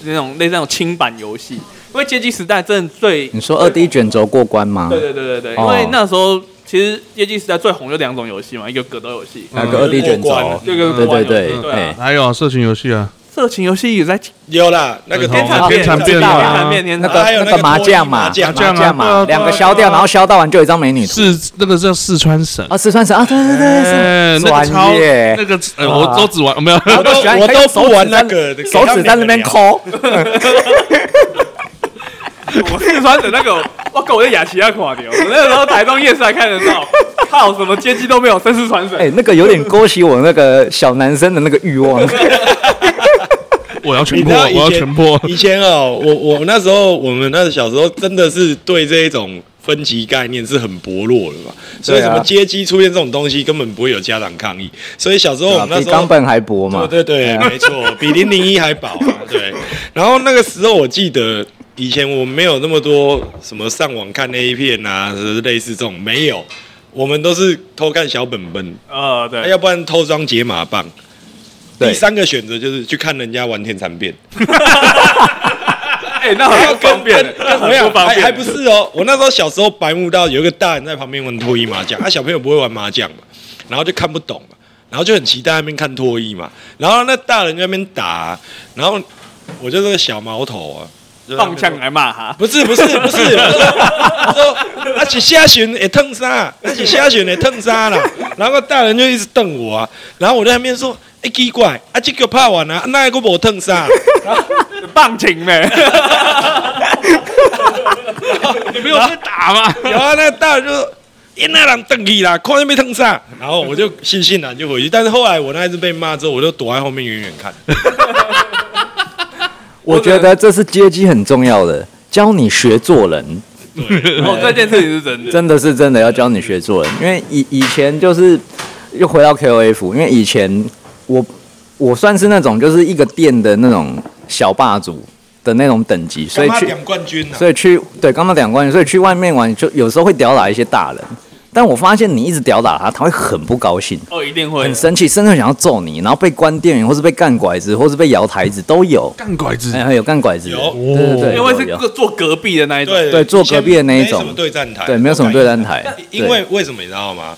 [SPEAKER 1] 那种类似那种轻版游戏？因为街机时代真的最
[SPEAKER 4] 你说二 D 卷轴过关吗？
[SPEAKER 1] 对对对对对，因
[SPEAKER 4] 哦
[SPEAKER 1] 为那时候其实街机时代最红就两种游戏嘛，一个格斗游戏，
[SPEAKER 4] 那个二 D 卷轴，
[SPEAKER 1] 这个
[SPEAKER 4] 嗯对对对
[SPEAKER 1] 对
[SPEAKER 4] 哎
[SPEAKER 1] 啊，
[SPEAKER 2] 还有啊社群游戏啊，
[SPEAKER 1] 色情游戏也在
[SPEAKER 3] 有啦，那个
[SPEAKER 2] 天
[SPEAKER 3] 天
[SPEAKER 2] 蚕
[SPEAKER 3] 蚕
[SPEAKER 2] 变
[SPEAKER 3] 变
[SPEAKER 2] 天蚕
[SPEAKER 1] 天
[SPEAKER 2] 变
[SPEAKER 1] 蚕变天
[SPEAKER 4] 那
[SPEAKER 1] 蚕
[SPEAKER 4] 个
[SPEAKER 3] 啊还有那
[SPEAKER 4] 个
[SPEAKER 3] 个
[SPEAKER 4] 麻将
[SPEAKER 3] 麻
[SPEAKER 4] 嘛，
[SPEAKER 3] 将
[SPEAKER 2] 麻将啊对啊
[SPEAKER 4] 嘛，
[SPEAKER 2] 对啊
[SPEAKER 4] 两个消掉，然后消到完就有一张美女图
[SPEAKER 2] 是那个叫四川省。
[SPEAKER 4] 啊，四川省啊，对对对
[SPEAKER 2] 哎那
[SPEAKER 4] 对，
[SPEAKER 2] 个
[SPEAKER 4] 是
[SPEAKER 2] 超
[SPEAKER 4] 专业
[SPEAKER 2] 那。个，呃我都只玩哦没有，
[SPEAKER 4] 我都喜欢
[SPEAKER 3] 我
[SPEAKER 4] 看
[SPEAKER 3] 都
[SPEAKER 4] 手指
[SPEAKER 3] 不玩
[SPEAKER 4] 在
[SPEAKER 3] 那个给
[SPEAKER 4] 手
[SPEAKER 3] 他
[SPEAKER 4] 指
[SPEAKER 3] 们
[SPEAKER 4] 在
[SPEAKER 3] 两个
[SPEAKER 4] 那边
[SPEAKER 3] 聊
[SPEAKER 4] 抠，
[SPEAKER 1] 我四川的那个，我狗在雅琪亚垮掉。我那个时候台中夜市还看得到，靠，什么街机都没有，绅士传神。
[SPEAKER 4] 哎，那个有点勾起我那个小男生的那个 欲望。
[SPEAKER 2] 我要全
[SPEAKER 3] 你知
[SPEAKER 2] 破，
[SPEAKER 3] 道
[SPEAKER 2] 我
[SPEAKER 3] 以
[SPEAKER 2] 要
[SPEAKER 3] 前
[SPEAKER 2] 全破。
[SPEAKER 3] 以前哦，我我那时候我们那个小时候真的是对这一种分级概念是很薄弱的嘛，所以
[SPEAKER 4] 对啊
[SPEAKER 3] 什么街机出现这种东西根本不会有家长抗议，所以小时候我们那
[SPEAKER 4] 啊比
[SPEAKER 3] 时候
[SPEAKER 4] 冈本还薄嘛？哎
[SPEAKER 3] 对对对，没错，比零零一还薄 啊。对，然后那个时候我记得以前我没有那么多什么上网看 A 片啊，就是类似这种没有，我们都是偷看小本本，
[SPEAKER 1] 呃，
[SPEAKER 3] 啊
[SPEAKER 1] 对，
[SPEAKER 3] 要不然偷装解码棒。
[SPEAKER 4] 对
[SPEAKER 3] 第三个选择就是去看人家玩天蚕变，
[SPEAKER 1] 哎，那很不方便，那
[SPEAKER 3] 我
[SPEAKER 1] 很
[SPEAKER 3] 想
[SPEAKER 1] 不方
[SPEAKER 3] 还
[SPEAKER 1] 便，
[SPEAKER 3] 还不是哦，我那时候小时候白目到有一个大人在旁边玩脱衣麻将，啊小朋友不会玩麻将嘛，然后就看不懂嘛，然后就很期待那边看脱衣嘛，然后那大人就在那边打、然后我就是个小毛头啊，就在那
[SPEAKER 1] 放
[SPEAKER 3] 边
[SPEAKER 1] 枪来骂他。
[SPEAKER 3] 不是不是不是，我说我说而且下旬也烫沙，而且下旬也烫沙啦。然后大人就一直瞪我啊，然后我在那边说，哎、奇怪，啊这个怕完啊，那个无烫啊沙。
[SPEAKER 1] 棒情 呗，
[SPEAKER 2] 你没有在打吗？
[SPEAKER 3] 然后那个大人就说。因那人瞪你啦，看见没烫上， 然后我就悻悻然就回去。但是后来我那一次被骂之后，我就躲在后面远远看。
[SPEAKER 4] 我觉得这是阶级很重要的，教你学做人，
[SPEAKER 1] 哦，这件事情是真的。
[SPEAKER 4] 真的是真的要教你学做人。因为以以前就是又回到 KOF，因为以前我我算是那种就是一个店的那种小霸主的那种等级，所以
[SPEAKER 3] 干妈
[SPEAKER 4] 去
[SPEAKER 3] 两冠军啊，
[SPEAKER 4] 所以去对刚刚两关，所以去外面玩就有时候会屌打一些大人。但我发现你一直吊打他，他会很不高兴，
[SPEAKER 1] 哦，一定会
[SPEAKER 4] 很生气，甚至想要揍你，然后被关电源，或是被干拐子，或是被摇台子都有。
[SPEAKER 2] 干拐子
[SPEAKER 4] 哎，还有干拐子的，
[SPEAKER 3] 有
[SPEAKER 4] 对对对，
[SPEAKER 1] 因为是
[SPEAKER 4] 有有
[SPEAKER 1] 个坐隔壁的那一种，
[SPEAKER 3] 对
[SPEAKER 4] 对坐隔壁的那一
[SPEAKER 3] 没什
[SPEAKER 4] 种
[SPEAKER 3] 么对战台，
[SPEAKER 4] 对，没有什么对战台，
[SPEAKER 3] 因为为什么你知道吗？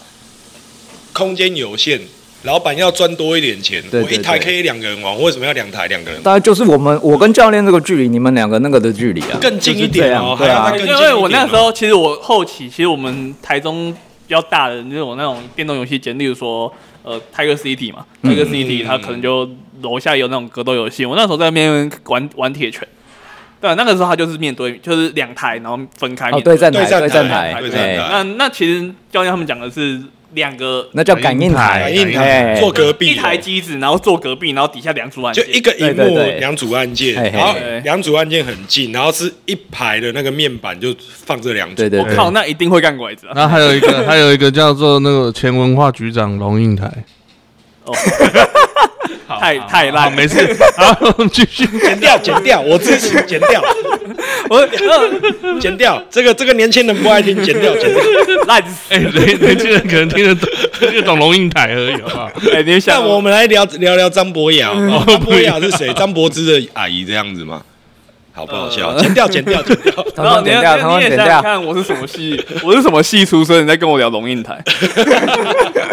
[SPEAKER 3] 空间有限，老板要赚多一点钱，
[SPEAKER 4] 对
[SPEAKER 3] 我一
[SPEAKER 4] 对
[SPEAKER 3] 台
[SPEAKER 4] 对
[SPEAKER 3] 可以两个人玩，我为什么要两台两个人？
[SPEAKER 4] 大概就是我们我跟教练这个距离，你们两个那个的距离啊，
[SPEAKER 3] 更近一点哦
[SPEAKER 4] 就
[SPEAKER 3] 还
[SPEAKER 4] 是这样
[SPEAKER 3] 要
[SPEAKER 4] 对啊
[SPEAKER 3] 再。
[SPEAKER 1] 因
[SPEAKER 3] 更近一
[SPEAKER 1] 为
[SPEAKER 3] 点
[SPEAKER 1] 我那时候其实我后期，其实我们台中比较大的那种那种电动游戏节，例如说呃 Tiger City 嘛、t
[SPEAKER 4] 嗯
[SPEAKER 1] i g e r City 它可能就楼下有那种格斗游戏，我那时候在那边玩玩铁拳。对啊，那个时候它就是面对，就是两台，然后分开
[SPEAKER 4] 哦，
[SPEAKER 1] 面
[SPEAKER 4] 对战
[SPEAKER 3] 对
[SPEAKER 4] 台，
[SPEAKER 3] 战
[SPEAKER 4] 对
[SPEAKER 3] 台
[SPEAKER 4] 战台，
[SPEAKER 3] 对战台
[SPEAKER 4] 哎，
[SPEAKER 1] 那那其实教练他们讲的是两个，
[SPEAKER 4] 那叫感应
[SPEAKER 3] 感
[SPEAKER 4] 台，
[SPEAKER 3] 应台
[SPEAKER 4] 哎
[SPEAKER 3] 坐隔壁
[SPEAKER 1] 一台机子，然后坐隔壁，然后底下两组按
[SPEAKER 3] 就
[SPEAKER 1] 键，
[SPEAKER 3] 一个荧
[SPEAKER 4] 对对
[SPEAKER 3] 幕
[SPEAKER 4] 对
[SPEAKER 3] 两组按键，
[SPEAKER 4] 嘿嘿
[SPEAKER 3] 然后
[SPEAKER 1] 嘿
[SPEAKER 3] 两组按键很近，然后是一排的那个面板就放这两组，
[SPEAKER 4] 对对
[SPEAKER 1] 我
[SPEAKER 4] 对，
[SPEAKER 1] 靠，那一定会干拐子 啊！
[SPEAKER 2] 然后还有一个，还有一个叫做那个前文化局长龙应台。
[SPEAKER 1] 哦，太太 烂，啊没事，
[SPEAKER 2] 好，我们继续。
[SPEAKER 3] 剪掉剪掉，我支持剪掉
[SPEAKER 1] 我呃
[SPEAKER 3] 剪掉，这个这个年轻人不爱听，剪掉剪掉。
[SPEAKER 1] 烂死
[SPEAKER 2] 哎，年年轻人可能听得懂，听得懂龙应台而已，好不好？
[SPEAKER 1] 哎，你想
[SPEAKER 3] 那我们来聊聊聊张博雅，哦张博雅是谁？张柏芝的阿姨这样子吗？好不好笑？
[SPEAKER 1] 呃
[SPEAKER 3] 剪掉剪掉剪掉。
[SPEAKER 4] 通
[SPEAKER 1] 然后
[SPEAKER 4] 通
[SPEAKER 1] 你
[SPEAKER 4] 点
[SPEAKER 1] 要
[SPEAKER 4] 掉，
[SPEAKER 1] 你要
[SPEAKER 4] 通通
[SPEAKER 1] 你也
[SPEAKER 4] 点
[SPEAKER 1] 想想
[SPEAKER 4] 掉，
[SPEAKER 1] 看，我是什么系，我是什么系出身，你在跟我聊龙应台？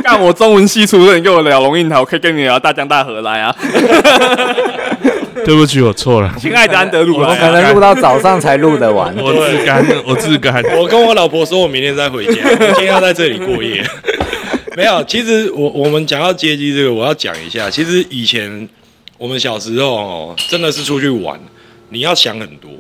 [SPEAKER 1] 干我中文系出身，你跟我聊龙应台，我可以跟你聊大江大河来啊，
[SPEAKER 2] 对不起，我错了，
[SPEAKER 1] 亲爱的安德鲁
[SPEAKER 4] 我
[SPEAKER 1] 来
[SPEAKER 4] 可
[SPEAKER 1] 啊。
[SPEAKER 4] 能录到早上才录得 完。
[SPEAKER 2] 我自甘，我自甘。
[SPEAKER 3] 我跟我老婆说，我明天再回家，我今天要在这里过夜。 没有，其实我我们讲到街机这个，我要讲一下。其实以前我们小时候哦，真的是出去玩，你要想很多，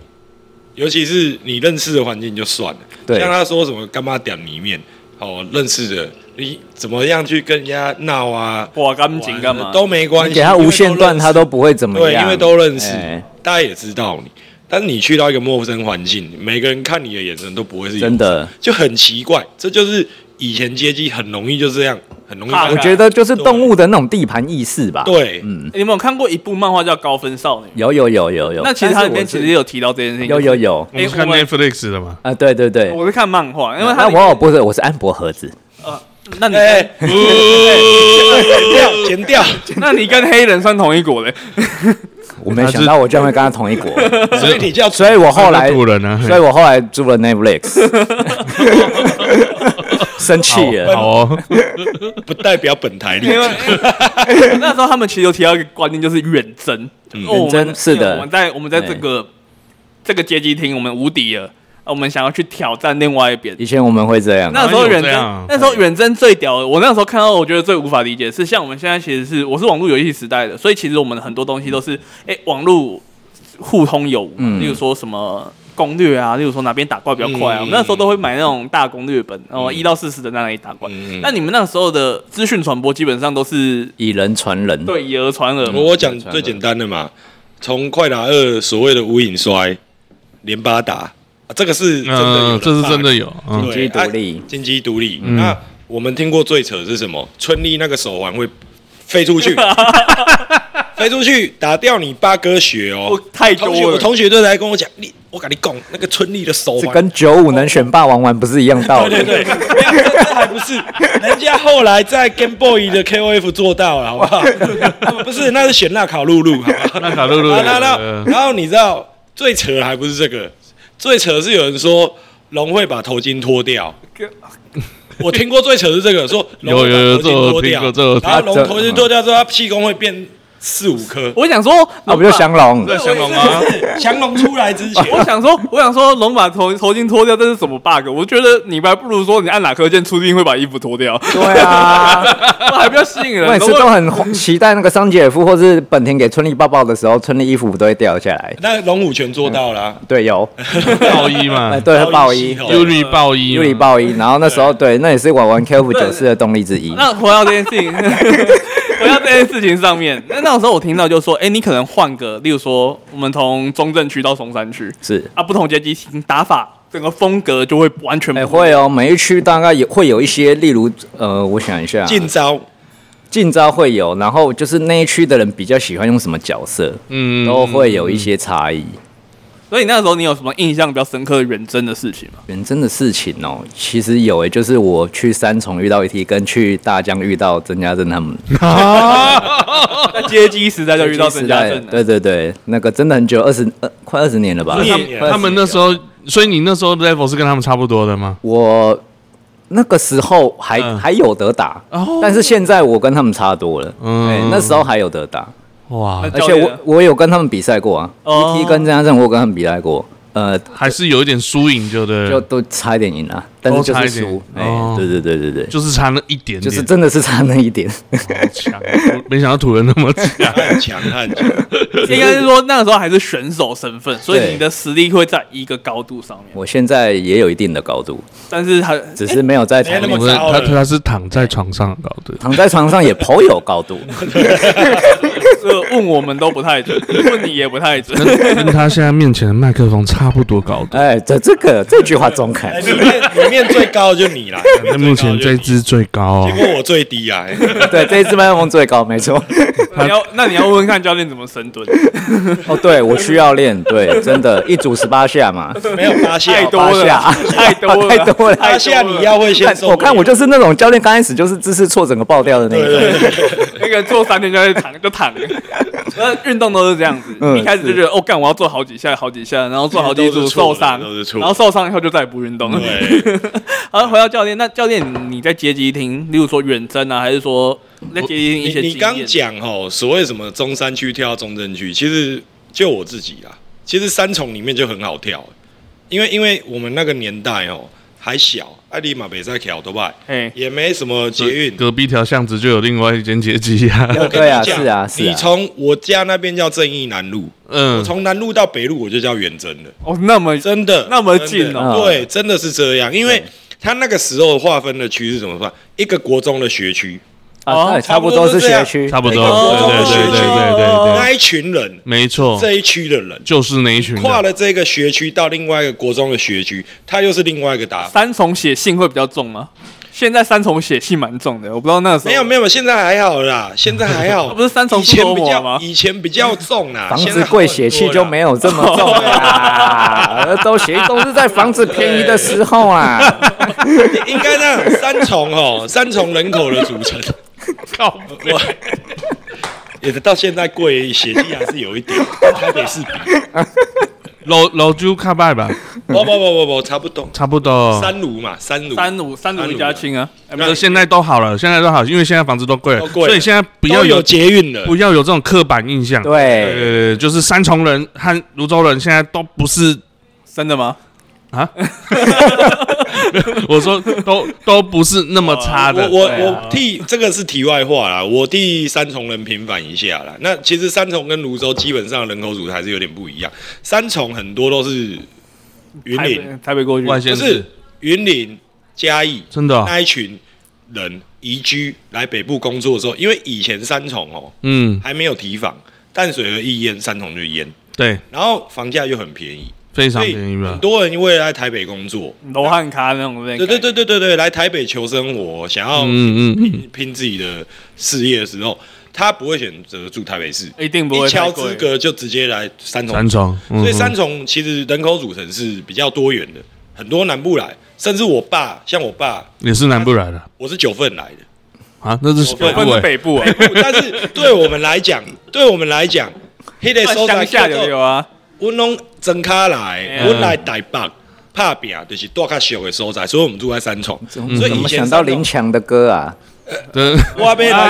[SPEAKER 3] 尤其是你认识的环境就算了，
[SPEAKER 4] 对
[SPEAKER 3] 像他说什么干妈点里面，哦，认识的你怎么样去跟人家闹啊，
[SPEAKER 1] 哇，干净干嘛？
[SPEAKER 3] 都没关系，
[SPEAKER 4] 给他无限段，
[SPEAKER 3] 因为都认识
[SPEAKER 4] 他都不会怎么
[SPEAKER 3] 对，
[SPEAKER 4] 样，
[SPEAKER 3] 因为都认识，
[SPEAKER 4] 哎
[SPEAKER 3] 大家也知道你。但是你去到一个陌生环境，每个人看你的眼神都不会是
[SPEAKER 4] 真的。
[SPEAKER 3] 就很奇怪，这就是以前街机很容易就这样，很容易
[SPEAKER 1] 怕
[SPEAKER 3] 发
[SPEAKER 4] 我
[SPEAKER 1] 看
[SPEAKER 4] 觉得就是动物的那种地盘意识吧。，
[SPEAKER 3] 对，
[SPEAKER 4] 嗯，
[SPEAKER 1] 你们有看过一部漫画叫《高分少女》？
[SPEAKER 4] 有有有有有。
[SPEAKER 1] 那其实它里面
[SPEAKER 4] 但是
[SPEAKER 1] 其
[SPEAKER 4] 我
[SPEAKER 1] 实
[SPEAKER 4] 是
[SPEAKER 1] 也有提到这件事情。
[SPEAKER 4] 有有有
[SPEAKER 2] 我们
[SPEAKER 1] 哎
[SPEAKER 2] 是看
[SPEAKER 1] 我们
[SPEAKER 2] Netflix 的嘛？
[SPEAKER 4] 啊，对对对。
[SPEAKER 1] 我是看漫画，因为它
[SPEAKER 4] 那
[SPEAKER 1] 里
[SPEAKER 4] 我不是，我是安博盒子，
[SPEAKER 1] 呃，那你
[SPEAKER 3] 哎，剪掉，剪掉，
[SPEAKER 1] 那你跟黑人算同一国嘞？
[SPEAKER 4] 我没想到我居然会跟他同一国，
[SPEAKER 3] 所以你叫
[SPEAKER 4] 所以我后来，
[SPEAKER 2] 土人啊，
[SPEAKER 4] 所以我后来租了 Netflix，生气了。
[SPEAKER 2] 好哦，
[SPEAKER 3] 不代表本台立
[SPEAKER 1] 因为
[SPEAKER 3] 场。
[SPEAKER 1] 那时候他们其实有提到一个观念，就是远征。哦
[SPEAKER 4] 远
[SPEAKER 1] 我
[SPEAKER 4] 征
[SPEAKER 1] 们
[SPEAKER 4] 是的哎
[SPEAKER 1] 我们在我们在这个这个街机厅，我们无敌了，啊我们想要去挑战另外一边。
[SPEAKER 4] 以前我们会这样，
[SPEAKER 1] 那时候远
[SPEAKER 2] 哪有这
[SPEAKER 1] 征，
[SPEAKER 2] 样
[SPEAKER 1] 那时
[SPEAKER 3] 嗯
[SPEAKER 1] 候远征最屌的。我那时候看到，我觉得最无法理解的是，像我们现在其实是我是网络游戏时代的，所以其实我们很多东西都是哎、网络互通有无，
[SPEAKER 4] 嗯
[SPEAKER 1] 例如说什么。攻略啊，例如说哪边打怪比较快啊，
[SPEAKER 3] 嗯
[SPEAKER 1] 我们那时候都会买那种大攻略本，然后一到四十的在那里打怪。
[SPEAKER 3] 嗯
[SPEAKER 1] 那你们那时候的资讯传播基本上都是
[SPEAKER 4] 以人传人，
[SPEAKER 1] 对以讹传讹嘛
[SPEAKER 3] 我，我讲最简单的嘛，从快打二所谓的无影摔、连八打，啊这个是真的有
[SPEAKER 2] 嗯，
[SPEAKER 3] 人
[SPEAKER 2] 这是真的
[SPEAKER 3] 骂
[SPEAKER 2] 有，嗯
[SPEAKER 4] 经济独立
[SPEAKER 3] 啊经济独立。
[SPEAKER 2] 嗯
[SPEAKER 3] 那我们听过最扯的是什么？春丽那个手环会飞出 去，飞出去打掉你八哥血
[SPEAKER 1] 我
[SPEAKER 3] 哦。
[SPEAKER 1] 太多
[SPEAKER 3] 同学，我
[SPEAKER 1] 了。
[SPEAKER 3] 同学都来跟我讲，你我跟你讲，那个春丽的手
[SPEAKER 4] 这
[SPEAKER 3] 环，
[SPEAKER 4] 跟九五能选霸王玩不是一样道
[SPEAKER 3] 对
[SPEAKER 4] 理。
[SPEAKER 3] 对对，没有这这还不是，人家后来在 Game Boy 的 KOF 做到了，好不好？ 他们不是，那是选那卡露露，好不好？
[SPEAKER 2] 那卡露露
[SPEAKER 3] 啊然后
[SPEAKER 2] 呃
[SPEAKER 3] 然后你知道最扯的还不是这个，最扯的是有人说龙会把头巾 脱掉。我听过最扯的是这个，说龙会
[SPEAKER 2] 有有有
[SPEAKER 3] 把头
[SPEAKER 2] 这我
[SPEAKER 3] 巾脱
[SPEAKER 2] 听
[SPEAKER 3] 掉
[SPEAKER 2] 过这我，听
[SPEAKER 3] 然后龙头巾脱掉之后，它气功会变四五 颗。
[SPEAKER 1] 我想说，
[SPEAKER 3] 啊
[SPEAKER 4] 那不就降龙？
[SPEAKER 2] 呃在香港吗？
[SPEAKER 3] 降龙出来之前，
[SPEAKER 1] 我想说，我想说，龙把头头巾脱掉，这是什么 bug？我觉得你还不如说你按哪颗键，注定会把衣服脱掉，
[SPEAKER 4] 对 啊，
[SPEAKER 1] 那还比较吸引人。
[SPEAKER 4] 我每次
[SPEAKER 1] 龙
[SPEAKER 4] 都
[SPEAKER 1] 会
[SPEAKER 4] 很期待那个桑吉尔夫或是本田给春丽抱抱的时候，春丽衣服都会掉下来。
[SPEAKER 3] 那龙虎拳做到了，啊
[SPEAKER 4] 对， 有，
[SPEAKER 2] 暴衣嘛
[SPEAKER 4] 哎，对，会
[SPEAKER 3] 暴
[SPEAKER 4] 爆
[SPEAKER 3] 衣
[SPEAKER 4] 衣
[SPEAKER 3] 系，统
[SPEAKER 2] 尤里暴衣，
[SPEAKER 4] 尤里，爆衣。然后那时候，对，那也是我玩 KF 九四的动力之一。
[SPEAKER 1] 那回到这件事情， 回到这件事情上面，那那时候我听到就说，哎、你可能换个，例如说，我们从中正区到松山区
[SPEAKER 4] 是，
[SPEAKER 1] 啊，不同阶级打法，整个风格就会完全不一
[SPEAKER 4] 哎，
[SPEAKER 1] 样
[SPEAKER 4] 会哦，每一区大概也会有一些，例如，呃，我想一下，
[SPEAKER 3] 进招
[SPEAKER 4] 近招会有，然后就是那一区的人比较喜欢用什么角色，
[SPEAKER 2] 嗯
[SPEAKER 4] 都会有一些差异。
[SPEAKER 1] 所以那时候你有什么印象比较深刻的远征的事 情吗？
[SPEAKER 4] 远征的事情哦，其实有诶，就是我去三重遇到一 T，跟去大江遇到曾家正他们，
[SPEAKER 1] 在接机时代就遇到
[SPEAKER 4] 时
[SPEAKER 1] 沈家
[SPEAKER 4] 代
[SPEAKER 1] 正了，
[SPEAKER 4] 对对对，那个真的很久，二十呃快二十年了吧？
[SPEAKER 2] 你
[SPEAKER 3] 也
[SPEAKER 4] 快20
[SPEAKER 2] 他们那时候，所以你那时候 level 是跟他们差不多的吗？
[SPEAKER 4] 我那个时候还、
[SPEAKER 2] 嗯
[SPEAKER 4] 还有得打，
[SPEAKER 2] 哦
[SPEAKER 4] 但是现在我跟他们差多了。
[SPEAKER 2] 嗯
[SPEAKER 4] 嗯、那时候还有得打，
[SPEAKER 2] 哇，
[SPEAKER 4] 而
[SPEAKER 1] 教
[SPEAKER 4] 且
[SPEAKER 1] 练
[SPEAKER 4] 我
[SPEAKER 1] 呢
[SPEAKER 4] 我有跟他们比赛过啊、
[SPEAKER 1] 哦
[SPEAKER 4] e t 跟郑家正我有跟他们比赛过，呃，
[SPEAKER 2] 还是有一点输赢，就对
[SPEAKER 4] 就
[SPEAKER 2] 了，
[SPEAKER 4] 都差一点赢了，但是就
[SPEAKER 2] 都差
[SPEAKER 4] 是
[SPEAKER 2] 一点
[SPEAKER 4] 输。哎、
[SPEAKER 2] 哦
[SPEAKER 4] 对对对对对，
[SPEAKER 2] 就是差那一点点，
[SPEAKER 4] 就是真的是差那一点。
[SPEAKER 2] 好强，我没想到土人那么 强。
[SPEAKER 3] 他很强，他 很强。
[SPEAKER 1] 应该是说那个时候还是选手身份，所以
[SPEAKER 4] 对
[SPEAKER 1] 你的实力会在一个高度上面，
[SPEAKER 4] 我现在也有一定的高度，
[SPEAKER 1] 但是还
[SPEAKER 4] 只是没有在
[SPEAKER 3] 没
[SPEAKER 4] 躺
[SPEAKER 3] 那么
[SPEAKER 2] 我
[SPEAKER 3] 高
[SPEAKER 2] 们
[SPEAKER 3] 了
[SPEAKER 2] 他他是躺在床上搞的，
[SPEAKER 4] 躺在床上也颇有高度。
[SPEAKER 1] 这个问我们都不太准，问你也不太 准。
[SPEAKER 2] 跟 跟他现在面前的麦克风差不多高的。
[SPEAKER 4] 哎，这这个这句话中肯
[SPEAKER 3] 哎，里面里面最高的就你啦，
[SPEAKER 2] 他
[SPEAKER 3] 里
[SPEAKER 2] 目
[SPEAKER 3] 面最
[SPEAKER 2] 前
[SPEAKER 3] 高的就
[SPEAKER 2] 这
[SPEAKER 3] 你，
[SPEAKER 2] 支最高、
[SPEAKER 3] 结
[SPEAKER 2] 哦，
[SPEAKER 3] 果我最低啊。哎
[SPEAKER 4] 对，这一支麦克风最高，没错。
[SPEAKER 1] 你要那你要问问看教练怎么深蹲，
[SPEAKER 4] 哦，对，我需要练，对，真的，一组十八下嘛，
[SPEAKER 3] 没有八下，
[SPEAKER 1] 太多
[SPEAKER 4] 八
[SPEAKER 1] 了
[SPEAKER 4] 下
[SPEAKER 1] 啊，太多了，
[SPEAKER 4] 太多了
[SPEAKER 3] 八下你要会先
[SPEAKER 4] 看
[SPEAKER 3] 受不了。
[SPEAKER 4] 我看我就是那种教练刚开始就是姿势错整个爆掉的那
[SPEAKER 3] 对
[SPEAKER 4] 种，
[SPEAKER 3] 对对，
[SPEAKER 1] 那个做三天就会躺就躺了， 那运动都是这样子，
[SPEAKER 4] 嗯
[SPEAKER 1] 一开始就觉得哦干我要做好几下好几下，然后做好几
[SPEAKER 3] 都
[SPEAKER 1] 组
[SPEAKER 3] 是错
[SPEAKER 1] 受
[SPEAKER 3] 的
[SPEAKER 1] 伤
[SPEAKER 3] 都是，错
[SPEAKER 1] 然
[SPEAKER 3] 的
[SPEAKER 1] 后受伤以后就再也不运动了。
[SPEAKER 3] 对，
[SPEAKER 1] 好，回到教练，那教练你在接机厅，例如说远征啊，还是说在接机厅一些
[SPEAKER 3] 你你
[SPEAKER 1] 经
[SPEAKER 3] 刚
[SPEAKER 1] 验？
[SPEAKER 3] 讲哦，所谓什么中山区跳到中正区，其实就我自己啦，其实三重里面就很好跳，因为因为我们那个年代哦还小，艾利马北赛桥对吧？
[SPEAKER 1] 哎，
[SPEAKER 3] 也没什么捷运。
[SPEAKER 2] 隔壁条巷子就有另外一间街机 啊。
[SPEAKER 3] 我跟你
[SPEAKER 4] 对啊
[SPEAKER 3] 讲
[SPEAKER 4] 是啊是啊
[SPEAKER 3] 你从我家那边叫正义南路，我
[SPEAKER 2] 嗯，
[SPEAKER 3] 从南路到北路我就叫远征了。
[SPEAKER 1] 哦，那么
[SPEAKER 3] 真的
[SPEAKER 1] 那么近哦
[SPEAKER 3] 真的对，真的是这样，因为他那个时候划分的区是怎么算？一个国中的学区，
[SPEAKER 1] 哦
[SPEAKER 4] 啊，对，差不多是学区，
[SPEAKER 2] 差不多，
[SPEAKER 3] 每个
[SPEAKER 1] 国
[SPEAKER 2] 对
[SPEAKER 1] 中
[SPEAKER 2] 对
[SPEAKER 1] 都
[SPEAKER 2] 对
[SPEAKER 1] 学
[SPEAKER 2] 对
[SPEAKER 1] 区
[SPEAKER 2] 对对
[SPEAKER 3] 那
[SPEAKER 2] 对，
[SPEAKER 3] 一群人，
[SPEAKER 2] 没错，
[SPEAKER 3] 哎这一区的人。
[SPEAKER 2] 就是那一群人。
[SPEAKER 3] 跨了这个学区到另外一个国中的学区，它又是另外一个打法。
[SPEAKER 1] 三重写信会比较重吗？现在三重写信蛮重的，我不知道那个时候
[SPEAKER 3] 没有没有，现在还好啦，现在还好。
[SPEAKER 1] 不是三重
[SPEAKER 3] 以前
[SPEAKER 1] 苏
[SPEAKER 3] 比
[SPEAKER 1] 州
[SPEAKER 3] 较
[SPEAKER 1] 吗
[SPEAKER 3] 以前比较重啦，
[SPEAKER 4] 房
[SPEAKER 3] 现在
[SPEAKER 4] 子
[SPEAKER 3] 好
[SPEAKER 4] 贵，
[SPEAKER 3] 很
[SPEAKER 4] 血气
[SPEAKER 3] 多
[SPEAKER 4] 就
[SPEAKER 3] 啦
[SPEAKER 4] 没有这么重啦。都血都是在房子便宜的时 候啊。
[SPEAKER 3] 应该那样三重哦，三重人口的组 成，靠我 也到现在贵血气还是有一点，跟台北市比，
[SPEAKER 2] 老老朱卡拜吧，
[SPEAKER 3] 不不不不不，差不多，
[SPEAKER 2] 差不多。呃
[SPEAKER 3] 三卢嘛，三卢，
[SPEAKER 1] 哦三五三五一家亲啊，哎不
[SPEAKER 3] 那
[SPEAKER 1] 是
[SPEAKER 2] 现在都好了，现在都好，因为现在房子都贵
[SPEAKER 3] 都
[SPEAKER 2] 了，
[SPEAKER 3] 贵了
[SPEAKER 2] 所以现在不
[SPEAKER 3] 不
[SPEAKER 2] 要有
[SPEAKER 3] 有捷运了，
[SPEAKER 2] 不要有这种刻板印象。对
[SPEAKER 4] 对，
[SPEAKER 2] 对对，就是三重人和泸州人现在都不是，
[SPEAKER 1] 真的吗？
[SPEAKER 2] 我说都都不是那么差
[SPEAKER 3] 我
[SPEAKER 2] 的。
[SPEAKER 3] 我
[SPEAKER 4] 对啊
[SPEAKER 3] 我替这个是题外话啦，我替三重人平反一下啦。那其实三重跟泸州基本上人口组还是有点不一样，三重很多都是云
[SPEAKER 1] 台
[SPEAKER 3] 林，
[SPEAKER 1] 北台北过去
[SPEAKER 2] 外
[SPEAKER 3] 不
[SPEAKER 2] 县
[SPEAKER 3] 是
[SPEAKER 2] 市
[SPEAKER 3] 云林嘉义，
[SPEAKER 2] 真的哦，
[SPEAKER 3] 那一群人移居来北部工作的时候，因为以前三重哦
[SPEAKER 2] 嗯，
[SPEAKER 3] 还没有提防，淡水河一淹，三重就淹，
[SPEAKER 2] 对，
[SPEAKER 3] 然后房价又很便宜，
[SPEAKER 2] 非常
[SPEAKER 3] 所以
[SPEAKER 2] 便宜
[SPEAKER 3] 很
[SPEAKER 2] 吧？
[SPEAKER 3] 多人为了来台北工作，
[SPEAKER 1] 罗汉咖那种类，
[SPEAKER 3] 对对对对对对，来台北求生活，想要
[SPEAKER 2] 嗯嗯嗯，
[SPEAKER 3] 拼拼自己的事业的时候，他不会选择住台北市，
[SPEAKER 1] 一定不
[SPEAKER 3] 一
[SPEAKER 1] 会
[SPEAKER 3] 敲
[SPEAKER 1] 太
[SPEAKER 3] 资
[SPEAKER 1] 贵。
[SPEAKER 3] 格就直接来三重
[SPEAKER 2] 三重，嗯
[SPEAKER 3] 所以三重其实人口组成是比较多元的，很多南部来，甚至我爸，像我爸，
[SPEAKER 2] 也是南部来的
[SPEAKER 3] 我是九份来的。
[SPEAKER 2] 啊，那是
[SPEAKER 3] 我
[SPEAKER 2] 北
[SPEAKER 1] 有分
[SPEAKER 2] 部
[SPEAKER 1] 是
[SPEAKER 2] 哎，
[SPEAKER 1] 北部啊，
[SPEAKER 3] 但是对我们来讲，对我们来讲，迄个所在
[SPEAKER 1] 乡下
[SPEAKER 3] 叫
[SPEAKER 1] 就有
[SPEAKER 3] 做
[SPEAKER 1] 啊，
[SPEAKER 3] 阮拢真卡来，
[SPEAKER 1] 嗯
[SPEAKER 3] 阮来台北拍拼，就是住较小的所在，所以我们住在三重。
[SPEAKER 4] 嗯怎
[SPEAKER 3] 所以以
[SPEAKER 4] 么
[SPEAKER 3] 前
[SPEAKER 4] 想到林啊强的歌啊？
[SPEAKER 2] 对，
[SPEAKER 3] 我要哎
[SPEAKER 4] 大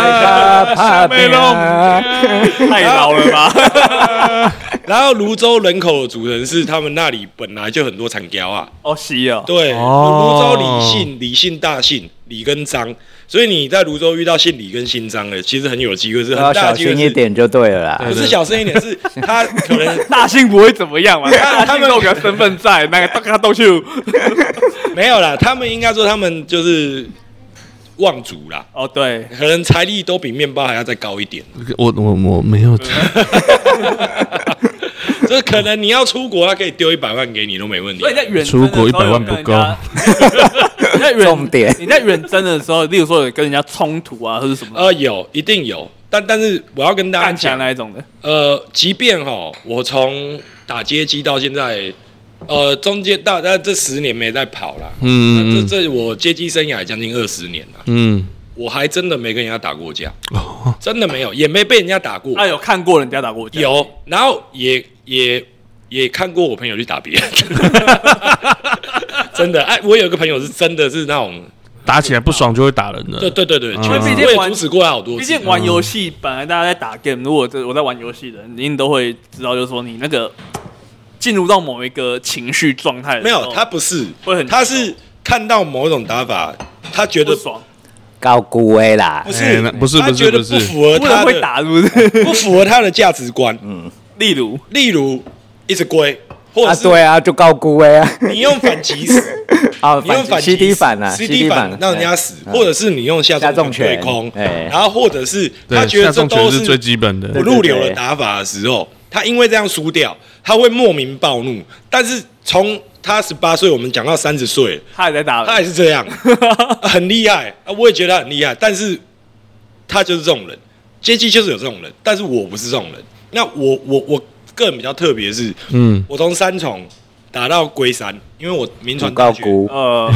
[SPEAKER 3] 来。
[SPEAKER 4] 家怕啊被
[SPEAKER 1] 太老了吧？
[SPEAKER 3] 然后泸州人口的主人是他们那里本来就很多产胶啊，
[SPEAKER 1] 哦，西哦，
[SPEAKER 3] 对，
[SPEAKER 2] 哦
[SPEAKER 3] 泸州李姓、李姓大姓李跟张，所以你在泗州遇到姓李跟姓张的，其实很有机会是
[SPEAKER 4] 都
[SPEAKER 3] 很
[SPEAKER 4] 要
[SPEAKER 3] 大
[SPEAKER 4] 啊小
[SPEAKER 3] 的机会
[SPEAKER 4] 心
[SPEAKER 3] 是
[SPEAKER 4] 一，点就对了啦
[SPEAKER 2] 对。
[SPEAKER 3] 不是小声一点，是他可能
[SPEAKER 1] 大兴不会怎么样嘛，
[SPEAKER 3] 他
[SPEAKER 1] 大
[SPEAKER 3] 他
[SPEAKER 1] 兴
[SPEAKER 3] 们
[SPEAKER 1] 都有个身份在，那个大家都去，
[SPEAKER 3] 没有啦，他们应该说他们就是望族啦，
[SPEAKER 1] 哦对，
[SPEAKER 3] 可能财力都比面包还要再高一点，
[SPEAKER 2] 我我我没有讲，
[SPEAKER 3] 就是可能你要出国，他可以丢一百万给你都没问题
[SPEAKER 1] 所以。你在远征
[SPEAKER 2] 出
[SPEAKER 1] 的
[SPEAKER 2] 国
[SPEAKER 1] 时候
[SPEAKER 2] 100万
[SPEAKER 1] 有跟
[SPEAKER 2] 不够
[SPEAKER 1] 人家 你在远
[SPEAKER 4] 重点
[SPEAKER 1] 你在远征的时候，例如说有跟人家冲突啊，或者什么的，
[SPEAKER 3] 呃呃，有一定有，但但是我要跟大家
[SPEAKER 1] 干起来
[SPEAKER 3] 讲，
[SPEAKER 1] 那一种的，
[SPEAKER 3] 呃，即便哈，我从打街机到现在，呃，中间大概这十年没在跑啦。
[SPEAKER 2] 嗯
[SPEAKER 3] 那
[SPEAKER 2] 嗯
[SPEAKER 3] 这这我街机生涯将近二十年了，
[SPEAKER 2] 嗯，
[SPEAKER 3] 我还真的没跟人家打过架，真的没有，也没被人家打过。
[SPEAKER 1] 啊他有看过人家打过架，
[SPEAKER 3] 有，然后也也也看过我朋友去打别 人，真的。哎、我有一个朋友是真的是那种，
[SPEAKER 2] 打起来不爽就会打人
[SPEAKER 3] 对
[SPEAKER 2] 的。
[SPEAKER 3] 对对对，
[SPEAKER 2] 嗯
[SPEAKER 3] 确实
[SPEAKER 1] 毕竟
[SPEAKER 3] 我也嗯
[SPEAKER 1] 玩
[SPEAKER 3] 阻止过他好多
[SPEAKER 1] 毕
[SPEAKER 3] 次
[SPEAKER 1] 竟。玩游戏本来大家在打 game，如果这我在玩游戏的人，一定都会知道，就是说你那个进入到某一个情绪状态的时
[SPEAKER 3] 没
[SPEAKER 1] 候，
[SPEAKER 3] 有，他不是
[SPEAKER 1] 哦会很，
[SPEAKER 3] 他是看到某种打法，他觉
[SPEAKER 1] 不
[SPEAKER 3] 得
[SPEAKER 1] 爽，
[SPEAKER 4] 高估威啦
[SPEAKER 2] 哎
[SPEAKER 3] 不，是
[SPEAKER 2] 那不是
[SPEAKER 3] 他
[SPEAKER 2] 不是
[SPEAKER 3] 觉得
[SPEAKER 2] 不是
[SPEAKER 3] 不符合
[SPEAKER 1] 不能
[SPEAKER 3] 他
[SPEAKER 1] 会
[SPEAKER 3] 的
[SPEAKER 1] 打是不是？
[SPEAKER 3] 不符合他的价值观。
[SPEAKER 1] 例如，
[SPEAKER 3] 例如一只龟，或者
[SPEAKER 4] 嗯啊
[SPEAKER 3] 是
[SPEAKER 4] 对啊，就高估威啊，
[SPEAKER 3] 你用反击死，
[SPEAKER 4] 啊
[SPEAKER 3] 你用
[SPEAKER 4] 反
[SPEAKER 3] 击
[SPEAKER 4] CD 反啊
[SPEAKER 3] CD
[SPEAKER 4] 反
[SPEAKER 3] 反让人家死，或者是你用下
[SPEAKER 4] 下
[SPEAKER 3] 重
[SPEAKER 4] 重拳
[SPEAKER 3] 对空，
[SPEAKER 4] 哎
[SPEAKER 3] 然后或者是他
[SPEAKER 2] 对，
[SPEAKER 3] 觉
[SPEAKER 2] 下
[SPEAKER 3] 得这
[SPEAKER 2] 重拳
[SPEAKER 3] 都
[SPEAKER 2] 是最基本的
[SPEAKER 3] 不。入流的打法的时候，他因为这样输掉，他会莫名暴怒。但是从他十八岁，我们讲到三十岁，
[SPEAKER 1] 他也在打人，
[SPEAKER 3] 他还是这样，很厉害啊！我也觉得他很厉害，但是他就是这种人，阶级就是有这种人，但是我不是这种人。那我我我个人比较特别是，
[SPEAKER 2] 嗯，
[SPEAKER 3] 我从三重打到龟山，因为我民
[SPEAKER 4] 不
[SPEAKER 3] 传大
[SPEAKER 4] 高
[SPEAKER 3] 学
[SPEAKER 4] 估，
[SPEAKER 1] 呃，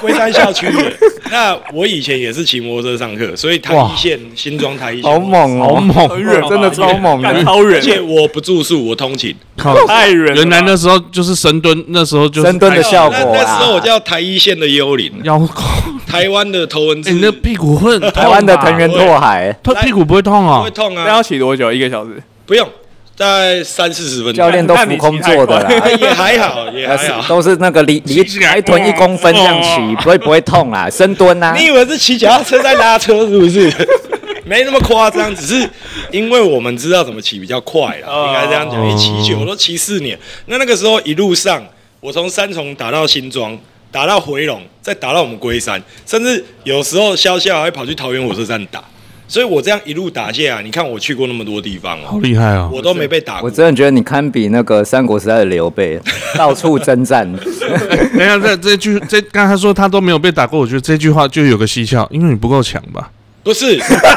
[SPEAKER 3] 龟山校区的。 那我以前也是骑摩托车上课，所以台
[SPEAKER 2] 哇
[SPEAKER 3] 一线新庄台一线，
[SPEAKER 4] 好猛
[SPEAKER 2] 好
[SPEAKER 4] 哦，
[SPEAKER 2] 猛，
[SPEAKER 1] 很远，
[SPEAKER 4] 真的超猛
[SPEAKER 3] 啊
[SPEAKER 4] 的
[SPEAKER 1] 干超
[SPEAKER 3] 而且
[SPEAKER 1] 远，
[SPEAKER 3] 我不住宿，我通勤。
[SPEAKER 2] 靠！
[SPEAKER 1] 太远了吧。
[SPEAKER 2] 原来那时候就是深蹲，那时候就是
[SPEAKER 4] 深蹲的效果啊
[SPEAKER 3] 那那时候我叫台一线的幽灵，
[SPEAKER 2] 腰靠，
[SPEAKER 3] 台湾的头文字，
[SPEAKER 2] 哎，你那屁股会很痛吧
[SPEAKER 4] 台湾的藤原拓海
[SPEAKER 2] 他屁股不会痛
[SPEAKER 3] 不
[SPEAKER 2] 哦
[SPEAKER 3] 会。痛
[SPEAKER 1] 那要
[SPEAKER 3] 啊，
[SPEAKER 1] 骑多久？一个小时？
[SPEAKER 3] 不用，大概三四十分
[SPEAKER 4] 教
[SPEAKER 3] 钟，
[SPEAKER 4] 练都浮空坐的
[SPEAKER 1] 那
[SPEAKER 4] 啦。
[SPEAKER 3] 啊也还好，也还
[SPEAKER 4] 呃，是
[SPEAKER 1] 啊
[SPEAKER 3] 好。
[SPEAKER 4] 都是那个离离
[SPEAKER 3] 啊
[SPEAKER 4] 抬臀一公分这样骑，所以不会痛啊，深蹲呐、啊
[SPEAKER 3] 哦你。以为是骑脚踏车在拉车是不是？ 没那么夸张，只是因为我们知道怎么骑比较快啦，
[SPEAKER 1] 哦
[SPEAKER 3] 应该这样讲。一骑久，我都骑四年。那那个时候一路上，我从三重打到新庄，打到回龙，再打到我们龟山，甚至有时候潇潇还会跑去桃园火车站打。所以我这样一路打下来，你看我去过那么多地方
[SPEAKER 2] 好
[SPEAKER 3] 哦，
[SPEAKER 2] 厉害哦！
[SPEAKER 3] 我都没被打过
[SPEAKER 4] 我。真的觉得你堪比那个三国时代的 刘备，到处征战。
[SPEAKER 3] 哎
[SPEAKER 2] 等一下，这这句这刚才说他都没有被打过，我觉得这句话就有个蹊跷，因为你不够强吧？
[SPEAKER 3] 不是，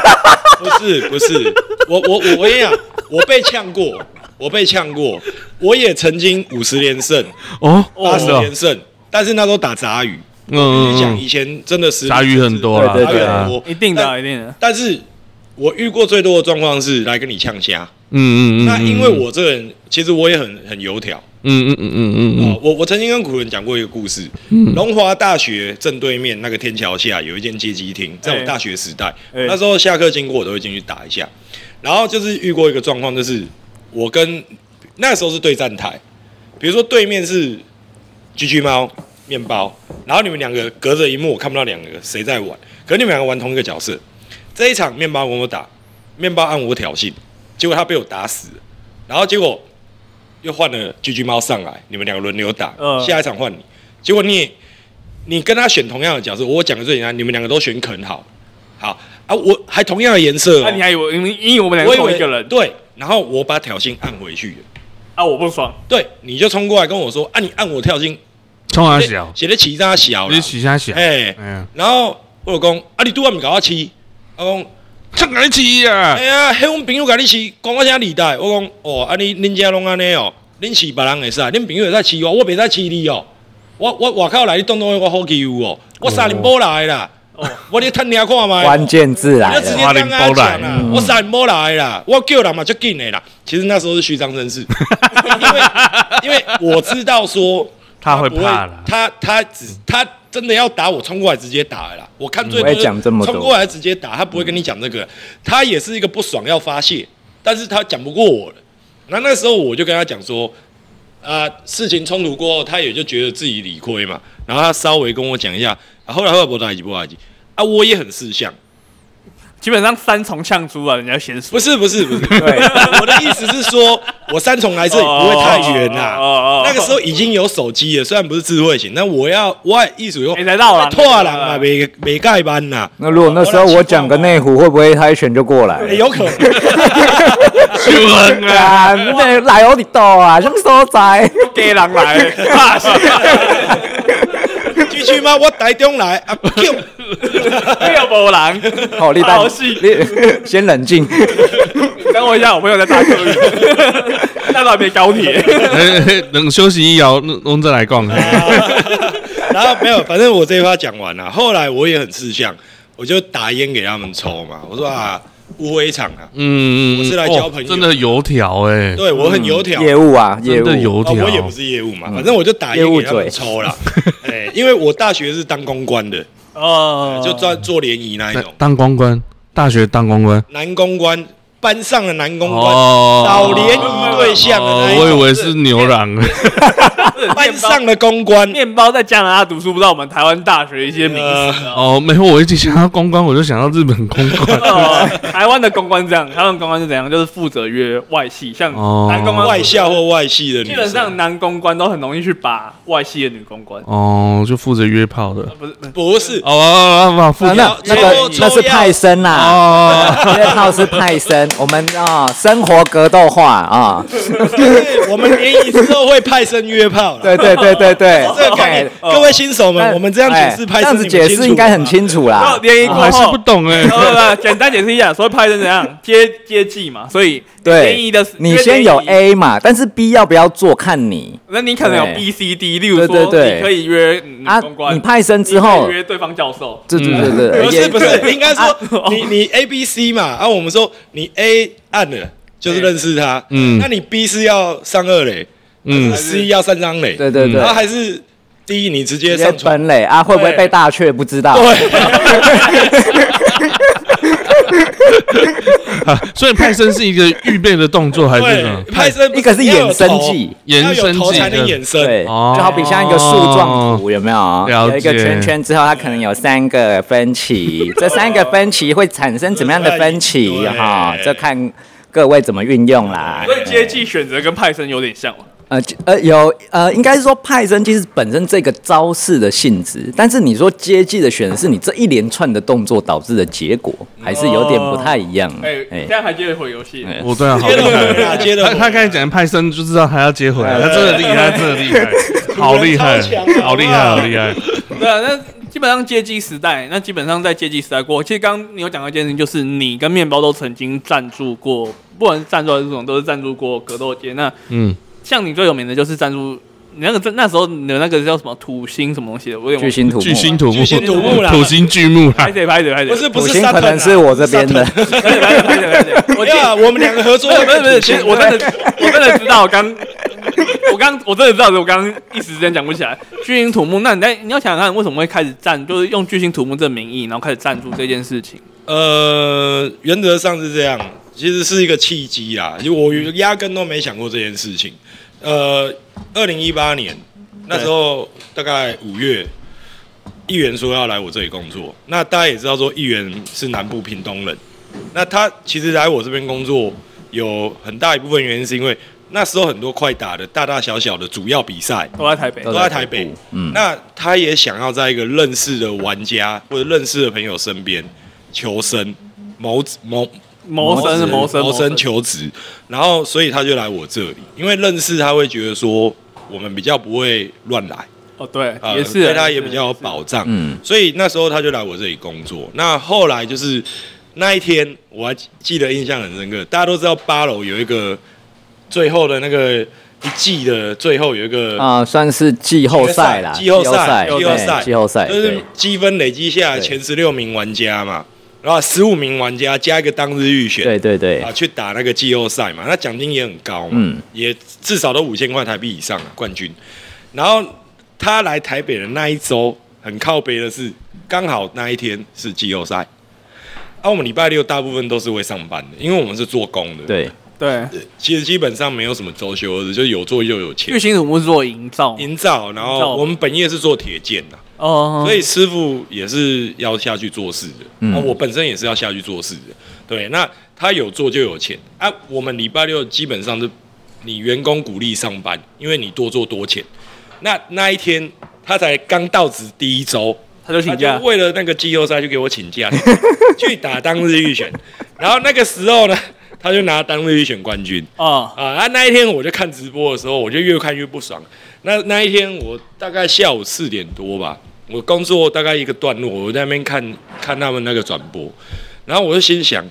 [SPEAKER 3] 不是，不是，我我我我跟你讲，我被呛过，我被呛过，我也曾经五十连胜、
[SPEAKER 2] 哦，
[SPEAKER 3] 八十
[SPEAKER 2] 是哦
[SPEAKER 3] 连胜，但是那时候打杂鱼，
[SPEAKER 2] 嗯
[SPEAKER 3] 你讲
[SPEAKER 2] 嗯
[SPEAKER 3] 以前真的是
[SPEAKER 2] 嗯，杂鱼很多啦，
[SPEAKER 4] 对
[SPEAKER 3] 杂
[SPEAKER 4] 对
[SPEAKER 3] 鱼
[SPEAKER 4] 对
[SPEAKER 3] 很
[SPEAKER 2] 啊，
[SPEAKER 3] 多，
[SPEAKER 1] 一定的啊，
[SPEAKER 3] 但
[SPEAKER 1] 一定的。
[SPEAKER 3] 但是我遇过最多的状况是来跟你呛虾，
[SPEAKER 2] 嗯嗯嗯，
[SPEAKER 3] 那因为我这个人其实我也很很油条。
[SPEAKER 2] 嗯，嗯嗯嗯嗯
[SPEAKER 3] 哦
[SPEAKER 2] 嗯，
[SPEAKER 3] 我我曾经跟古人讲过一个故事，龙华大学正对面那个天桥下有一间街机厅，在我大学时代，
[SPEAKER 1] 哎
[SPEAKER 3] 那时候下课经过我都会进去打一下。然后就是遇过一个状况，就是我跟那时候是对战台，比如说对面是橘橘猫面包，然后你们两个隔着一幕，我看不到两个谁在玩，可是你们两个玩同一个角色。这一场面包跟我打，面包按我挑衅，结果他被我打死了，然后结果又换了橘橘猫上来，你们两个轮流打，
[SPEAKER 1] 嗯
[SPEAKER 3] 下一场换你，结果你也你跟他选同样的角色，我讲的最简单，你们两个都选啃好，好啊，我还同样的颜色、
[SPEAKER 1] 那
[SPEAKER 3] 哦，
[SPEAKER 1] 啊你还以为你你以为我们两
[SPEAKER 3] 我
[SPEAKER 1] 个
[SPEAKER 3] 以
[SPEAKER 1] 同
[SPEAKER 3] 为
[SPEAKER 1] 一个人？
[SPEAKER 3] 对，然后我把挑衅按回去了，
[SPEAKER 1] 啊，我不爽，
[SPEAKER 3] 对，你就冲过来跟我说，啊，你按我挑衅，
[SPEAKER 2] 冲他小，
[SPEAKER 3] 写的起他小
[SPEAKER 2] 你
[SPEAKER 3] 了，
[SPEAKER 2] 起下小，
[SPEAKER 3] 哎、
[SPEAKER 2] 哎呀，
[SPEAKER 3] 然后我老公，啊，你拄啊毋甲我饲，我讲，
[SPEAKER 2] 这个起呀
[SPEAKER 3] 哎，呀，迄阮朋友甲你饲，讲我啥理代，我讲，哦，啊你恁遮拢安尼哦，恁饲别人会使，恁朋友会使饲我，我袂使饲你哦，我我外口来，你当当我好欺负哦，我三零波来啦，哦，我咧趁你看卖，
[SPEAKER 4] 关键字来
[SPEAKER 3] 你就直接
[SPEAKER 4] 了，
[SPEAKER 3] 这样跟他讲啦，
[SPEAKER 4] 嗯
[SPEAKER 3] 我三零波来啦，我叫人嘛就紧的啦，其实那时候是虚张声势，因为 因为我知道说。
[SPEAKER 2] 他会
[SPEAKER 3] 不会
[SPEAKER 2] 怕啦，
[SPEAKER 3] 他他只他真的要打我，冲过来直接打了啦。我看最
[SPEAKER 4] 嗯
[SPEAKER 3] 多
[SPEAKER 4] 我也讲这么多
[SPEAKER 3] 冲过来直接打，他不会跟你讲这个，他也是一个不爽要发泄，但是他讲不过我了。那那时候我就跟他讲说，啊、事情冲突过后，他也就觉得自己理亏嘛，然后他稍微跟我讲一下，啊、后来后来不打击不打击，啊，我也很识相，
[SPEAKER 1] 基本上三重呛出啊，人家先输
[SPEAKER 3] 不。是不是 不是，
[SPEAKER 4] 对，
[SPEAKER 3] 我的意思是说，我三重来这里不会太远啦、
[SPEAKER 1] 哦哦哦哦
[SPEAKER 3] 那个时候已经有手机了，虽然不是智慧型，但我要我的意思说，
[SPEAKER 1] 哎来到了
[SPEAKER 3] 拓人啊，没没盖班啊呐、
[SPEAKER 4] 那如果那时候我讲个内湖，会不会他一拳就过来
[SPEAKER 3] 哎
[SPEAKER 4] 了？
[SPEAKER 3] 有可能，
[SPEAKER 2] 就很
[SPEAKER 4] 对啊，那来哦，你斗啊，什么所 在？
[SPEAKER 1] 给狼 来，怕死！
[SPEAKER 3] 继续吗？我台中来啊，叫
[SPEAKER 1] 六波狼，
[SPEAKER 4] 好，立蛋
[SPEAKER 1] 好戏，
[SPEAKER 4] 立先冷静。
[SPEAKER 1] 等我一下，我朋友在搭客运，那都还没高 铁。
[SPEAKER 3] 哎
[SPEAKER 2] 嘿嘿哎等休息一摇，弄弄再来哎逛。
[SPEAKER 3] 然后没有，反正我这一趴讲完了。后来我也很识相，我就打烟给他们抽嘛。我说啊，误会一场啊，
[SPEAKER 2] 嗯嗯，嗯
[SPEAKER 3] 我是来交朋友
[SPEAKER 2] 哦真的油条哎、
[SPEAKER 3] 对我很油
[SPEAKER 1] 嗯
[SPEAKER 3] 条。
[SPEAKER 4] 业务啊，嗯业
[SPEAKER 2] 真
[SPEAKER 4] 务
[SPEAKER 2] 的油
[SPEAKER 3] 哦，
[SPEAKER 2] 条、
[SPEAKER 3] 我也不是业务嘛，反正我就打烟给他们抽啦。 哎，因为我大学是当公关的，
[SPEAKER 1] 哦，
[SPEAKER 3] 就专做联谊那一种，
[SPEAKER 2] 当公关，大学当公关，
[SPEAKER 3] 男公关班上的男公关，
[SPEAKER 2] 哦
[SPEAKER 3] 找联谊对象的那一
[SPEAKER 2] 哦，
[SPEAKER 3] 种
[SPEAKER 2] 我以为是牛郎，
[SPEAKER 3] 班上的公关，
[SPEAKER 1] 面包在加拿大读书，不知道我们台湾大学一些名
[SPEAKER 3] 呃
[SPEAKER 1] 词啊。
[SPEAKER 2] 哦，没有，我一直想到公关，我就想到日本公关，
[SPEAKER 1] 哦，台湾的公关这样，台湾的公关是怎样？就是负责约外系，像
[SPEAKER 2] 哦
[SPEAKER 1] 男公关
[SPEAKER 3] 外校或外系的女
[SPEAKER 1] 基
[SPEAKER 3] 生，
[SPEAKER 1] 本上男公关都很容易去把外系的女公关，
[SPEAKER 4] 啊
[SPEAKER 2] 哦，就负责约炮的，
[SPEAKER 1] 不是不是
[SPEAKER 3] 不是
[SPEAKER 2] 哦哦哦，哦负责
[SPEAKER 4] 啊那那个
[SPEAKER 3] 抽
[SPEAKER 4] 那是
[SPEAKER 3] 抽
[SPEAKER 4] 派生啊啦，
[SPEAKER 2] 哦，
[SPEAKER 4] 这套是派生。我们啊，生活格斗化啊，
[SPEAKER 3] 就是我们联谊之后会派生约炮啦。
[SPEAKER 4] 对对对对对，
[SPEAKER 3] 这个概念，
[SPEAKER 1] 哦
[SPEAKER 3] 各位新手
[SPEAKER 4] 哎
[SPEAKER 3] 们，我们这样解释
[SPEAKER 4] 哎
[SPEAKER 3] 派
[SPEAKER 4] 这
[SPEAKER 3] 生，
[SPEAKER 4] 样子解释应该很
[SPEAKER 3] 清
[SPEAKER 4] 清楚
[SPEAKER 1] 然后
[SPEAKER 4] 啦。
[SPEAKER 1] 联谊
[SPEAKER 2] 我
[SPEAKER 1] 过
[SPEAKER 2] 还是
[SPEAKER 1] 后
[SPEAKER 2] 不，懂哎、
[SPEAKER 1] 不不不，简单解释一下，所以派生怎样接接济嘛，所以
[SPEAKER 4] 对
[SPEAKER 1] 联谊的时
[SPEAKER 4] 你先有，
[SPEAKER 1] 约联谊
[SPEAKER 4] A 嘛，但是 B 要不要做看你
[SPEAKER 1] 那你可能有
[SPEAKER 4] 对
[SPEAKER 1] B、C、D，例如说
[SPEAKER 4] 对对对
[SPEAKER 1] 你可以约女
[SPEAKER 4] 啊
[SPEAKER 1] 嗯公关，。
[SPEAKER 4] 你派生之
[SPEAKER 1] 你可
[SPEAKER 4] 后
[SPEAKER 1] 以，约对方教授，
[SPEAKER 4] 对对对对，啊哦
[SPEAKER 3] 不是嗯不
[SPEAKER 4] 哎也
[SPEAKER 3] 是，应该说你你 A B C 嘛，啊，我们说你 A 按了就是认识他，
[SPEAKER 4] 哎
[SPEAKER 2] 嗯
[SPEAKER 3] 那你 B 是要上二垒，
[SPEAKER 2] 嗯
[SPEAKER 3] 嗯，C 要上张垒，
[SPEAKER 4] 对对对
[SPEAKER 3] 然后嗯还是 D 你直接
[SPEAKER 4] 直接
[SPEAKER 3] 上传，
[SPEAKER 4] 本垒啊，会不会被大雀不知道？
[SPEAKER 3] 对，
[SPEAKER 2] 啊所以派生是一个预备的动作还是什么
[SPEAKER 3] 对，？派生
[SPEAKER 4] 一个是衍生技，
[SPEAKER 3] 要
[SPEAKER 2] 衍生
[SPEAKER 3] 有头
[SPEAKER 2] 技
[SPEAKER 3] 要有头才能衍生，
[SPEAKER 4] 对，
[SPEAKER 2] 哦
[SPEAKER 4] 哦就好比像一个树状图，有没有？
[SPEAKER 2] 了解
[SPEAKER 4] 有一个圈圈之后，它可能有三个分 歧，这三个分歧会产生怎么样的分歧？
[SPEAKER 3] 对
[SPEAKER 4] 哈，这看各位怎么运用啦。
[SPEAKER 1] 所以接济选择跟派生有点像嘛。
[SPEAKER 4] 呃就呃有呃，应该是说派生其实本身这个招式的性质，但是你说接技的选择是你这一连串的动作导致的结果，还是有点不太一样。
[SPEAKER 1] 哎，现在还接得回游戏，
[SPEAKER 4] 哎
[SPEAKER 2] 我对啊，好
[SPEAKER 3] 接
[SPEAKER 2] 厉
[SPEAKER 3] 了回
[SPEAKER 2] 害
[SPEAKER 3] 来，！接了
[SPEAKER 2] 他
[SPEAKER 3] 回来
[SPEAKER 2] 他刚才讲派生就知道他要接回来，他真的厉害，他真的厉害，好厉害
[SPEAKER 3] 超强，的
[SPEAKER 2] 好厉害，好厉害！
[SPEAKER 1] 对啊，那基本上接机时代，那基本上在接机时代过后，其实刚刚你有讲到一件事情，就是你跟面包都曾经赞助过，不管是赞助还是这种，都是赞助过格斗街。那
[SPEAKER 2] 嗯，
[SPEAKER 1] 像你最有名的就是赞助你那个那时候你的那个叫什么土星什么东西的，我有点
[SPEAKER 4] 巨
[SPEAKER 1] 忘记
[SPEAKER 4] 星啊土木，
[SPEAKER 2] 巨星土木，
[SPEAKER 3] 巨星土木啦
[SPEAKER 2] 土星巨木啦
[SPEAKER 1] 拍，谁拍谁拍谁，
[SPEAKER 3] 不是不
[SPEAKER 4] 土
[SPEAKER 3] 是
[SPEAKER 4] 星
[SPEAKER 3] Saturn 啊，
[SPEAKER 4] 可能是我这边的
[SPEAKER 3] Saturn，
[SPEAKER 1] 拍谁拍谁拍谁，我
[SPEAKER 3] 没
[SPEAKER 1] 记
[SPEAKER 3] 有啊，我们两个合作
[SPEAKER 1] 不是
[SPEAKER 3] 要
[SPEAKER 1] 不是
[SPEAKER 3] 看
[SPEAKER 1] 不是，
[SPEAKER 3] 土
[SPEAKER 1] 其
[SPEAKER 3] 星
[SPEAKER 1] 实我真的我真的知道，我刚我刚我真的知道，我刚刚一时之间讲不起来。巨星土木，那你在你要想想看，为什么会开始赞，就是用巨星土木这个名义，然后开始赞助这件事情。
[SPEAKER 3] 呃，原则上是这样，其实是一个契机啦。就我压根都没想过这件事情。呃，二零一八年那时候大概五月，议员说要来我这里工作。那大家也知道说，议员是南部屏东人。那他其实来我这边工作，有很大一部分原因是因为那时候很多快打的大大小小的主要比赛
[SPEAKER 1] 都在台北
[SPEAKER 4] 都。
[SPEAKER 3] 都在台北。
[SPEAKER 4] 嗯
[SPEAKER 3] 那他也想要在一个认识的玩家或者认识的朋友身边求生，谋谋
[SPEAKER 1] 谋生是谋生，
[SPEAKER 3] 谋生求职。然后，所以他就来我这里，因为认识他会觉得说我们比较不会乱来，
[SPEAKER 1] 哦，对，
[SPEAKER 3] 呃
[SPEAKER 1] 也是
[SPEAKER 3] 对他也比较有保障。
[SPEAKER 4] 嗯，
[SPEAKER 3] 所以那时候他就来我这里工作。那后来就是那一天，我还记得印象很深刻。大家都知道八楼有一个最后的那个一季的最后有一个
[SPEAKER 4] 啊，算是季后赛啦，
[SPEAKER 3] 季后赛，
[SPEAKER 4] 季
[SPEAKER 3] 季
[SPEAKER 4] 后
[SPEAKER 3] 后
[SPEAKER 4] 赛，
[SPEAKER 3] 赛，
[SPEAKER 4] 季后赛，
[SPEAKER 3] 就是
[SPEAKER 4] 对
[SPEAKER 3] 积分累积下来前十六名玩家嘛，然后十五名玩家加一个当日预选
[SPEAKER 4] 对对对
[SPEAKER 3] 啊，，去打那个季后赛嘛，那奖金也很高嘛，
[SPEAKER 4] 嗯
[SPEAKER 3] 也至少都五千块台币以上啊，冠军。然后他来台北的那一周，很靠北的是，刚好那一天是季后赛。啊，我们礼拜六大部分都是会上班的，因为我们是做工的。，
[SPEAKER 4] 对，
[SPEAKER 1] 对。
[SPEAKER 3] 其实基本上没有什么周休日，就有做又有钱
[SPEAKER 1] 巨。星土木是做营造
[SPEAKER 3] 营造，然
[SPEAKER 1] 营造
[SPEAKER 3] 后我们本业是做铁建的、
[SPEAKER 1] 哦，
[SPEAKER 3] 所以师傅也是要下去做事的，
[SPEAKER 4] 嗯
[SPEAKER 3] 啊，我本身也是要下去做事的，对，那他有做就有钱啊。我们礼拜六基本上是你员工鼓励上班，因为你多做多钱。那那一天他才刚到职第一周，
[SPEAKER 1] 他就
[SPEAKER 3] 他
[SPEAKER 1] 请
[SPEAKER 3] 就
[SPEAKER 1] 假，
[SPEAKER 3] 为了那个季后赛就给我请假 去打当日预选，然后那个时候呢，他就拿当日预选冠军。
[SPEAKER 1] 哦，
[SPEAKER 3] 啊啊！那一天我就看直播的时候，我就越看越不爽。那那一天我大概下午四点多吧，我工作大概一个段落，我在那边看看他们那个转播，然后我就心想，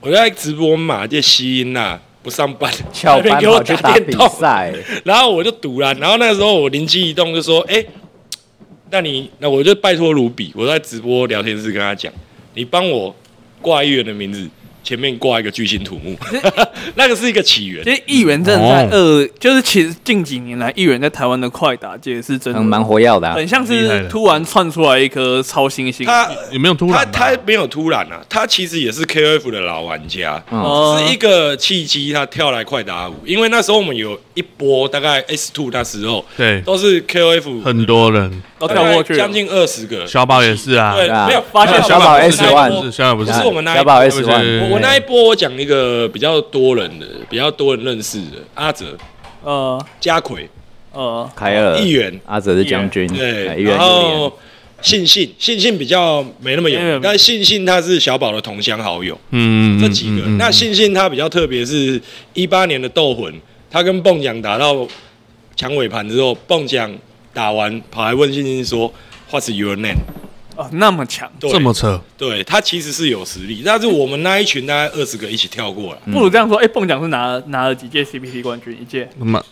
[SPEAKER 3] 我在直播马这吸音呐、不上班，
[SPEAKER 4] 翘
[SPEAKER 3] 在那边
[SPEAKER 4] 班
[SPEAKER 3] 给我
[SPEAKER 4] 跑去打
[SPEAKER 3] 打电
[SPEAKER 4] 比
[SPEAKER 3] 动，
[SPEAKER 4] 赛，
[SPEAKER 3] 然后我就赌了，然后那时候我灵机一动就说，哎、那你那我就拜托卢比，我在直播聊天室跟他讲，你帮我挂议员的名字，前面挂一个巨星土 木，那个是一个起源
[SPEAKER 1] 其。实议员真的在
[SPEAKER 2] 哦
[SPEAKER 1] 呃，就是其实近几年来，议员在台湾的快打界是真的
[SPEAKER 4] 嗯，蛮活跃的、啊。
[SPEAKER 1] 很像
[SPEAKER 2] 厉害了
[SPEAKER 1] 是突然窜出来一颗超新星。
[SPEAKER 3] 他
[SPEAKER 2] 也没有突
[SPEAKER 3] 他
[SPEAKER 2] 然吧，啊
[SPEAKER 3] 他没有突然啊，他其实也是 KF 的老玩家，
[SPEAKER 4] 嗯，
[SPEAKER 1] 哦
[SPEAKER 3] 是一个契机，他跳来快打五，因为那时候我们有一波大概 S two 那时候
[SPEAKER 2] 对，
[SPEAKER 3] 都是 KF
[SPEAKER 2] 很多人，
[SPEAKER 1] 都跳过去了
[SPEAKER 3] 将近二十个，
[SPEAKER 2] 小宝也是啊，
[SPEAKER 3] 对，
[SPEAKER 4] 啊
[SPEAKER 3] 没有
[SPEAKER 1] 发现
[SPEAKER 3] 没有
[SPEAKER 1] 小
[SPEAKER 4] 宝
[SPEAKER 3] 不是
[SPEAKER 4] S
[SPEAKER 3] 那一
[SPEAKER 4] one
[SPEAKER 3] 波
[SPEAKER 2] 是小宝不是
[SPEAKER 3] 不是我们那一
[SPEAKER 4] 啊要不要
[SPEAKER 2] 对
[SPEAKER 4] S
[SPEAKER 2] 不
[SPEAKER 4] one？
[SPEAKER 2] 对
[SPEAKER 3] 我我那一波我讲一个比较多人的、比较多人认识的阿哲、
[SPEAKER 1] 呃
[SPEAKER 3] 家奎、
[SPEAKER 1] 呃，
[SPEAKER 4] 凯尔
[SPEAKER 3] 议员，
[SPEAKER 4] 阿哲是将军，哎
[SPEAKER 3] 对，
[SPEAKER 4] 一
[SPEAKER 3] 然
[SPEAKER 4] 元有点
[SPEAKER 3] 后信信信信比较没那么有
[SPEAKER 1] 没有没有
[SPEAKER 3] 名，但信信他是小宝的同乡好友，
[SPEAKER 2] 嗯，嗯
[SPEAKER 3] 这几个。
[SPEAKER 2] 嗯嗯
[SPEAKER 3] 那信信他比较特别，是一八年的斗魂，他跟蹦奖打到抢尾盘之后，蹦奖打完跑来问信信说：“What's your name？”
[SPEAKER 1] 哦那么强，
[SPEAKER 3] 对，
[SPEAKER 2] 这么扯，
[SPEAKER 3] 对他其实是有实力，但是我们那一群大概二十个一起跳过
[SPEAKER 2] 嗯
[SPEAKER 3] 了。
[SPEAKER 1] 不如这样说，哎，蹦奖是拿了拿了几届 CPT 冠军，一届
[SPEAKER 2] 那么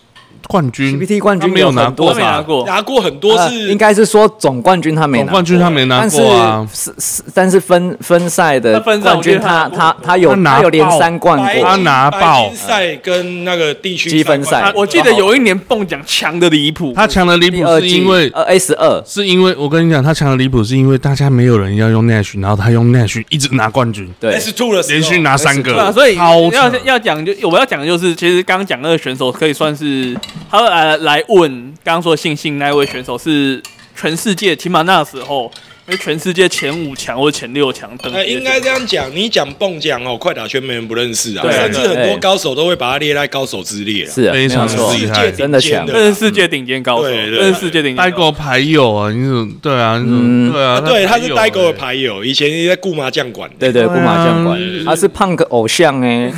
[SPEAKER 2] 冠军
[SPEAKER 4] CPT 冠军
[SPEAKER 2] 他没有拿
[SPEAKER 4] 很多
[SPEAKER 2] 过
[SPEAKER 1] 都没拿
[SPEAKER 2] 吧？
[SPEAKER 1] 过，
[SPEAKER 3] 拿过很多
[SPEAKER 4] 呃
[SPEAKER 3] 是、
[SPEAKER 4] 应该是说总冠军他没
[SPEAKER 2] 总
[SPEAKER 4] 拿，
[SPEAKER 2] 冠军他没拿
[SPEAKER 4] 但是
[SPEAKER 2] 过啊，
[SPEAKER 4] 是是，但是分分赛的
[SPEAKER 1] 那分赛
[SPEAKER 4] 冠
[SPEAKER 1] 我觉
[SPEAKER 4] 军
[SPEAKER 1] 得他
[SPEAKER 4] 他
[SPEAKER 1] 拿过
[SPEAKER 4] 他他有
[SPEAKER 2] 他拿
[SPEAKER 4] 有连三冠
[SPEAKER 3] 白金
[SPEAKER 2] 他
[SPEAKER 4] 过，
[SPEAKER 2] 拿爆
[SPEAKER 3] 白金赛跟那个地区
[SPEAKER 4] 积分赛
[SPEAKER 3] 冠军
[SPEAKER 1] 啊我记得有一年蹦奖强的离谱，
[SPEAKER 2] 他强的离
[SPEAKER 4] 第
[SPEAKER 2] 谱
[SPEAKER 4] 二
[SPEAKER 2] 是
[SPEAKER 4] 季
[SPEAKER 2] 因为
[SPEAKER 4] 呃 S 二
[SPEAKER 2] 是因为我跟你讲，他强的离谱是因为大家没有人要用 Nash，然后他用 Nash 一直拿冠军，
[SPEAKER 4] 对
[SPEAKER 3] S two 的时候
[SPEAKER 2] 连
[SPEAKER 4] 哦
[SPEAKER 2] 续拿三
[SPEAKER 1] 对啊，
[SPEAKER 2] 个，
[SPEAKER 1] 所以
[SPEAKER 2] 超
[SPEAKER 1] 要
[SPEAKER 2] 扯。
[SPEAKER 1] 要讲就我们要讲的就是，其实刚刚讲那个选手可以算是他来来问刚刚说信信那位选手是全世界起码那时候，因为全世界前五强或前六强等级
[SPEAKER 3] 呃，
[SPEAKER 1] 的选手，哎
[SPEAKER 3] 应该这样讲，你讲蹦奖哦，快打圈没人不认识啊，
[SPEAKER 1] 对
[SPEAKER 3] 甚至很多
[SPEAKER 4] 对
[SPEAKER 3] 高手都会把它列在高手之列啊。
[SPEAKER 4] 是啊没
[SPEAKER 2] 非
[SPEAKER 4] 有
[SPEAKER 2] 常
[SPEAKER 4] 错
[SPEAKER 2] 厉
[SPEAKER 3] 世
[SPEAKER 2] 害，
[SPEAKER 3] 界
[SPEAKER 4] 真的
[SPEAKER 3] 顶尖
[SPEAKER 4] 强
[SPEAKER 1] 这是世界顶尖高手，
[SPEAKER 3] 对对
[SPEAKER 1] 这是世界顶尖
[SPEAKER 2] 呆
[SPEAKER 1] 高手。
[SPEAKER 2] 狗牌友啊，你怎么对啊？你怎么
[SPEAKER 4] 嗯
[SPEAKER 2] 对啊？
[SPEAKER 3] 啊对，他是
[SPEAKER 2] 牌
[SPEAKER 3] 呆
[SPEAKER 2] 友
[SPEAKER 3] 狗的
[SPEAKER 2] 欸，
[SPEAKER 3] 牌友，以前在顾麻将馆，
[SPEAKER 4] 对对，
[SPEAKER 2] 对啊
[SPEAKER 4] 不麻将馆，他是胖哥偶像哎，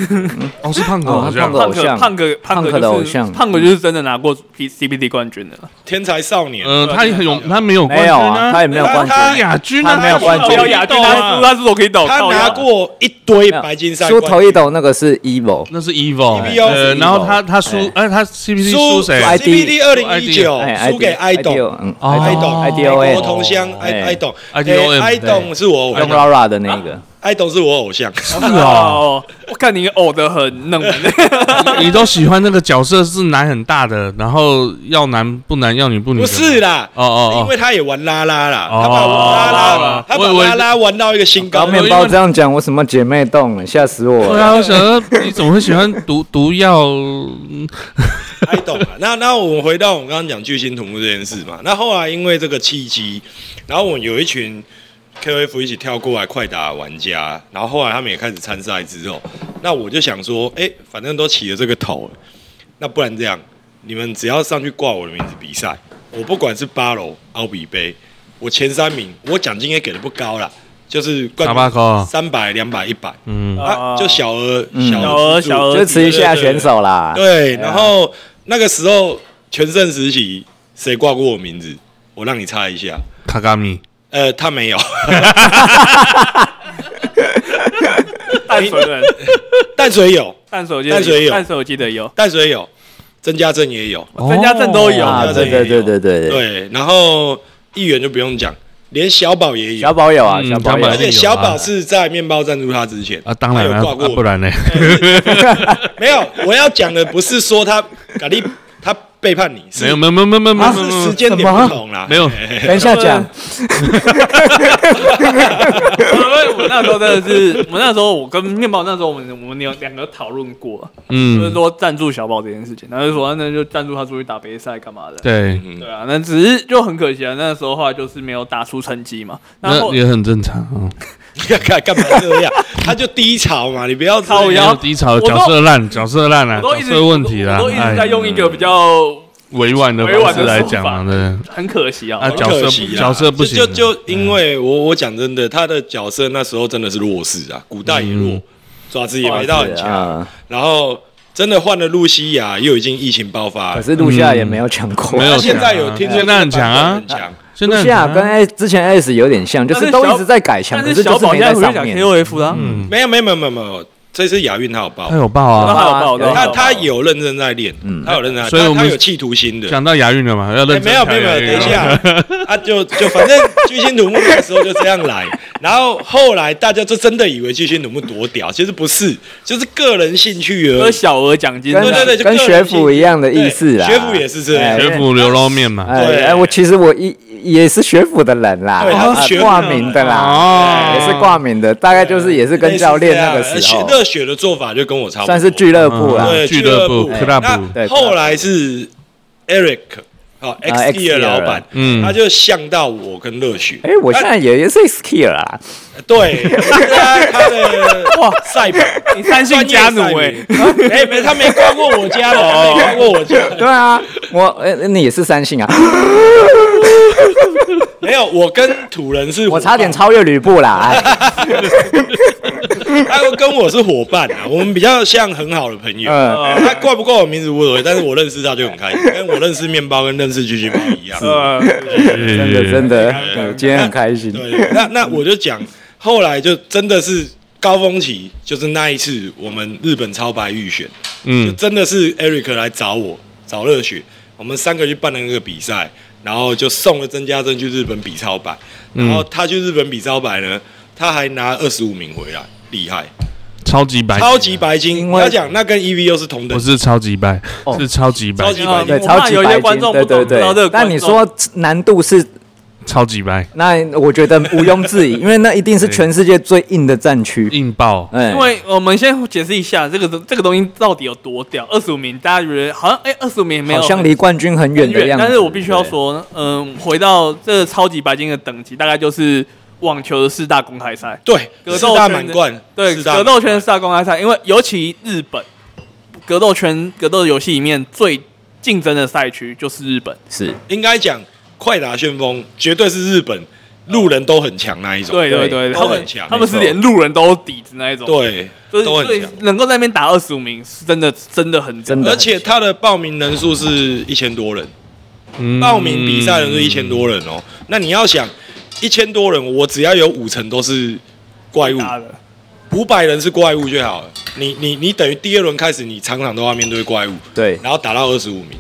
[SPEAKER 2] 哦是胖狗
[SPEAKER 4] 哦
[SPEAKER 2] 好
[SPEAKER 4] 胖
[SPEAKER 2] 像
[SPEAKER 4] 狗
[SPEAKER 1] 胖
[SPEAKER 4] 偶
[SPEAKER 1] 哥，
[SPEAKER 4] 像
[SPEAKER 1] 胖哥，胖哥
[SPEAKER 4] 胖哥的
[SPEAKER 1] 就
[SPEAKER 4] 偶
[SPEAKER 1] 是
[SPEAKER 4] 像
[SPEAKER 1] 胖哥就是真的拿过 P C B D 冠军的了。
[SPEAKER 3] 天才少年。
[SPEAKER 4] 嗯
[SPEAKER 2] 呃，他也很有，他没有冠
[SPEAKER 4] 没
[SPEAKER 2] 军
[SPEAKER 4] 有啊，他也没有
[SPEAKER 3] 他
[SPEAKER 4] 冠军，
[SPEAKER 2] 他亚军啊，
[SPEAKER 4] 他没 有冠军
[SPEAKER 1] 靠亚军，他输，他输我可以抖。
[SPEAKER 2] 哦
[SPEAKER 3] 他
[SPEAKER 1] 靠
[SPEAKER 3] 拿
[SPEAKER 1] 腰，
[SPEAKER 3] 过一堆
[SPEAKER 4] 没有
[SPEAKER 3] 白金赛
[SPEAKER 4] 输
[SPEAKER 3] 冠军，
[SPEAKER 4] 头一斗那个是 evil，
[SPEAKER 2] 那是 evil，
[SPEAKER 3] EVO
[SPEAKER 2] 呃，
[SPEAKER 3] 是
[SPEAKER 2] 然后
[SPEAKER 4] EVO
[SPEAKER 2] 他他输
[SPEAKER 4] 哎，
[SPEAKER 2] 哎，他 CPT
[SPEAKER 3] 输
[SPEAKER 2] 输谁？啊
[SPEAKER 4] 哎
[SPEAKER 3] CPD 二零一九
[SPEAKER 4] 哎，
[SPEAKER 3] 哦输给
[SPEAKER 4] I
[SPEAKER 3] 爱
[SPEAKER 4] D
[SPEAKER 3] 董，
[SPEAKER 4] 嗯
[SPEAKER 2] 爱
[SPEAKER 3] 爱
[SPEAKER 2] 豆
[SPEAKER 3] 董，
[SPEAKER 4] I D
[SPEAKER 3] 爱
[SPEAKER 4] O
[SPEAKER 3] 董
[SPEAKER 4] N
[SPEAKER 3] 我同乡，爱
[SPEAKER 4] 哎
[SPEAKER 3] 爱董，
[SPEAKER 2] IDOM
[SPEAKER 3] 爱董是我偶像，
[SPEAKER 4] 用 Rara 的那个，
[SPEAKER 3] 爱董是我 偶像。
[SPEAKER 2] 是哦，
[SPEAKER 1] 哦，我看你呕的很 嫩。
[SPEAKER 2] 你都喜欢那个角色是奶很大的，然后要男不男，要女不女，
[SPEAKER 3] 不是，啦，
[SPEAKER 2] 哦哦哦
[SPEAKER 3] 因为他也玩拉拉啦，
[SPEAKER 2] 哦
[SPEAKER 3] 他把拉
[SPEAKER 2] 哦
[SPEAKER 3] 拉，他
[SPEAKER 2] 我
[SPEAKER 3] 把
[SPEAKER 2] 以为
[SPEAKER 3] 拉拉玩到一个新
[SPEAKER 4] 然
[SPEAKER 3] 高
[SPEAKER 4] 后。面包这样讲，我什么姐妹洞了，吓死我
[SPEAKER 2] 对
[SPEAKER 4] 了。
[SPEAKER 2] 啊，我想说你怎么会喜欢毒毒药？嗯
[SPEAKER 3] I 懂啊。那那我们回到我们刚刚讲巨星土木这件事嘛，那后来因为这个契机，然后我们有一群 KF 一起跳过来快打玩家，然后后来他们也开始参赛之后，那我就想说，哎、反正都起了这个头了，那不然这样，你们只要上去挂我的名字比赛，我不管是八楼奥比杯，我前三名，我奖金也给的不高啦，就是
[SPEAKER 2] 打八扣
[SPEAKER 3] 三百、哦两百、一百
[SPEAKER 2] 嗯，
[SPEAKER 3] 啊，就小额、
[SPEAKER 4] 嗯
[SPEAKER 3] 小
[SPEAKER 1] 小额
[SPEAKER 3] 额、
[SPEAKER 1] 小额
[SPEAKER 4] 就吃一下选手啦，
[SPEAKER 3] 啊
[SPEAKER 2] 哎
[SPEAKER 3] 对，
[SPEAKER 4] 啊
[SPEAKER 3] 然后那个时候全盛时期，谁挂过我名字？我让你猜一下。
[SPEAKER 2] 卡卡米，
[SPEAKER 3] 呃，他没有，
[SPEAKER 1] 淡水人，
[SPEAKER 3] 淡水有，
[SPEAKER 1] 淡水我记得
[SPEAKER 3] 淡水有
[SPEAKER 1] 淡水我记得有，
[SPEAKER 3] 淡水有，曾家镇也有，
[SPEAKER 1] 曾家镇都有
[SPEAKER 2] 哦
[SPEAKER 4] 啊，对对对对对对，
[SPEAKER 3] 对，然后议员就不用讲，连小宝也
[SPEAKER 4] 小
[SPEAKER 3] 有，
[SPEAKER 4] 宝有啊，
[SPEAKER 2] 嗯
[SPEAKER 4] 小宝
[SPEAKER 2] 小宝
[SPEAKER 4] 有
[SPEAKER 3] 而且
[SPEAKER 2] 有啊
[SPEAKER 3] 小宝是在面包赞助他之前
[SPEAKER 2] 啊，当然
[SPEAKER 3] 他
[SPEAKER 2] 了，
[SPEAKER 3] 有挂
[SPEAKER 2] 啊
[SPEAKER 3] 过我
[SPEAKER 2] 不然呢？
[SPEAKER 3] 没有，我要讲的不是说他咖喱他背叛你，是
[SPEAKER 2] 没有没有没有没有没有，没有
[SPEAKER 3] 是时间点不同啦，
[SPEAKER 2] 没有
[SPEAKER 4] 等一下讲，
[SPEAKER 1] 因为我那时候真的是，我那时候我跟面包那时候我们我们有两个讨论过，就是
[SPEAKER 2] 嗯，
[SPEAKER 1] 说赞助小宝这件事情，然后就说啊那就赞助他出去打杯赛干嘛的。
[SPEAKER 2] 对，
[SPEAKER 1] 对啊，那只是就很可惜啊，那时候后来就是没有打出成绩嘛。然
[SPEAKER 2] 那
[SPEAKER 1] 后
[SPEAKER 2] 也很正常啊。
[SPEAKER 3] 干干嘛这样？他就低潮嘛，你不要这
[SPEAKER 1] 靠
[SPEAKER 3] 样
[SPEAKER 1] 腰
[SPEAKER 2] 没有低潮，
[SPEAKER 1] 我都
[SPEAKER 2] 角色烂，角色烂啊，
[SPEAKER 1] 我都一
[SPEAKER 2] 角
[SPEAKER 1] 直
[SPEAKER 2] 色问题啦
[SPEAKER 1] 我都一，直在
[SPEAKER 2] 哎，
[SPEAKER 1] 用一个比较
[SPEAKER 2] 委婉的
[SPEAKER 1] 委
[SPEAKER 2] 方
[SPEAKER 1] 婉
[SPEAKER 2] 式
[SPEAKER 1] 的
[SPEAKER 2] 来
[SPEAKER 1] 说
[SPEAKER 2] 讲
[SPEAKER 1] 法
[SPEAKER 2] 嘛，对。
[SPEAKER 1] 很可惜啊
[SPEAKER 2] 啊，角
[SPEAKER 3] 可
[SPEAKER 2] 色
[SPEAKER 3] 惜啦
[SPEAKER 2] 角色不行啊
[SPEAKER 3] 就就就因为我我讲真的，他的角色那时候真的是弱势啊，古代也弱，
[SPEAKER 2] 嗯
[SPEAKER 3] 爪子也没到很
[SPEAKER 4] 是
[SPEAKER 3] 强，
[SPEAKER 4] 啊，
[SPEAKER 3] 然后真的换了露西亚，又已经疫情爆发
[SPEAKER 4] 啊可，是录下也没有讲过，
[SPEAKER 2] 没有
[SPEAKER 3] 他现在有听说
[SPEAKER 2] 现在很强啊
[SPEAKER 3] 很强，
[SPEAKER 2] 现
[SPEAKER 4] 不
[SPEAKER 2] 在
[SPEAKER 4] 下
[SPEAKER 2] 很
[SPEAKER 4] 跟 A 之前 S 有点像，就
[SPEAKER 1] 但
[SPEAKER 4] 是
[SPEAKER 1] 是
[SPEAKER 4] 都
[SPEAKER 1] 小
[SPEAKER 4] 一直在改强，
[SPEAKER 1] 但
[SPEAKER 4] 可
[SPEAKER 1] 是
[SPEAKER 4] 就
[SPEAKER 1] 小
[SPEAKER 4] 是
[SPEAKER 1] 宝
[SPEAKER 4] 没
[SPEAKER 1] 现在
[SPEAKER 4] 在
[SPEAKER 1] 不是
[SPEAKER 4] 上
[SPEAKER 1] 讲
[SPEAKER 4] 面。
[SPEAKER 1] KOF 啦，
[SPEAKER 2] 嗯，
[SPEAKER 3] 没有没有没有没有没有，这次亚运他有报
[SPEAKER 2] 他，有报啊。
[SPEAKER 1] 他有报
[SPEAKER 4] 有
[SPEAKER 1] 道，
[SPEAKER 3] 他
[SPEAKER 4] 报
[SPEAKER 3] 他有认真在练，他有认真在，
[SPEAKER 2] 嗯所以我
[SPEAKER 3] 他
[SPEAKER 2] 们
[SPEAKER 3] 他有企图心的。
[SPEAKER 2] 讲到牙运了嘛，要认
[SPEAKER 3] 哎没
[SPEAKER 2] 真
[SPEAKER 3] 有
[SPEAKER 2] 看
[SPEAKER 3] 没有没
[SPEAKER 2] 牙
[SPEAKER 3] 有，
[SPEAKER 2] 运
[SPEAKER 3] 等
[SPEAKER 2] 了
[SPEAKER 3] 一下，啊就就反正巨星土木那个时候就这样来，然后后来大家就真的以为巨星土木多屌，其实不是，就是个人兴趣而
[SPEAKER 1] 和
[SPEAKER 3] 已。
[SPEAKER 1] 小额奖金，
[SPEAKER 4] 跟
[SPEAKER 3] 对对对就
[SPEAKER 4] 跟
[SPEAKER 3] 个人
[SPEAKER 4] 学
[SPEAKER 3] 兴
[SPEAKER 4] 府
[SPEAKER 3] 趣
[SPEAKER 4] 一样的意思啦。
[SPEAKER 3] 对学府也是这样
[SPEAKER 4] 哎
[SPEAKER 2] 学府牛肉面嘛。
[SPEAKER 4] 哎
[SPEAKER 3] 对
[SPEAKER 4] 哎，我其实我一也是学府的人啦，
[SPEAKER 3] 对他是
[SPEAKER 4] 啊
[SPEAKER 3] 学府
[SPEAKER 4] 挂
[SPEAKER 3] 的
[SPEAKER 4] 名
[SPEAKER 3] 人
[SPEAKER 4] 的啦，
[SPEAKER 2] 哦
[SPEAKER 4] 哎
[SPEAKER 1] 啊
[SPEAKER 4] 也是挂名的，大概就是也是跟教练那个
[SPEAKER 3] 类似
[SPEAKER 4] 时
[SPEAKER 3] 这样
[SPEAKER 4] 候
[SPEAKER 3] 呃，热血的做法就跟我差不多，
[SPEAKER 4] 算是俱乐部啦。
[SPEAKER 1] 嗯
[SPEAKER 3] 对
[SPEAKER 2] 啊俱乐部
[SPEAKER 4] 俱
[SPEAKER 3] 那
[SPEAKER 4] 乐
[SPEAKER 2] club，
[SPEAKER 4] 对
[SPEAKER 3] 后来是 Eric 啊 X D 的老板，
[SPEAKER 2] 嗯
[SPEAKER 3] 他就像到我跟热血，啊
[SPEAKER 4] 哎，我现在也也是 skill 啦，
[SPEAKER 3] 对，他他的哇赛跑，
[SPEAKER 1] 你三姓家奴
[SPEAKER 3] 专
[SPEAKER 1] 哎
[SPEAKER 4] 欸
[SPEAKER 3] 业，赛女，哎没他没逛过我家的，他没逛过我家，
[SPEAKER 4] 对啊，我哎你也是三星啊，
[SPEAKER 3] 没有，我跟土人是伙伴，
[SPEAKER 4] 我差点超越吕布啦，哎
[SPEAKER 3] 他跟我是伙伴啊，我 们比较像很好的朋友。
[SPEAKER 4] 嗯，
[SPEAKER 1] 哦
[SPEAKER 3] 啊他挂不挂我名字无所谓，但是我认识他就很开心， 跟我认识面包跟认识巨星包一样。
[SPEAKER 1] 呃，
[SPEAKER 2] 真
[SPEAKER 4] 真的真的，嗯今天很开心，
[SPEAKER 3] 对，那那我就讲，后来就真的是高峰期，就是那一次我们日本超白预选，就
[SPEAKER 2] 嗯，
[SPEAKER 3] 真的是 Eric 来找我找热血，我们三个去办了那个比赛，然后就送了曾家珍去日本比超百，然
[SPEAKER 4] 嗯
[SPEAKER 3] 后他去日本比超百呢，他还拿二十五名回来，厉害，
[SPEAKER 2] 超级白，
[SPEAKER 3] 超级白金。
[SPEAKER 4] 因
[SPEAKER 3] 我
[SPEAKER 4] 为
[SPEAKER 3] 要讲那跟 EVO 是同
[SPEAKER 2] 不，
[SPEAKER 3] 等
[SPEAKER 2] 啊是超级白，
[SPEAKER 4] 哦
[SPEAKER 2] 是超级白
[SPEAKER 3] 超，级白
[SPEAKER 1] 嗯
[SPEAKER 3] 金
[SPEAKER 4] 对，
[SPEAKER 1] 我
[SPEAKER 4] 超
[SPEAKER 1] 怕
[SPEAKER 4] 级
[SPEAKER 1] 有一些
[SPEAKER 4] 白
[SPEAKER 1] 观
[SPEAKER 4] 金，
[SPEAKER 1] 众
[SPEAKER 4] 对
[SPEAKER 1] 不懂
[SPEAKER 4] 对
[SPEAKER 1] 不知道这
[SPEAKER 4] 对
[SPEAKER 1] 个，
[SPEAKER 4] 但你
[SPEAKER 1] 观众
[SPEAKER 4] 说难度是
[SPEAKER 2] 超级白，
[SPEAKER 4] 那我觉得毋庸 置疑，因为那一定是全世界最硬的战区。
[SPEAKER 2] 硬爆。
[SPEAKER 4] 哎
[SPEAKER 1] 因为我们先解释一下这个这个东西到底有多屌，二十五名，大家觉得好像哎，二十五名没有
[SPEAKER 4] 好像
[SPEAKER 1] 很
[SPEAKER 4] 离冠军很远
[SPEAKER 1] 很
[SPEAKER 4] 的样子。
[SPEAKER 1] 但是我必须要
[SPEAKER 4] 对，
[SPEAKER 1] 说，嗯，回到这个超级白金的等级，大概就是网球的四大公开赛，
[SPEAKER 3] 对，
[SPEAKER 1] 格
[SPEAKER 3] 四
[SPEAKER 1] 斗
[SPEAKER 3] 大
[SPEAKER 1] 圈
[SPEAKER 3] 满
[SPEAKER 1] 的
[SPEAKER 3] 贯，
[SPEAKER 1] 对，
[SPEAKER 3] 四大
[SPEAKER 1] 格
[SPEAKER 3] 满
[SPEAKER 1] 斗圈四大公开赛，因为尤其日本格斗圈格斗游戏里面最竞争的赛区就是日本，
[SPEAKER 4] 是
[SPEAKER 3] 应该讲快打旋风绝对是日本路人都很强那一种，
[SPEAKER 1] 对对对，
[SPEAKER 4] 对
[SPEAKER 1] 他
[SPEAKER 3] 都
[SPEAKER 1] 们
[SPEAKER 3] 很强
[SPEAKER 1] 他们是
[SPEAKER 4] 没错
[SPEAKER 1] 连路人都有底子那一种，，
[SPEAKER 3] 对，
[SPEAKER 1] 就是
[SPEAKER 3] 都
[SPEAKER 1] 所
[SPEAKER 3] 很
[SPEAKER 1] 以
[SPEAKER 3] 强。
[SPEAKER 1] 能够在那边打二十五名，是真的真的很
[SPEAKER 4] 真的
[SPEAKER 3] 而且他的报名人数是一千多人，
[SPEAKER 2] 嗯
[SPEAKER 3] 报名比赛人数一千多人哦。那你要想，一千多人，我只要有五成都是怪物，
[SPEAKER 1] 打的，
[SPEAKER 3] 五百人是怪物就好了。你你你等于第二轮开始，你场场都要面对怪物，
[SPEAKER 4] 对，
[SPEAKER 3] 然后打到二十五名。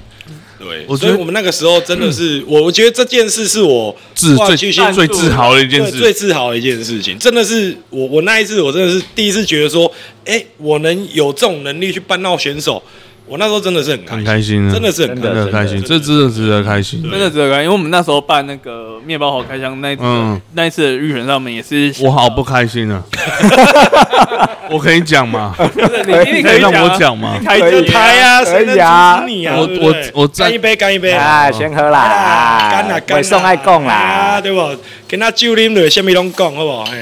[SPEAKER 3] 对，
[SPEAKER 2] 我觉
[SPEAKER 3] 所
[SPEAKER 2] 得
[SPEAKER 3] 以我们那个时候真的是，我我觉得这件事是我
[SPEAKER 2] 自
[SPEAKER 3] 哇
[SPEAKER 2] 最
[SPEAKER 3] 巨星
[SPEAKER 2] 最自豪的一件
[SPEAKER 3] 对最
[SPEAKER 2] 事，
[SPEAKER 3] 自豪的一件事情，真的是我我那一次我真的是第一次觉得说，哎、我能有这种能力去办到选手，我那时候真的是很开
[SPEAKER 2] 很
[SPEAKER 3] 心，
[SPEAKER 2] 开心啊，
[SPEAKER 3] 真的是很
[SPEAKER 2] 真的
[SPEAKER 3] 开
[SPEAKER 2] 很
[SPEAKER 3] 心，
[SPEAKER 2] 开心，这真的值得开心。
[SPEAKER 1] 真的值得看，因为我们那时候办那个面包好开箱那一次的、
[SPEAKER 2] 嗯
[SPEAKER 1] 那一次的预选上面也是，
[SPEAKER 2] 我好不开心 啊！我可以讲吗？
[SPEAKER 1] 就是你你你可以
[SPEAKER 2] 让
[SPEAKER 1] 啊
[SPEAKER 2] 我讲吗
[SPEAKER 1] 你开
[SPEAKER 4] 可
[SPEAKER 1] 就
[SPEAKER 4] 以
[SPEAKER 1] 开
[SPEAKER 3] 开
[SPEAKER 1] 啊，
[SPEAKER 3] 啊，谁能
[SPEAKER 4] 可以啊
[SPEAKER 3] 阻止你啊？
[SPEAKER 2] 我
[SPEAKER 3] 对不对
[SPEAKER 2] 我我在
[SPEAKER 3] 干一杯，干一杯啊！
[SPEAKER 4] 啊，先喝啦，
[SPEAKER 1] 啊
[SPEAKER 3] 干啦，干
[SPEAKER 4] 尾
[SPEAKER 3] 啦，
[SPEAKER 4] 送爱供
[SPEAKER 3] 啊
[SPEAKER 4] 啦，
[SPEAKER 3] 对不？跟他酒啉落，什么拢讲，好不哎好？嘿，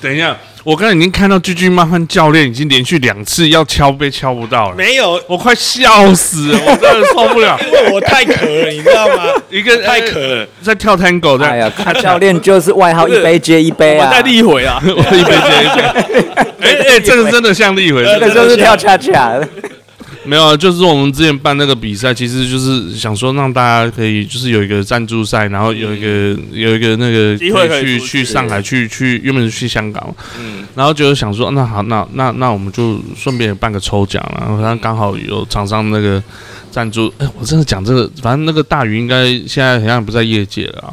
[SPEAKER 2] 等一下，我刚才已经看到句句妈和教练已经连续两次要敲杯敲不到了，
[SPEAKER 3] 没有，
[SPEAKER 2] 我快笑死了，我真的受不了。
[SPEAKER 3] 因为我太渴了，你知道吗？
[SPEAKER 2] 一个哎
[SPEAKER 3] 太渴了，
[SPEAKER 2] 在跳 tango 这
[SPEAKER 4] 哎呀
[SPEAKER 2] 样，，
[SPEAKER 4] 教练就是外 号
[SPEAKER 1] 不是
[SPEAKER 4] 一杯接一杯
[SPEAKER 1] 我
[SPEAKER 4] 啊
[SPEAKER 1] 再，立一回啊，
[SPEAKER 2] 我一杯接 一杯。哎哎，这个真的像立回，
[SPEAKER 3] 呃
[SPEAKER 2] 这
[SPEAKER 4] 这个
[SPEAKER 2] 个
[SPEAKER 4] 就是跳恰恰，
[SPEAKER 2] 没有啊，就是说我们之前办那个比赛，其实就是想说让大家可以就是有一个赞助赛，然后有一个、有一个那个
[SPEAKER 1] 机会可以
[SPEAKER 2] 去
[SPEAKER 1] 出去
[SPEAKER 2] 去上海去去原本是去香港嘛，
[SPEAKER 3] 嗯，
[SPEAKER 2] 然后就是想说那好那那那我们就顺便也办个抽奖啦，然后刚好有厂商那个赞助，哎，我真的讲这个，反正那个大鱼应该现在好像不在业界了啊，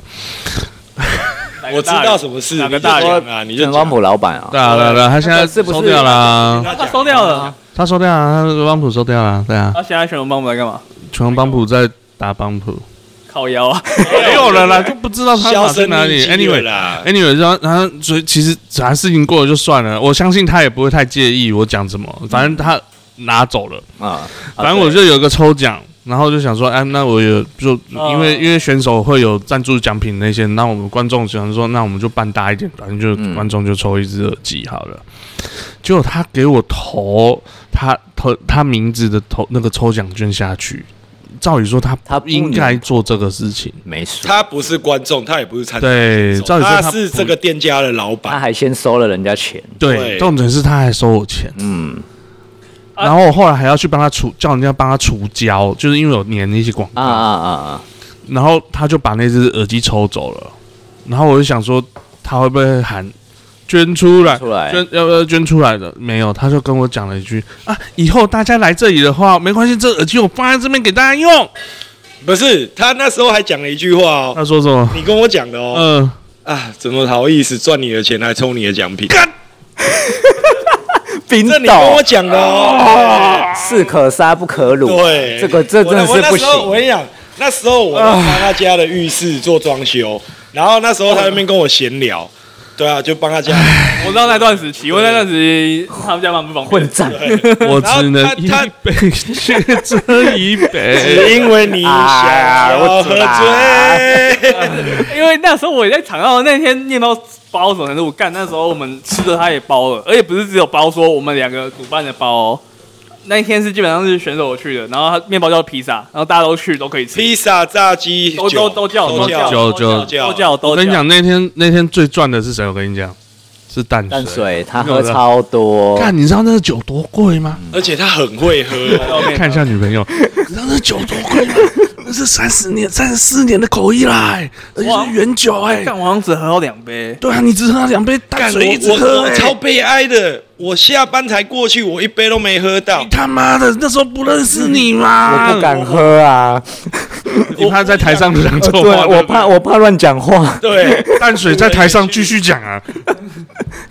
[SPEAKER 1] 哎
[SPEAKER 3] 我知道什么事，
[SPEAKER 1] 哪个大人
[SPEAKER 3] 你就讲啊？你就讲
[SPEAKER 4] 陈光，普老板啊，
[SPEAKER 2] 对啊对啊对啊，他现在
[SPEAKER 4] 是不是
[SPEAKER 2] 收掉啦、
[SPEAKER 3] 他
[SPEAKER 1] 他
[SPEAKER 3] 讲
[SPEAKER 1] 收掉了，
[SPEAKER 2] 他收掉啊，他帮普收掉啦、对啊，
[SPEAKER 1] 他现在选我帮我们来干嘛？
[SPEAKER 2] 全帮普在打帮普，
[SPEAKER 1] 靠腰啊，
[SPEAKER 3] 哎
[SPEAKER 2] 没有了啦，就不知道他
[SPEAKER 3] 销
[SPEAKER 2] 跑去
[SPEAKER 3] 声
[SPEAKER 2] 哪
[SPEAKER 3] 匿
[SPEAKER 2] 里
[SPEAKER 3] 迹了
[SPEAKER 2] ，anyway。
[SPEAKER 3] 啦。
[SPEAKER 2] Anyway，然后然后所以其实啥事情过了就算了，我相信他也不会太介意我讲什
[SPEAKER 3] 嗯
[SPEAKER 2] 么，反正他拿走了，
[SPEAKER 4] 啊，
[SPEAKER 2] 反正我就有个抽奖。然后就想说，哎，那我有就
[SPEAKER 3] 啊
[SPEAKER 1] 哦
[SPEAKER 2] 因为、因为选手会有赞助奖品那些，那我们观众想说，那我们就办大一点，反正就、
[SPEAKER 4] 嗯
[SPEAKER 2] 观众就抽一只耳机好了。结果他给我投他投他名字的投那个抽奖券下去，照理说他
[SPEAKER 4] 他不
[SPEAKER 2] 不应该做这个事情，
[SPEAKER 4] 没事，
[SPEAKER 3] 他不是观众，他也不是参赛
[SPEAKER 2] 对，照理说
[SPEAKER 3] 他是
[SPEAKER 2] 不
[SPEAKER 3] 这个店家的老
[SPEAKER 4] 他
[SPEAKER 3] 板，
[SPEAKER 4] 还先收了人家钱，
[SPEAKER 2] 对，
[SPEAKER 3] 对
[SPEAKER 2] 重点是他还收我钱。
[SPEAKER 4] 嗯
[SPEAKER 1] 啊
[SPEAKER 2] 然后我后来还要去帮他除，叫人家帮他除胶，就是因为有粘一些广告。
[SPEAKER 4] 啊啊啊啊，
[SPEAKER 2] 然后他就把那只耳机抽走了，然后我就想说他会不会喊捐出来？
[SPEAKER 4] 出来，
[SPEAKER 2] 捐要不要捐出来的？没有，他就跟我讲了一句啊，以后大家来这里的话，没关系，这耳机我放在这边给大家用。
[SPEAKER 3] 不是，他那时候还讲了一句话哦，
[SPEAKER 2] 他说什么？
[SPEAKER 3] 你跟我讲的哦，
[SPEAKER 2] 嗯、
[SPEAKER 3] 啊，怎么好意思赚你的钱还抽你的奖品？
[SPEAKER 4] 冰
[SPEAKER 3] 这你跟
[SPEAKER 4] 岛
[SPEAKER 3] 我讲的哦，
[SPEAKER 4] 士可杀不可辱，
[SPEAKER 3] 对，
[SPEAKER 4] 啊这个这真的
[SPEAKER 3] 我
[SPEAKER 4] 是
[SPEAKER 3] 那
[SPEAKER 4] 不
[SPEAKER 3] 我那时候我
[SPEAKER 4] 行。
[SPEAKER 3] 跟你讲，那时候我在帮他家的浴室做装修，然后那时候他在那边跟我闲聊，对啊，就帮他家。
[SPEAKER 1] 我知道那段时期，我那段时期他们家蛮不方便
[SPEAKER 4] 混
[SPEAKER 1] 的。
[SPEAKER 4] 战，
[SPEAKER 2] 我
[SPEAKER 3] 然后
[SPEAKER 2] 只能
[SPEAKER 3] 他
[SPEAKER 2] 一
[SPEAKER 3] 他
[SPEAKER 2] 杯 却这一杯。
[SPEAKER 3] 只因为你想
[SPEAKER 4] 啊
[SPEAKER 3] 要
[SPEAKER 4] 我
[SPEAKER 3] 喝
[SPEAKER 4] 知道
[SPEAKER 3] 醉，
[SPEAKER 1] 因为那时候我也在场上，那天念到包什么程度，干那时候我们吃的他也包了，而且不是只有包说我们两个主办的包、哦，那一天是基本上是选手去的，然后他面包叫披萨，然后大家都去都可以吃，
[SPEAKER 3] 披萨、炸鸡、
[SPEAKER 1] 都
[SPEAKER 3] 酒
[SPEAKER 1] 都都叫 叫
[SPEAKER 3] 都叫
[SPEAKER 2] 酒
[SPEAKER 1] 都叫
[SPEAKER 3] 酒
[SPEAKER 1] 都叫
[SPEAKER 2] 我
[SPEAKER 1] 都
[SPEAKER 2] 跟你
[SPEAKER 1] 叫，
[SPEAKER 2] 讲，那天那天最赚的是谁？我跟你讲，是淡水。
[SPEAKER 4] 淡水他
[SPEAKER 2] 你懂
[SPEAKER 4] 喝
[SPEAKER 2] 的
[SPEAKER 4] 超多，
[SPEAKER 2] 看，你知道那个酒多贵吗？
[SPEAKER 3] 而且他很会 喝
[SPEAKER 1] 后
[SPEAKER 3] 哦。
[SPEAKER 1] 面
[SPEAKER 2] 嗯看一下女朋友，你知道那酒多贵吗？ 那是三十年、三十四年的口译啦、欸，而且
[SPEAKER 1] 哇
[SPEAKER 2] 是原酒哎、
[SPEAKER 1] 干王子喝两杯，
[SPEAKER 2] 对啊，你只喝两杯淡
[SPEAKER 3] 干
[SPEAKER 2] 水，一直
[SPEAKER 3] 我
[SPEAKER 2] 喝、
[SPEAKER 3] 我我
[SPEAKER 2] 欸
[SPEAKER 3] 超悲哀的，我下班才过去，我一杯都没喝到
[SPEAKER 2] 你。他妈的，那时候不认识你
[SPEAKER 3] 嗯
[SPEAKER 2] 嘛！
[SPEAKER 4] 我不敢喝 啊，
[SPEAKER 2] 你怕在台上讲
[SPEAKER 4] 对
[SPEAKER 2] 错话，
[SPEAKER 4] 我
[SPEAKER 2] 对不对
[SPEAKER 4] 怕我怕乱讲话，
[SPEAKER 3] 对，
[SPEAKER 2] 淡水在台上继续讲啊，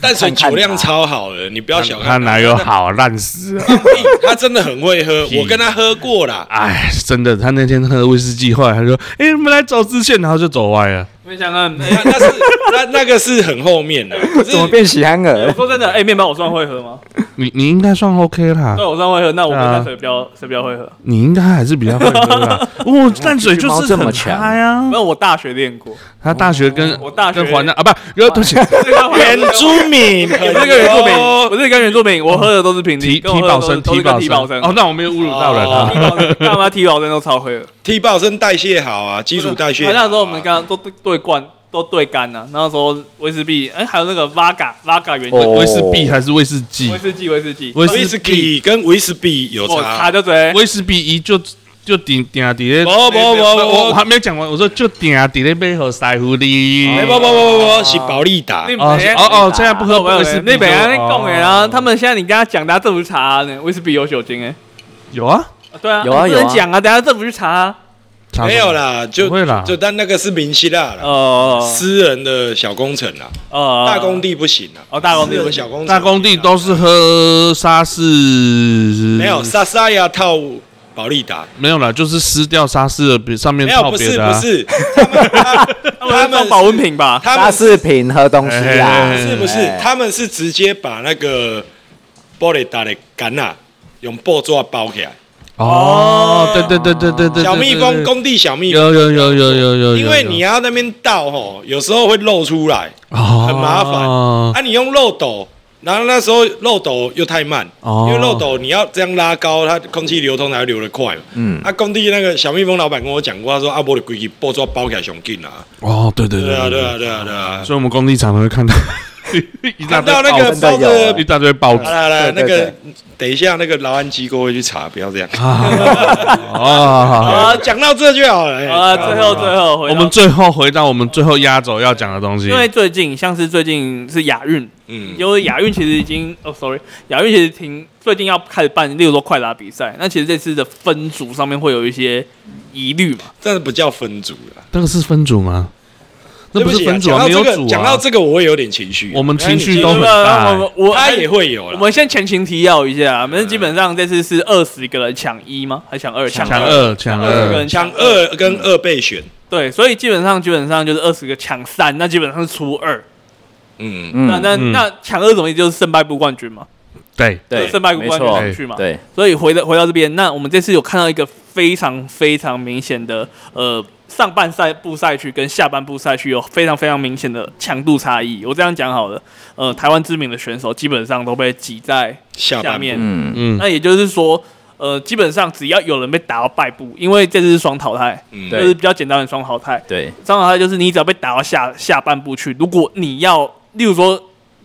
[SPEAKER 3] 淡水酒量超好的，你不要小
[SPEAKER 2] 他
[SPEAKER 3] 看
[SPEAKER 2] 哪有好烂死啊！
[SPEAKER 3] 他真的很会 喝，我跟他喝过啦。
[SPEAKER 2] 哎，真的，他那天喝威士忌，后来他说：“哎、我们来走支线，然后就走歪了。
[SPEAKER 1] 没想到。
[SPEAKER 3] 那那是那那个是很后面 的，可是
[SPEAKER 4] 怎么变喜憨
[SPEAKER 1] 我
[SPEAKER 4] 儿？
[SPEAKER 1] 说真的，哎、面包我算会喝吗？
[SPEAKER 2] 你你应该算 OK 啦
[SPEAKER 1] 对，，我算会喝，那我跟
[SPEAKER 2] 对啊
[SPEAKER 1] 他水比较谁比较会喝？
[SPEAKER 2] 你应该还是比较会喝啦。哦，淡水就
[SPEAKER 4] 橘猫
[SPEAKER 2] 是
[SPEAKER 4] 这么
[SPEAKER 2] 很
[SPEAKER 4] 强
[SPEAKER 2] 嗨啊
[SPEAKER 1] 没！有，我大学练过，
[SPEAKER 2] 他大学跟
[SPEAKER 1] 我大学
[SPEAKER 2] 跟环南啊，不，对不起，
[SPEAKER 3] 原住民，
[SPEAKER 1] 我是跟原住
[SPEAKER 3] 哦
[SPEAKER 1] 民，我是跟原住民，我喝的都是平
[SPEAKER 2] 提
[SPEAKER 1] 地，
[SPEAKER 2] 提
[SPEAKER 1] 跟我喝的
[SPEAKER 2] 保
[SPEAKER 1] 都是
[SPEAKER 2] 生，
[SPEAKER 1] 都是跟
[SPEAKER 2] 保
[SPEAKER 1] 提保生
[SPEAKER 2] 生。哦，那我没有侮辱到人
[SPEAKER 1] 哦
[SPEAKER 2] 啊。
[SPEAKER 1] 干嘛提保生都超会了，
[SPEAKER 3] 踢爆声代谢好啊，基础代谢好啊。
[SPEAKER 1] 那时候我们刚刚都对对灌，都对干了。那时候威士忌，哎，还有那个 Vaga Vaga 原酒，
[SPEAKER 4] 哦
[SPEAKER 2] 威士忌还是威士忌
[SPEAKER 1] 威？士忌威士忌，
[SPEAKER 2] 威
[SPEAKER 3] 威
[SPEAKER 2] 士
[SPEAKER 3] 士
[SPEAKER 2] 忌，
[SPEAKER 3] 忌跟威士忌有
[SPEAKER 1] 我
[SPEAKER 3] 差
[SPEAKER 1] 查。就追。
[SPEAKER 2] 威士忌一就就顶顶啊底
[SPEAKER 3] 不
[SPEAKER 2] 下。
[SPEAKER 3] 不不
[SPEAKER 2] 我我
[SPEAKER 3] 不
[SPEAKER 2] 还没有讲完，我说就顶啊底下背后塞狐狸。
[SPEAKER 3] 哎不不不
[SPEAKER 1] 哎
[SPEAKER 3] 不不是保利达
[SPEAKER 1] 那，
[SPEAKER 2] 哦
[SPEAKER 1] 边
[SPEAKER 2] 哦哦，现在不喝
[SPEAKER 1] 没有
[SPEAKER 2] 威士忌
[SPEAKER 1] 那北
[SPEAKER 2] 就
[SPEAKER 1] 安
[SPEAKER 2] 哦
[SPEAKER 1] 供哎，然后他们现在你跟他讲，大家政府查呢，啊威士忌有酒精哎。
[SPEAKER 2] 有啊，
[SPEAKER 1] 对啊，
[SPEAKER 4] 有啊
[SPEAKER 1] 不
[SPEAKER 4] 有啊
[SPEAKER 1] 能讲啊，等下政府去查啊。
[SPEAKER 2] 查
[SPEAKER 3] 没
[SPEAKER 2] 什么
[SPEAKER 3] 有啦，就
[SPEAKER 2] 不会啦，
[SPEAKER 3] 就但那个是明希腊啦，
[SPEAKER 1] 哦
[SPEAKER 3] 私人的小工程啦，
[SPEAKER 1] 哦，
[SPEAKER 3] 大工地不行啦。
[SPEAKER 1] 哦，大工
[SPEAKER 3] 私
[SPEAKER 1] 地
[SPEAKER 3] 人小工程
[SPEAKER 2] 大工地都是喝沙士，
[SPEAKER 3] 没有萨萨亚套保利达，
[SPEAKER 2] 没有啦，就是撕掉沙士的别上面
[SPEAKER 3] 没有
[SPEAKER 2] 套
[SPEAKER 3] 不
[SPEAKER 2] 别
[SPEAKER 3] 是
[SPEAKER 2] 的
[SPEAKER 3] 不
[SPEAKER 2] 啊。
[SPEAKER 3] 是，他们他
[SPEAKER 1] 他们保温瓶吧？
[SPEAKER 3] 他
[SPEAKER 4] 他
[SPEAKER 3] 们是
[SPEAKER 4] 视频喝东西啊啦
[SPEAKER 2] 哎，
[SPEAKER 3] 是不是？他们是直接把那个玻璃打的橄榄用布做包起来，
[SPEAKER 2] 哦，对对对对对对，
[SPEAKER 3] 小蜜蜂
[SPEAKER 2] 对
[SPEAKER 3] 工地小蜜蜂，
[SPEAKER 2] 有有有有有有，
[SPEAKER 3] 因为你要那边倒吼，有时候会漏出来，
[SPEAKER 2] 很
[SPEAKER 3] 很麻
[SPEAKER 2] 嗯
[SPEAKER 3] 烦
[SPEAKER 2] 哦
[SPEAKER 3] 啊，你用漏斗。然后那时候漏斗又太慢，
[SPEAKER 2] 哦
[SPEAKER 3] 因为漏斗你要这样拉高，它空气流通才会流得快嘛。
[SPEAKER 4] 嗯
[SPEAKER 3] 啊，工地那个小蜜蜂老板跟我讲过，他说阿波的规矩布做包起来上紧啊。
[SPEAKER 2] 哦，对对
[SPEAKER 3] 对啊，对
[SPEAKER 2] 对，
[SPEAKER 3] 啊，对啊，对啊。
[SPEAKER 2] 所以我们工地常常会看到 一大
[SPEAKER 3] 看
[SPEAKER 2] 堆哦
[SPEAKER 3] 到那个
[SPEAKER 4] 真的
[SPEAKER 3] 包
[SPEAKER 4] 有
[SPEAKER 3] 的
[SPEAKER 2] 一大堆报纸
[SPEAKER 3] 好啦好啦，
[SPEAKER 4] 对
[SPEAKER 3] 那
[SPEAKER 4] 对
[SPEAKER 3] 个等一下，那个劳安机构会去查，不要这样。
[SPEAKER 2] 啊，哦，
[SPEAKER 3] 啊，讲到这就好了。哎
[SPEAKER 1] 好
[SPEAKER 2] 啊
[SPEAKER 1] 了，啊最后最后回
[SPEAKER 2] 我
[SPEAKER 1] 到
[SPEAKER 2] 们最后回到我们最后压轴要讲的东西
[SPEAKER 1] 因，为最近像是最近是亚运，
[SPEAKER 3] 嗯，
[SPEAKER 1] 因为亚运其实已经哦，sorry，亚运其实停，最近要开始办，例如说快打比赛，那其实这次的分组上面会有一些疑虑嘛。
[SPEAKER 3] 真的不叫分组了，
[SPEAKER 2] 那个是分组吗？那不
[SPEAKER 3] 对
[SPEAKER 2] 是
[SPEAKER 3] 起
[SPEAKER 2] 分组啊，
[SPEAKER 3] 讲
[SPEAKER 2] 没
[SPEAKER 3] 到
[SPEAKER 2] 有
[SPEAKER 3] 这
[SPEAKER 2] 组
[SPEAKER 3] 个，
[SPEAKER 2] 啊。
[SPEAKER 3] 讲到这个，我会有点情绪。啊
[SPEAKER 2] 我们情绪都
[SPEAKER 1] 我
[SPEAKER 2] 很大欸
[SPEAKER 1] 们我
[SPEAKER 3] 他也会有嗯
[SPEAKER 1] 我
[SPEAKER 3] 了。
[SPEAKER 1] 们先前情提要一下，我们基本上这次是二十个人抢一吗？还抢二？
[SPEAKER 2] 抢二，抢
[SPEAKER 1] 二个
[SPEAKER 2] 二
[SPEAKER 1] 人，
[SPEAKER 3] 抢二跟二备选，
[SPEAKER 1] 对，所以基本上基本上就是二十个抢三，那基本上是除二。
[SPEAKER 3] 嗯，
[SPEAKER 1] 那
[SPEAKER 4] 嗯，
[SPEAKER 1] 那
[SPEAKER 2] 嗯
[SPEAKER 1] 那抢二什么意思？就是胜败不冠军嘛，
[SPEAKER 2] 对，
[SPEAKER 4] 对，
[SPEAKER 1] 胜败不
[SPEAKER 4] 没
[SPEAKER 1] 冠
[SPEAKER 4] 错
[SPEAKER 1] 军，去嘛。
[SPEAKER 4] 对，
[SPEAKER 1] 所以回到回到这边，那我们这次有看到一个非常非常明显的，呃，上半赛部赛区跟下半部赛区有非常非常明显的强度差异。我这样讲好了，呃，台湾知名的选手基本上都被挤在
[SPEAKER 3] 下
[SPEAKER 1] 下
[SPEAKER 3] 半
[SPEAKER 1] 面，
[SPEAKER 4] 嗯，
[SPEAKER 2] 嗯，
[SPEAKER 1] 那也就是说，呃，基本上只要有人被打到败部，因为这次是双淘汰，
[SPEAKER 3] 嗯
[SPEAKER 1] 就是比较简单的双淘汰。
[SPEAKER 4] 对，
[SPEAKER 1] 双淘汰就是你只要被打到下下半部去，如果你要，例如说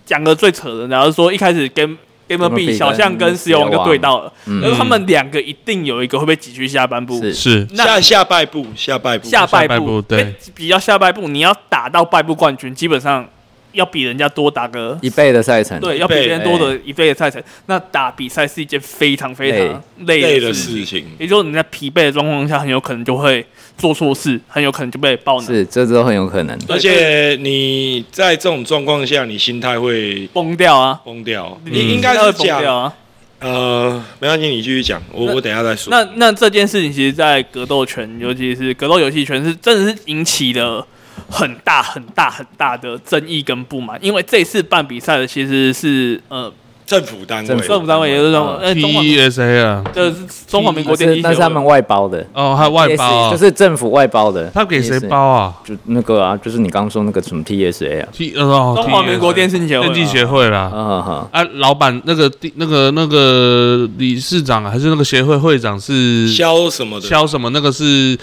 [SPEAKER 1] 讲个最扯的，然后说一开始跟 MLB
[SPEAKER 4] MLB
[SPEAKER 1] 小象跟石油王就对到了，
[SPEAKER 4] 嗯
[SPEAKER 1] 然后他们两个一定有一个会被挤去下半部，
[SPEAKER 4] 是
[SPEAKER 2] 是
[SPEAKER 1] 那
[SPEAKER 3] 下下败部，下败部，
[SPEAKER 1] 下半
[SPEAKER 2] 下半
[SPEAKER 1] 部
[SPEAKER 2] 部对
[SPEAKER 1] 被比较下半部，你要打到败部冠军，基本上要比人家多打个
[SPEAKER 4] 一倍哎的赛程，
[SPEAKER 1] 对，要比别人多的一倍的赛程。那打比赛是一件非常非常累
[SPEAKER 3] 类
[SPEAKER 1] 的
[SPEAKER 3] 的
[SPEAKER 1] 事情，
[SPEAKER 3] 事情，
[SPEAKER 1] 也就是你在疲惫的状况下，很有可能就会做错事，很有可能就被爆能
[SPEAKER 4] 是这都很有可能。
[SPEAKER 3] 而且你在这种状况下，你心态会
[SPEAKER 1] 崩掉啊！
[SPEAKER 3] 崩掉。
[SPEAKER 1] 嗯
[SPEAKER 3] 你应该
[SPEAKER 1] 会
[SPEAKER 3] 是
[SPEAKER 1] 崩掉
[SPEAKER 3] 讲，
[SPEAKER 1] 啊！
[SPEAKER 3] 呃，没关系，你继续讲，我
[SPEAKER 1] 那
[SPEAKER 3] 我等一下再说。
[SPEAKER 1] 那那这件事情，其实，在格斗圈，尤其是格斗游戏圈，是真的是引起了很大很大很大的争议跟不满，因为这次办比赛的其实是呃
[SPEAKER 3] 政府单
[SPEAKER 4] 政
[SPEAKER 3] 位，
[SPEAKER 1] 政府单位，也就是说，
[SPEAKER 4] 嗯
[SPEAKER 1] 呃，中华民
[SPEAKER 2] TESA 啊，
[SPEAKER 1] 就是中华民国电
[SPEAKER 4] 那
[SPEAKER 1] 力
[SPEAKER 4] 是
[SPEAKER 1] 协
[SPEAKER 4] 那
[SPEAKER 1] 会
[SPEAKER 4] 是他们外包的，
[SPEAKER 2] 哦，还有外
[SPEAKER 1] E
[SPEAKER 2] 包啊，
[SPEAKER 4] 就是政府外包的。
[SPEAKER 2] 他给谁包啊
[SPEAKER 4] TSA？就那个啊，就是你刚刚说那个什么 TSA 啊，
[SPEAKER 2] ？T 哦，
[SPEAKER 1] 中华民国电信协会
[SPEAKER 2] 电
[SPEAKER 1] 嘛
[SPEAKER 2] 竞协会啦。
[SPEAKER 4] 啊哈，
[SPEAKER 2] 啊，老板那个地那个那个理事长啊还是那个协会会长是
[SPEAKER 3] 消什么的，
[SPEAKER 2] 肖什么？那个是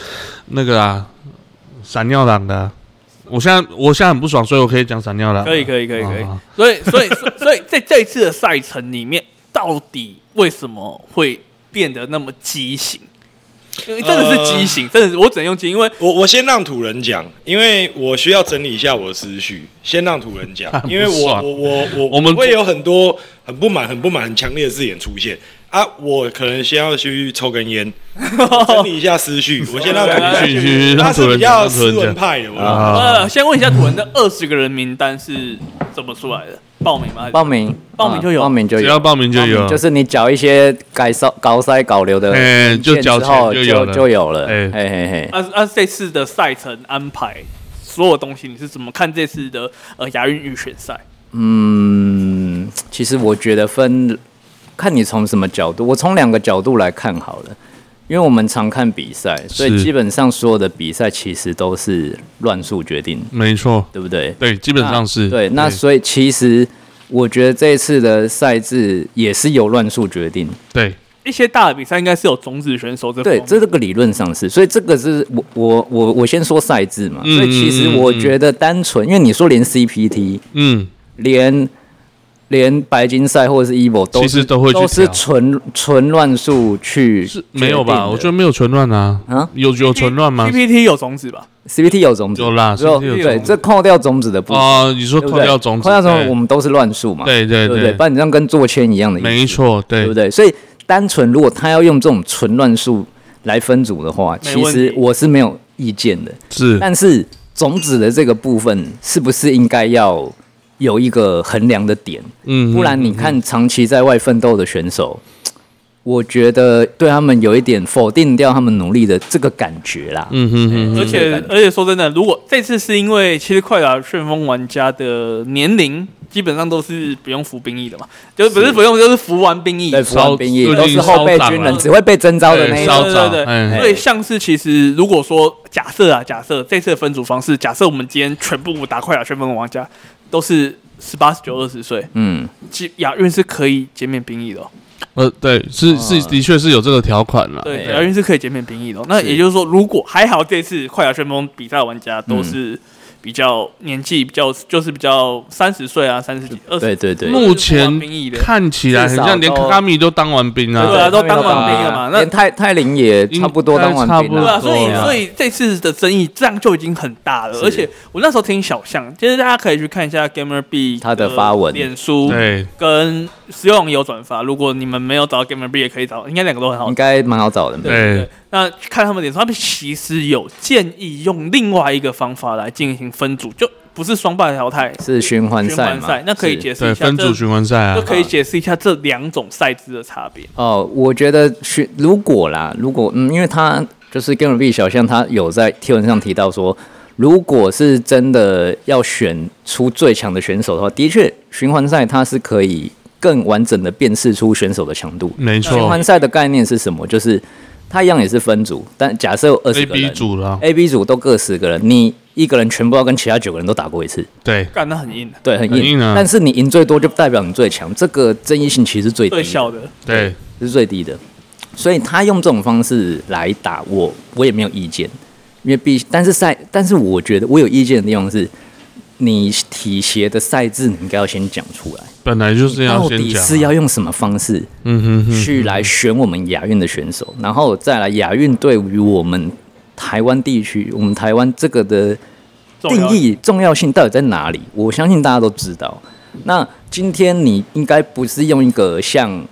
[SPEAKER 2] 那个啊，闪尿党的啊。我现在我现在很不爽，所以我可以讲闪尿党。
[SPEAKER 1] 可以可以可以可以
[SPEAKER 2] 啊。
[SPEAKER 1] 所以所以 所以所以在这一次的赛程里面，到底为什么会变得那么畸形？因为真的
[SPEAKER 3] 呃
[SPEAKER 1] 是畸形，真的是我只能用畸，因为
[SPEAKER 3] 我我先让土人讲，因为我需要整理一下我的思绪。先让土人讲
[SPEAKER 2] 他， 很
[SPEAKER 3] 因为
[SPEAKER 2] 不
[SPEAKER 3] 我
[SPEAKER 2] 爽
[SPEAKER 3] 我我我
[SPEAKER 2] 我们
[SPEAKER 3] 会有很多很不满、很不满、很强烈的字眼出现啊！我可能先要去抽根烟，整理一下思绪。我先让土 人
[SPEAKER 1] 去
[SPEAKER 2] 去去
[SPEAKER 3] 讲，他
[SPEAKER 2] 让主
[SPEAKER 3] 是
[SPEAKER 2] 人讲，
[SPEAKER 3] 比较
[SPEAKER 2] 让主
[SPEAKER 3] 斯文
[SPEAKER 2] 人讲
[SPEAKER 3] 派的，我
[SPEAKER 2] 啊。
[SPEAKER 1] 呃，先问一下土人的二十个人名单是怎么出来的？报名吗？
[SPEAKER 4] 报名
[SPEAKER 1] 报名就有
[SPEAKER 4] 啊报名就
[SPEAKER 2] 只
[SPEAKER 4] 有，
[SPEAKER 2] 要报名就有，
[SPEAKER 4] 就是你缴一些改烧高塞搞流的
[SPEAKER 2] 哎
[SPEAKER 4] 文件
[SPEAKER 2] 就缴
[SPEAKER 4] 之后
[SPEAKER 2] 钱就
[SPEAKER 4] 就
[SPEAKER 2] 有了
[SPEAKER 4] 就有了，
[SPEAKER 2] 哎
[SPEAKER 4] 嘿嘿嘿，
[SPEAKER 1] 按按啊这次的赛程安排，所有东西你是怎么看这次的呃亚运预选赛？
[SPEAKER 4] 嗯，其实我觉得分看你从什么角度，我从两个角度来看好了，因为我们常看比赛，所以
[SPEAKER 2] 是
[SPEAKER 4] 基本上所有的比赛其实都是乱数决定，
[SPEAKER 2] 没错，
[SPEAKER 4] 对不对？
[SPEAKER 2] 对，基本上是
[SPEAKER 4] 啊对，那所以其实我觉得这一次的赛制也是由乱数决定，
[SPEAKER 2] 对
[SPEAKER 1] 一些大的比赛应该是有种子选手这
[SPEAKER 4] 对，
[SPEAKER 1] 方面
[SPEAKER 4] 这个理论上是，所以这个是我我我我先说赛制嘛，
[SPEAKER 2] 嗯
[SPEAKER 4] 所以其实我觉得单纯，因为你说连 CPT
[SPEAKER 2] 嗯，
[SPEAKER 4] 连。连白金赛或者是 EVO 都
[SPEAKER 2] 其实都会去
[SPEAKER 4] 都是
[SPEAKER 2] 调
[SPEAKER 4] 纯纯乱数去
[SPEAKER 2] 是没有吧？我觉得没有存乱啊，
[SPEAKER 4] 啊
[SPEAKER 2] 有有存乱吗？
[SPEAKER 1] PPT 有种子吧？
[SPEAKER 4] 得 CPT 有种子，
[SPEAKER 2] 有啦
[SPEAKER 4] 只有
[SPEAKER 2] CPT 有
[SPEAKER 4] 对
[SPEAKER 2] 种子
[SPEAKER 4] 这扣掉种子的部分，
[SPEAKER 2] 哦，你说
[SPEAKER 4] 对不
[SPEAKER 2] 扣
[SPEAKER 4] 对
[SPEAKER 2] 掉种子，
[SPEAKER 4] 扣掉种
[SPEAKER 2] 对
[SPEAKER 4] 子我们都是乱数嘛，
[SPEAKER 2] 对对
[SPEAKER 4] 对不对？不然你这样跟做签一样的意思，
[SPEAKER 2] 没错，对
[SPEAKER 4] 对不对？所以单纯如果他要用这种纯乱数来分组的话，
[SPEAKER 1] 没
[SPEAKER 4] 其
[SPEAKER 1] 问题
[SPEAKER 4] 实我是没有意见的。
[SPEAKER 2] 是
[SPEAKER 4] 但是种子的这个部分，是不是应该要有一个衡量的点？
[SPEAKER 2] 嗯，
[SPEAKER 4] 不然你看长期在外奋斗的选手，我觉得对他们有一点否定掉他们努力的这个感觉啦。
[SPEAKER 2] 嗯哼哼，
[SPEAKER 1] 而且而且说真的，如果这次是因为其实快打旋风玩家的年龄基本上都是不用服兵役的嘛，就是不是不用就是服完兵役。
[SPEAKER 4] 对，
[SPEAKER 1] 对
[SPEAKER 4] 服完兵役
[SPEAKER 2] 最
[SPEAKER 4] 都
[SPEAKER 2] 近
[SPEAKER 4] 是后备
[SPEAKER 2] 稍长
[SPEAKER 4] 军
[SPEAKER 2] 了
[SPEAKER 4] 人，只会被征召的那
[SPEAKER 2] 对
[SPEAKER 4] 一
[SPEAKER 2] 稍
[SPEAKER 4] 种。
[SPEAKER 1] 对
[SPEAKER 2] 长
[SPEAKER 1] 对
[SPEAKER 2] 哎
[SPEAKER 1] 对，所以像是其实如果说假设啊，假设这次的分组方式，假设我们今天全部打快打旋风玩家都是十八、十九、二十岁，
[SPEAKER 4] 嗯，
[SPEAKER 1] 其亚运是可以减免兵役的哦、
[SPEAKER 2] 呃，对，是是，的确是有这个条款啦。
[SPEAKER 1] 对，
[SPEAKER 4] 对
[SPEAKER 1] 亚运是可以减免兵役的哦、那也就是说，如果还好，这次快打旋风比赛玩家都是比较年纪比较，就是比较三十岁啊，三十几、二十
[SPEAKER 4] 对对对。
[SPEAKER 2] 目
[SPEAKER 1] 就是服
[SPEAKER 2] 前
[SPEAKER 1] 完兵役的
[SPEAKER 2] 看起来很像，连
[SPEAKER 4] 至少
[SPEAKER 2] 卡
[SPEAKER 4] 都
[SPEAKER 2] 卡米都当完兵
[SPEAKER 1] 对
[SPEAKER 2] 啊，
[SPEAKER 1] 啊都当完兵了嘛那
[SPEAKER 4] 连泰泰林也差不多当完兵
[SPEAKER 2] 应该差不多
[SPEAKER 1] 对
[SPEAKER 4] 了
[SPEAKER 1] 啊，。所以
[SPEAKER 2] 对啊
[SPEAKER 1] 所以这次的争议这样就已经很大了，
[SPEAKER 4] 是
[SPEAKER 1] 而且我那时候听小象，其实大家可以去看一下 Gamer B
[SPEAKER 4] 他的发文
[SPEAKER 1] 脸书
[SPEAKER 2] 对，
[SPEAKER 1] 跟使用有转发，如果你们没有找到 Gamer B 也可以找，应该两个都很好
[SPEAKER 4] 应。该蛮好找的。
[SPEAKER 2] 对
[SPEAKER 1] 对，那看他们脸书，他们其实有建议用另外一个方法来进行分组，就不是双败淘汰，
[SPEAKER 4] 是循环
[SPEAKER 1] 循
[SPEAKER 4] 赛
[SPEAKER 1] 环
[SPEAKER 4] 嘛？
[SPEAKER 1] 赛，那可以
[SPEAKER 4] 是
[SPEAKER 1] 解释
[SPEAKER 2] 对，
[SPEAKER 1] 一下
[SPEAKER 2] 分组
[SPEAKER 1] 这。
[SPEAKER 2] 循环赛
[SPEAKER 1] 就
[SPEAKER 2] 啊，
[SPEAKER 1] 可以解释一下这两种赛制的差别。
[SPEAKER 4] 哦，我觉得是如果啦，如果嗯，因为他就是 Game B 小象，他有在贴文上提到说，如果是真的要选出最强的选手的话，的确循环赛它是可以更完整的辨识出选手的强
[SPEAKER 1] 嗯
[SPEAKER 4] 度。
[SPEAKER 2] 没
[SPEAKER 4] 循
[SPEAKER 2] 错
[SPEAKER 4] 环赛的概念是什么？就是它一样也是分组，但假设有二
[SPEAKER 2] ，A
[SPEAKER 4] 十个
[SPEAKER 2] B
[SPEAKER 4] 人哎
[SPEAKER 2] 组了，
[SPEAKER 4] ，A、B 组都各十个人，你一个人全部要跟其他九个人都打过一次。
[SPEAKER 2] 对，
[SPEAKER 1] 干，那很硬，
[SPEAKER 4] 对，很硬。
[SPEAKER 2] 很硬啊
[SPEAKER 4] 但是你赢最多就代表你最强，这个争议性其实是最低
[SPEAKER 1] 最
[SPEAKER 4] 的，
[SPEAKER 1] 小的。
[SPEAKER 2] 对，
[SPEAKER 4] 是最低的。所以他用这种方式来打我，我也没有意见，因为毕但是赛，但是我觉得我有意见的地方是，你体协的赛制你应该要先讲出来，
[SPEAKER 2] 本来就是要
[SPEAKER 4] 到
[SPEAKER 2] 先
[SPEAKER 4] 哎底
[SPEAKER 2] 讲啊，
[SPEAKER 4] 是要用什么方式
[SPEAKER 2] 嗯哼哼，
[SPEAKER 4] 去来选我们亚运的选手，然后再来亚运对于我们台湾地区，我们台湾这个的定义重要性到底在哪里？我相信大家都知道。那今天你应该不是用一个像，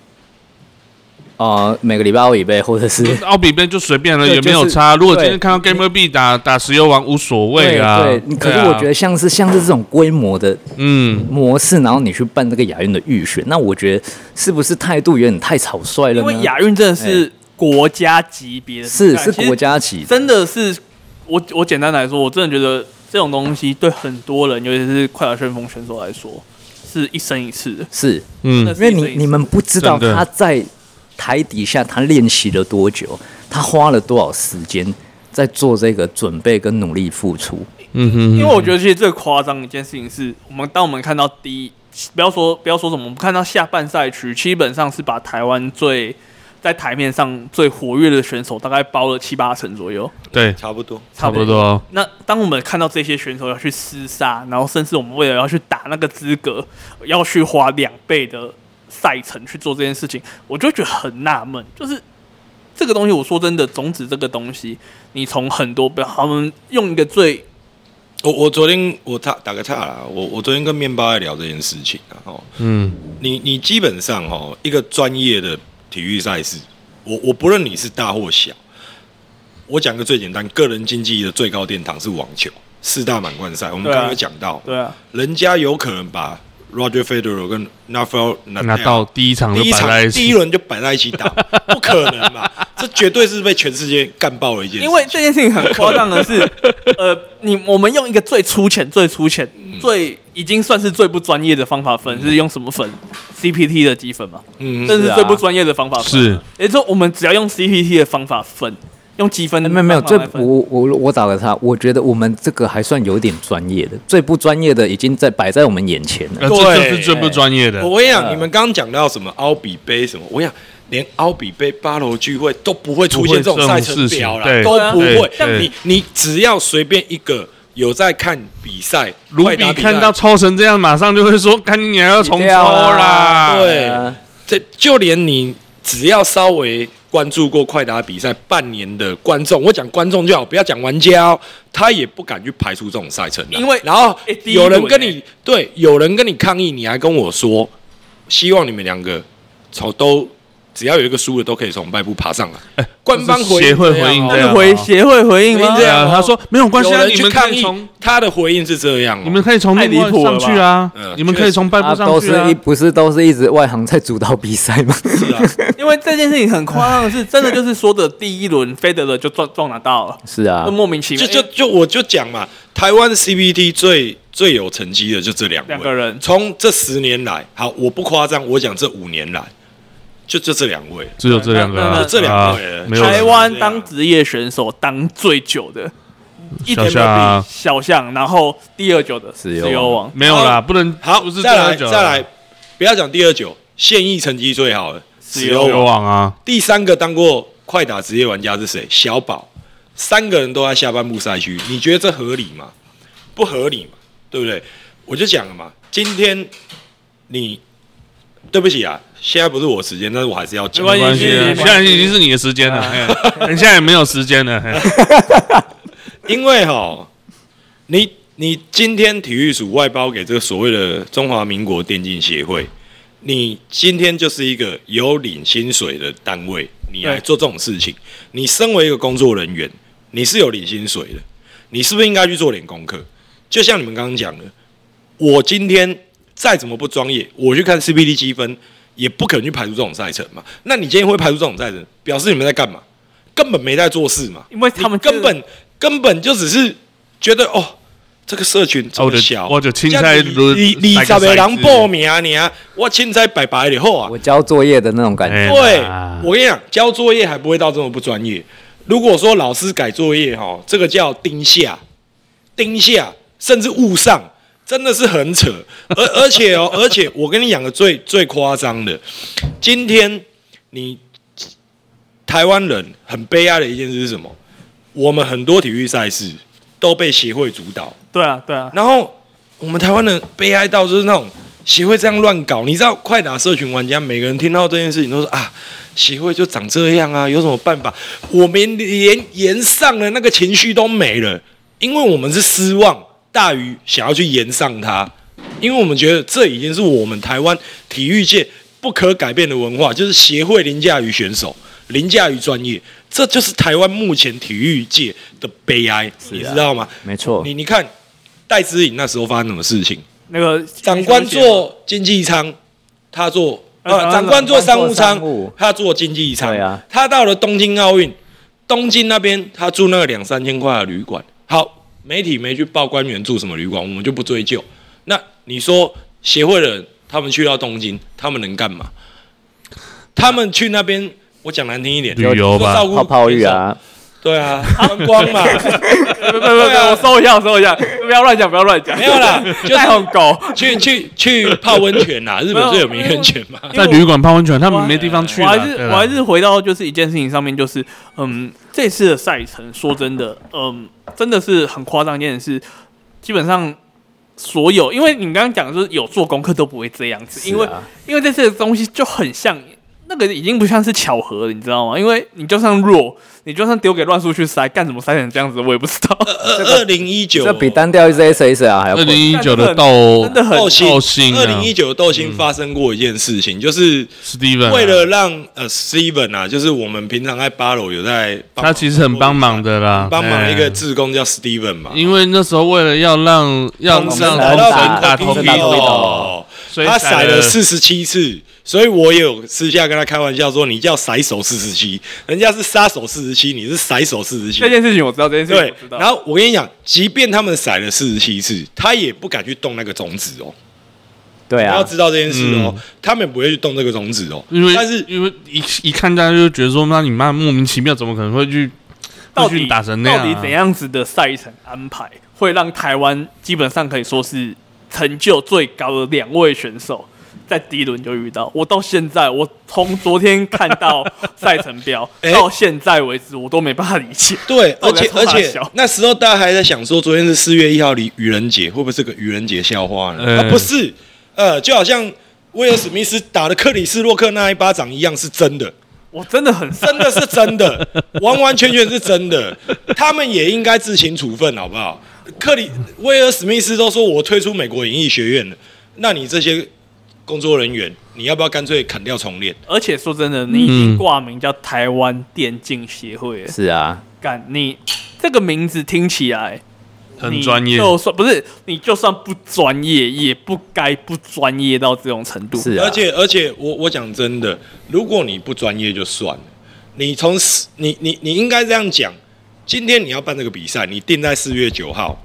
[SPEAKER 4] 呃，每个礼拜奥一杯，或者是
[SPEAKER 2] 奥比杯就随便了，
[SPEAKER 4] 对
[SPEAKER 2] 也没有
[SPEAKER 4] 就是
[SPEAKER 2] 差。如果今天
[SPEAKER 4] 对
[SPEAKER 2] 看到 Gamer B 打打石油王无所谓啊，
[SPEAKER 4] 对，你可是
[SPEAKER 2] 对啊
[SPEAKER 4] 我觉得像是、像是这种规模的
[SPEAKER 2] 嗯，
[SPEAKER 4] 模式，然后你去办这个亚运的预选，那我觉得是不是态度有点太草率
[SPEAKER 1] 因
[SPEAKER 4] 了呢？
[SPEAKER 1] 为亚运真的是国家级别的比
[SPEAKER 4] 是
[SPEAKER 1] 赛，
[SPEAKER 4] 是
[SPEAKER 1] 其实
[SPEAKER 4] 国家级的，
[SPEAKER 1] 真的是，我我简单来说，我真的觉得这种东西对很多人，尤其是快打旋风选手来说，是一生一次的。
[SPEAKER 4] 是
[SPEAKER 2] 嗯
[SPEAKER 1] 那
[SPEAKER 4] 因为你你们不知道
[SPEAKER 2] 真的
[SPEAKER 4] 他在台底下他练习了多久，他花了多少时间在做这个准备跟努力付出。
[SPEAKER 2] 嗯哼哼，
[SPEAKER 1] 因为我觉得其实最夸张的一件事情是，我们当我们看到第一，不要说不要说什么，我们看到下半赛区，基本上是把台湾最在台面上最活跃的选手，大概包了七八成左右，
[SPEAKER 2] 对，
[SPEAKER 3] 差不多。
[SPEAKER 2] 差不。多，
[SPEAKER 1] 那当我们看到这些选手要去厮杀，然后甚至我们为了要去打那个资格，要去花两倍的赛程去做这件事情，我就觉得很纳闷，就是这个东西，我说真的，种子这个东西，你从很多，不要他们用一个最
[SPEAKER 3] 我我昨天我打打个岔啦，我我昨天跟面包在聊这件事情啊，哦，
[SPEAKER 2] 嗯，
[SPEAKER 3] 你你基本上哦，一个专业的体育赛事，我我不论你是大或小，我讲个最简单，个人竞技的最高殿堂是网球四大满贯赛，我们
[SPEAKER 1] 对啊
[SPEAKER 3] 刚刚有讲到，
[SPEAKER 1] 对啊，
[SPEAKER 3] 人家有可能把 Roger Federer 跟 Rafael
[SPEAKER 2] 拿到第一场
[SPEAKER 3] 第
[SPEAKER 2] 就
[SPEAKER 3] 一
[SPEAKER 2] 摆在一
[SPEAKER 3] 场第一
[SPEAKER 2] 起，
[SPEAKER 3] 轮就摆在一起打，不可能 嘛，这绝对是被全世界干爆的一件事，
[SPEAKER 1] 因为这件事情很夸张的是，呃，你我们用一个最粗浅、最粗浅、最已经算是最不专业的方法分，是用什么分？CPT 的积分嘛，
[SPEAKER 3] 嗯
[SPEAKER 1] 这
[SPEAKER 4] 是
[SPEAKER 1] 是
[SPEAKER 4] 啊
[SPEAKER 1] 最不专业的方法分。
[SPEAKER 2] 是
[SPEAKER 1] 也就是说，我们只要用 CPT 的方法分，用积分的
[SPEAKER 4] 没有没有，
[SPEAKER 1] 方
[SPEAKER 4] 这
[SPEAKER 1] 法来分
[SPEAKER 4] 我我我打了他，我觉得我们这个还算有点专业的，最不专业的已经在摆在我们眼前了。
[SPEAKER 2] 呃，这
[SPEAKER 3] 对
[SPEAKER 2] 就是最不专业的嗯
[SPEAKER 3] 我。跟你讲，你们刚刚讲到什么奥比杯什么，我跟你讲连奥比杯、八楼聚会都不会出现这种赛程表啦，
[SPEAKER 2] 不会这
[SPEAKER 1] 事情
[SPEAKER 2] 种
[SPEAKER 3] 都不
[SPEAKER 2] 对
[SPEAKER 3] 会
[SPEAKER 2] 对。
[SPEAKER 3] 像
[SPEAKER 2] 对
[SPEAKER 3] 你，你只要随便一个有在看比赛，
[SPEAKER 2] 卢
[SPEAKER 3] 快打
[SPEAKER 2] 比
[SPEAKER 3] 比
[SPEAKER 2] 看
[SPEAKER 3] 赛
[SPEAKER 2] 到抽成这样，马上就会说：“看你还要重抽啦！”
[SPEAKER 3] 对
[SPEAKER 4] 啊
[SPEAKER 3] 这就连你只要稍微关注过快打比赛半年的观众，我讲观众就好，不要讲玩家、哦，他也不敢去排除这种赛程的。
[SPEAKER 1] 因为
[SPEAKER 3] 然后
[SPEAKER 1] 欸第一
[SPEAKER 3] 有人
[SPEAKER 1] 轮
[SPEAKER 3] 跟
[SPEAKER 1] 欸
[SPEAKER 3] 你对，有人跟你抗议，你还跟我说，希望你们两个从都只要有一个输的都可以从外部爬上来。官方回
[SPEAKER 2] 协
[SPEAKER 3] 应
[SPEAKER 2] 会
[SPEAKER 3] 这样
[SPEAKER 2] 回
[SPEAKER 1] 他们回
[SPEAKER 2] 应这样
[SPEAKER 3] 哦
[SPEAKER 1] 协会回应
[SPEAKER 3] 回
[SPEAKER 1] 吗
[SPEAKER 3] 应？这样哦
[SPEAKER 2] 对啊他说没有关系啊
[SPEAKER 3] 有人
[SPEAKER 2] 你
[SPEAKER 3] 去
[SPEAKER 2] 们可以
[SPEAKER 3] 抗议
[SPEAKER 2] 从，
[SPEAKER 3] 他的回应是这样哦、
[SPEAKER 2] 你们可以从
[SPEAKER 1] 太离
[SPEAKER 2] 另
[SPEAKER 1] 谱
[SPEAKER 2] 外
[SPEAKER 1] 了
[SPEAKER 2] 上
[SPEAKER 1] 吧
[SPEAKER 2] 去啊
[SPEAKER 3] 嗯，
[SPEAKER 2] 你们可以从半
[SPEAKER 4] 啊，
[SPEAKER 2] 部
[SPEAKER 4] 都
[SPEAKER 2] 上去
[SPEAKER 4] 是
[SPEAKER 2] 啊
[SPEAKER 4] 一。不是都是一直外行在主导比赛吗？
[SPEAKER 3] 是啊，
[SPEAKER 1] 因为这件事情很夸张的是，真的就是说的第一轮飞德勒就撞撞拿到了，
[SPEAKER 4] 是啊
[SPEAKER 1] 就，莫名其妙
[SPEAKER 3] 就就就我就讲嘛，台湾 CPT 最最有成绩的就这两位
[SPEAKER 1] 两个人
[SPEAKER 3] 从这十年来，好，我不夸张，我讲这五年来，就就这两位，
[SPEAKER 2] 只有这两个
[SPEAKER 1] 那那
[SPEAKER 2] 啊，
[SPEAKER 1] 那
[SPEAKER 3] 这两
[SPEAKER 2] 啊
[SPEAKER 3] 个人
[SPEAKER 2] 没有
[SPEAKER 1] 台
[SPEAKER 2] 人
[SPEAKER 1] 湾当职业选手当最久的，一
[SPEAKER 2] 小
[SPEAKER 1] 点
[SPEAKER 2] 夏啊
[SPEAKER 1] 小项，然后第二久的
[SPEAKER 4] 石
[SPEAKER 1] 石
[SPEAKER 4] 油王
[SPEAKER 1] 油王，
[SPEAKER 2] 没有啦，不能
[SPEAKER 3] 好
[SPEAKER 2] 不，是啊
[SPEAKER 3] 再来
[SPEAKER 2] 第二九
[SPEAKER 3] 再来，不要讲第二九，现役成绩最好的石油
[SPEAKER 2] 石油
[SPEAKER 3] 王，
[SPEAKER 2] 网啊，
[SPEAKER 3] 第三个当过快打职业玩家是谁？小宝，三个人都在下半部赛区，你觉得这合理吗？不合理嘛，对不对？我就讲了嘛，今天你对不起啊，现在不是我时间，但是我还是要讲。
[SPEAKER 1] 没
[SPEAKER 2] 没关系啊，
[SPEAKER 1] 没关系
[SPEAKER 2] 现在已经是你的时间了，嘿你现在也没有时间了。嘿
[SPEAKER 3] 因为哈，你你今天体育署外包给这个所谓的中华民国电竞协会，你今天就是一个有领薪水的单位，你来
[SPEAKER 1] 对
[SPEAKER 3] 做这种事情，你身为一个工作人员，你是有领薪水的，你是不是应该去做点功课？就像你们刚刚讲的，我今天再怎么不专业，我去看 CPD 积分，也不可能去排除这种赛程嘛。那你今天会排除这种赛程，表示你们在干嘛？根本没在做事嘛。
[SPEAKER 1] 因为他们
[SPEAKER 3] 你根本根本就只是觉得哦，这个社群这
[SPEAKER 2] 啊我
[SPEAKER 3] 么
[SPEAKER 2] 就
[SPEAKER 3] 小，
[SPEAKER 2] 我就凊彩轮
[SPEAKER 3] 你你
[SPEAKER 2] 摆个
[SPEAKER 3] 二十个
[SPEAKER 2] 赛
[SPEAKER 3] 人
[SPEAKER 2] 制
[SPEAKER 3] 报名而已啊，我凊彩摆摆就好啊
[SPEAKER 4] 我。交作业的那种感觉。
[SPEAKER 2] 哎
[SPEAKER 3] 对
[SPEAKER 2] 呀，
[SPEAKER 3] 我跟你讲，交作业还不会到这么不专业。如果说老师改作业哈，这个叫盯下、盯下，甚至误上，真的是很扯。而 而且哦，而且我跟你讲个最最夸张的，今天你台湾人很悲哀的一件事是什么？我们很多体育赛事都被协会主导，
[SPEAKER 1] 对啊对啊，
[SPEAKER 3] 然后我们台湾人悲哀到就是那种协会这样乱搞，你知道快打社群玩家每个人听到这件事情都说啊，协会就长这样啊，有什么办法？我们连延上的那个情绪都没了，因为我们是失望大于想要去延上它，因为我们觉得这已经是我们台湾体育界不可改变的文化，就是协会凌驾于选手。凌驾于专业，这就是台湾目前体育界的悲哀，你知道吗？
[SPEAKER 4] 没
[SPEAKER 2] 哦
[SPEAKER 4] 错，
[SPEAKER 3] 你你看戴资颖那时候发生什么事情？
[SPEAKER 4] 哎
[SPEAKER 1] 那个
[SPEAKER 3] 长官做经济舱，他做
[SPEAKER 1] 呃
[SPEAKER 3] 啊，
[SPEAKER 1] 长
[SPEAKER 3] 长官做商务
[SPEAKER 4] 长官
[SPEAKER 3] 舱
[SPEAKER 4] 做商务，
[SPEAKER 3] 他做经济舱。
[SPEAKER 4] 对啊
[SPEAKER 3] 他到了东京奥运，东京那边他住那个两三千块的旅馆。好，媒体没去报官员住什么旅馆，我们就不追究。那你说协会的人，他们去到东京，他们能干嘛？他们去那边，我讲难听一点，
[SPEAKER 2] 旅游吧
[SPEAKER 3] 说照顾
[SPEAKER 4] 泡泡浴啊，
[SPEAKER 3] 对 啊，观光嘛，
[SPEAKER 1] 不不不，我搜一下，我搜一下，不要乱讲，不要乱讲，
[SPEAKER 3] 没有 啦，就
[SPEAKER 1] 带红狗，
[SPEAKER 3] 去去去泡温泉啦，日本最有名的温泉嘛。
[SPEAKER 1] 因为
[SPEAKER 2] 在
[SPEAKER 1] 我
[SPEAKER 2] 旅馆泡温泉，他们没地方去
[SPEAKER 1] 我
[SPEAKER 2] 啦
[SPEAKER 1] 还是
[SPEAKER 2] 对
[SPEAKER 1] 我
[SPEAKER 2] 啦
[SPEAKER 1] 还是回到就是一件事情上面，就是嗯，这次的赛程，说真的，嗯，真的是很夸张一件事，基本上。所有，因为你刚刚讲的就是有做功课都不会这样子，因为
[SPEAKER 4] 是啊
[SPEAKER 1] 因为这次的东西就很像那个已经不像是巧合了，你知道吗？因为你就算弱，你就算丢给乱数去筛，干什么筛成这样子，我也不知道。
[SPEAKER 3] 二二零一九，
[SPEAKER 4] 这比单调 S S S 啊还要
[SPEAKER 2] 二
[SPEAKER 4] 贵。
[SPEAKER 2] 零一九的
[SPEAKER 1] 真的
[SPEAKER 2] 斗
[SPEAKER 1] 很
[SPEAKER 3] 斗心
[SPEAKER 2] 斗心啊
[SPEAKER 3] 二零一九斗心发生过一件事情，就是。
[SPEAKER 2] Steven，啊
[SPEAKER 3] 为了让呃 Steven 啊，就是我们平常在八楼有在帮
[SPEAKER 2] 他
[SPEAKER 3] 忙
[SPEAKER 2] 其实很帮忙的啦，
[SPEAKER 3] 帮忙
[SPEAKER 2] 哎
[SPEAKER 3] 一个志工叫 Steven 嘛，
[SPEAKER 2] 因为那时候为了要让要让
[SPEAKER 3] 通
[SPEAKER 2] 通
[SPEAKER 3] 神
[SPEAKER 2] 神
[SPEAKER 3] 来到
[SPEAKER 2] 大
[SPEAKER 3] 本
[SPEAKER 2] 通
[SPEAKER 3] 口
[SPEAKER 4] 大通
[SPEAKER 2] 一
[SPEAKER 4] 一
[SPEAKER 3] 哦
[SPEAKER 4] 斗，
[SPEAKER 2] 啊所以
[SPEAKER 3] 他
[SPEAKER 2] 甩
[SPEAKER 3] 甩
[SPEAKER 2] 了
[SPEAKER 3] 了四十七次，所以我也有私下跟他开玩笑说，你叫甩手四十七，人家是杀手四十七，你是甩手四十七
[SPEAKER 1] 这。件事情我知道，这件事情
[SPEAKER 3] 对
[SPEAKER 1] 我知，道。
[SPEAKER 3] 然后我跟你讲，即便他们甩了四十七次，他也不敢去动那个种子哦。
[SPEAKER 4] 对
[SPEAKER 3] 你要
[SPEAKER 4] 啊，
[SPEAKER 3] 知道这件事
[SPEAKER 1] 嗯
[SPEAKER 3] 哦，他们不会去动这个种子哦。
[SPEAKER 2] 因为
[SPEAKER 3] 但是
[SPEAKER 2] 因为一一看大家就觉得说，那你妈莫名其妙怎么可能会去
[SPEAKER 1] 到
[SPEAKER 2] 会
[SPEAKER 1] 底
[SPEAKER 2] 去打成那样、啊？
[SPEAKER 1] 到底怎？样子的赛程安排会让台湾基本上可以说是成就最高的两位选手，在第一轮就遇到？我到现在，我从昨天看到赛程表、
[SPEAKER 3] 哎
[SPEAKER 1] 到现在为止，我都没办法理解。
[SPEAKER 3] 对，
[SPEAKER 1] 到
[SPEAKER 3] 而
[SPEAKER 1] 底
[SPEAKER 3] 且
[SPEAKER 1] 要
[SPEAKER 3] 而
[SPEAKER 1] 冲哪
[SPEAKER 3] 且
[SPEAKER 1] 小
[SPEAKER 3] 那时候大家还在想说，昨天是四月一号离愚人节，会不会是个愚人节笑话呢？
[SPEAKER 2] 嗯
[SPEAKER 3] 啊，不是，呃，就好像威尔史密斯打的克里斯洛克那一巴掌一样，是真的，
[SPEAKER 1] 我真的很
[SPEAKER 3] 真的是真的，完完全全是真的。他们也应该自行处分，好不好？克里威尔史密斯都说我退出美国演艺学院了，那你这些工作人员，你要不要干脆砍掉重练？
[SPEAKER 1] 而且说真的，你已经挂名叫台湾电竞协会了，
[SPEAKER 4] 是啊，
[SPEAKER 1] 干、你这个名字听起来
[SPEAKER 2] 很专
[SPEAKER 1] 你
[SPEAKER 2] 业，
[SPEAKER 1] 就算不是你就算不专业，也不该不专业到这种程度。
[SPEAKER 4] 是啊，
[SPEAKER 3] 而且而且，我我讲真的，如果你不专业就算了，你从四你你你应该这样讲，今天你要办这个比赛，你定在四月九号，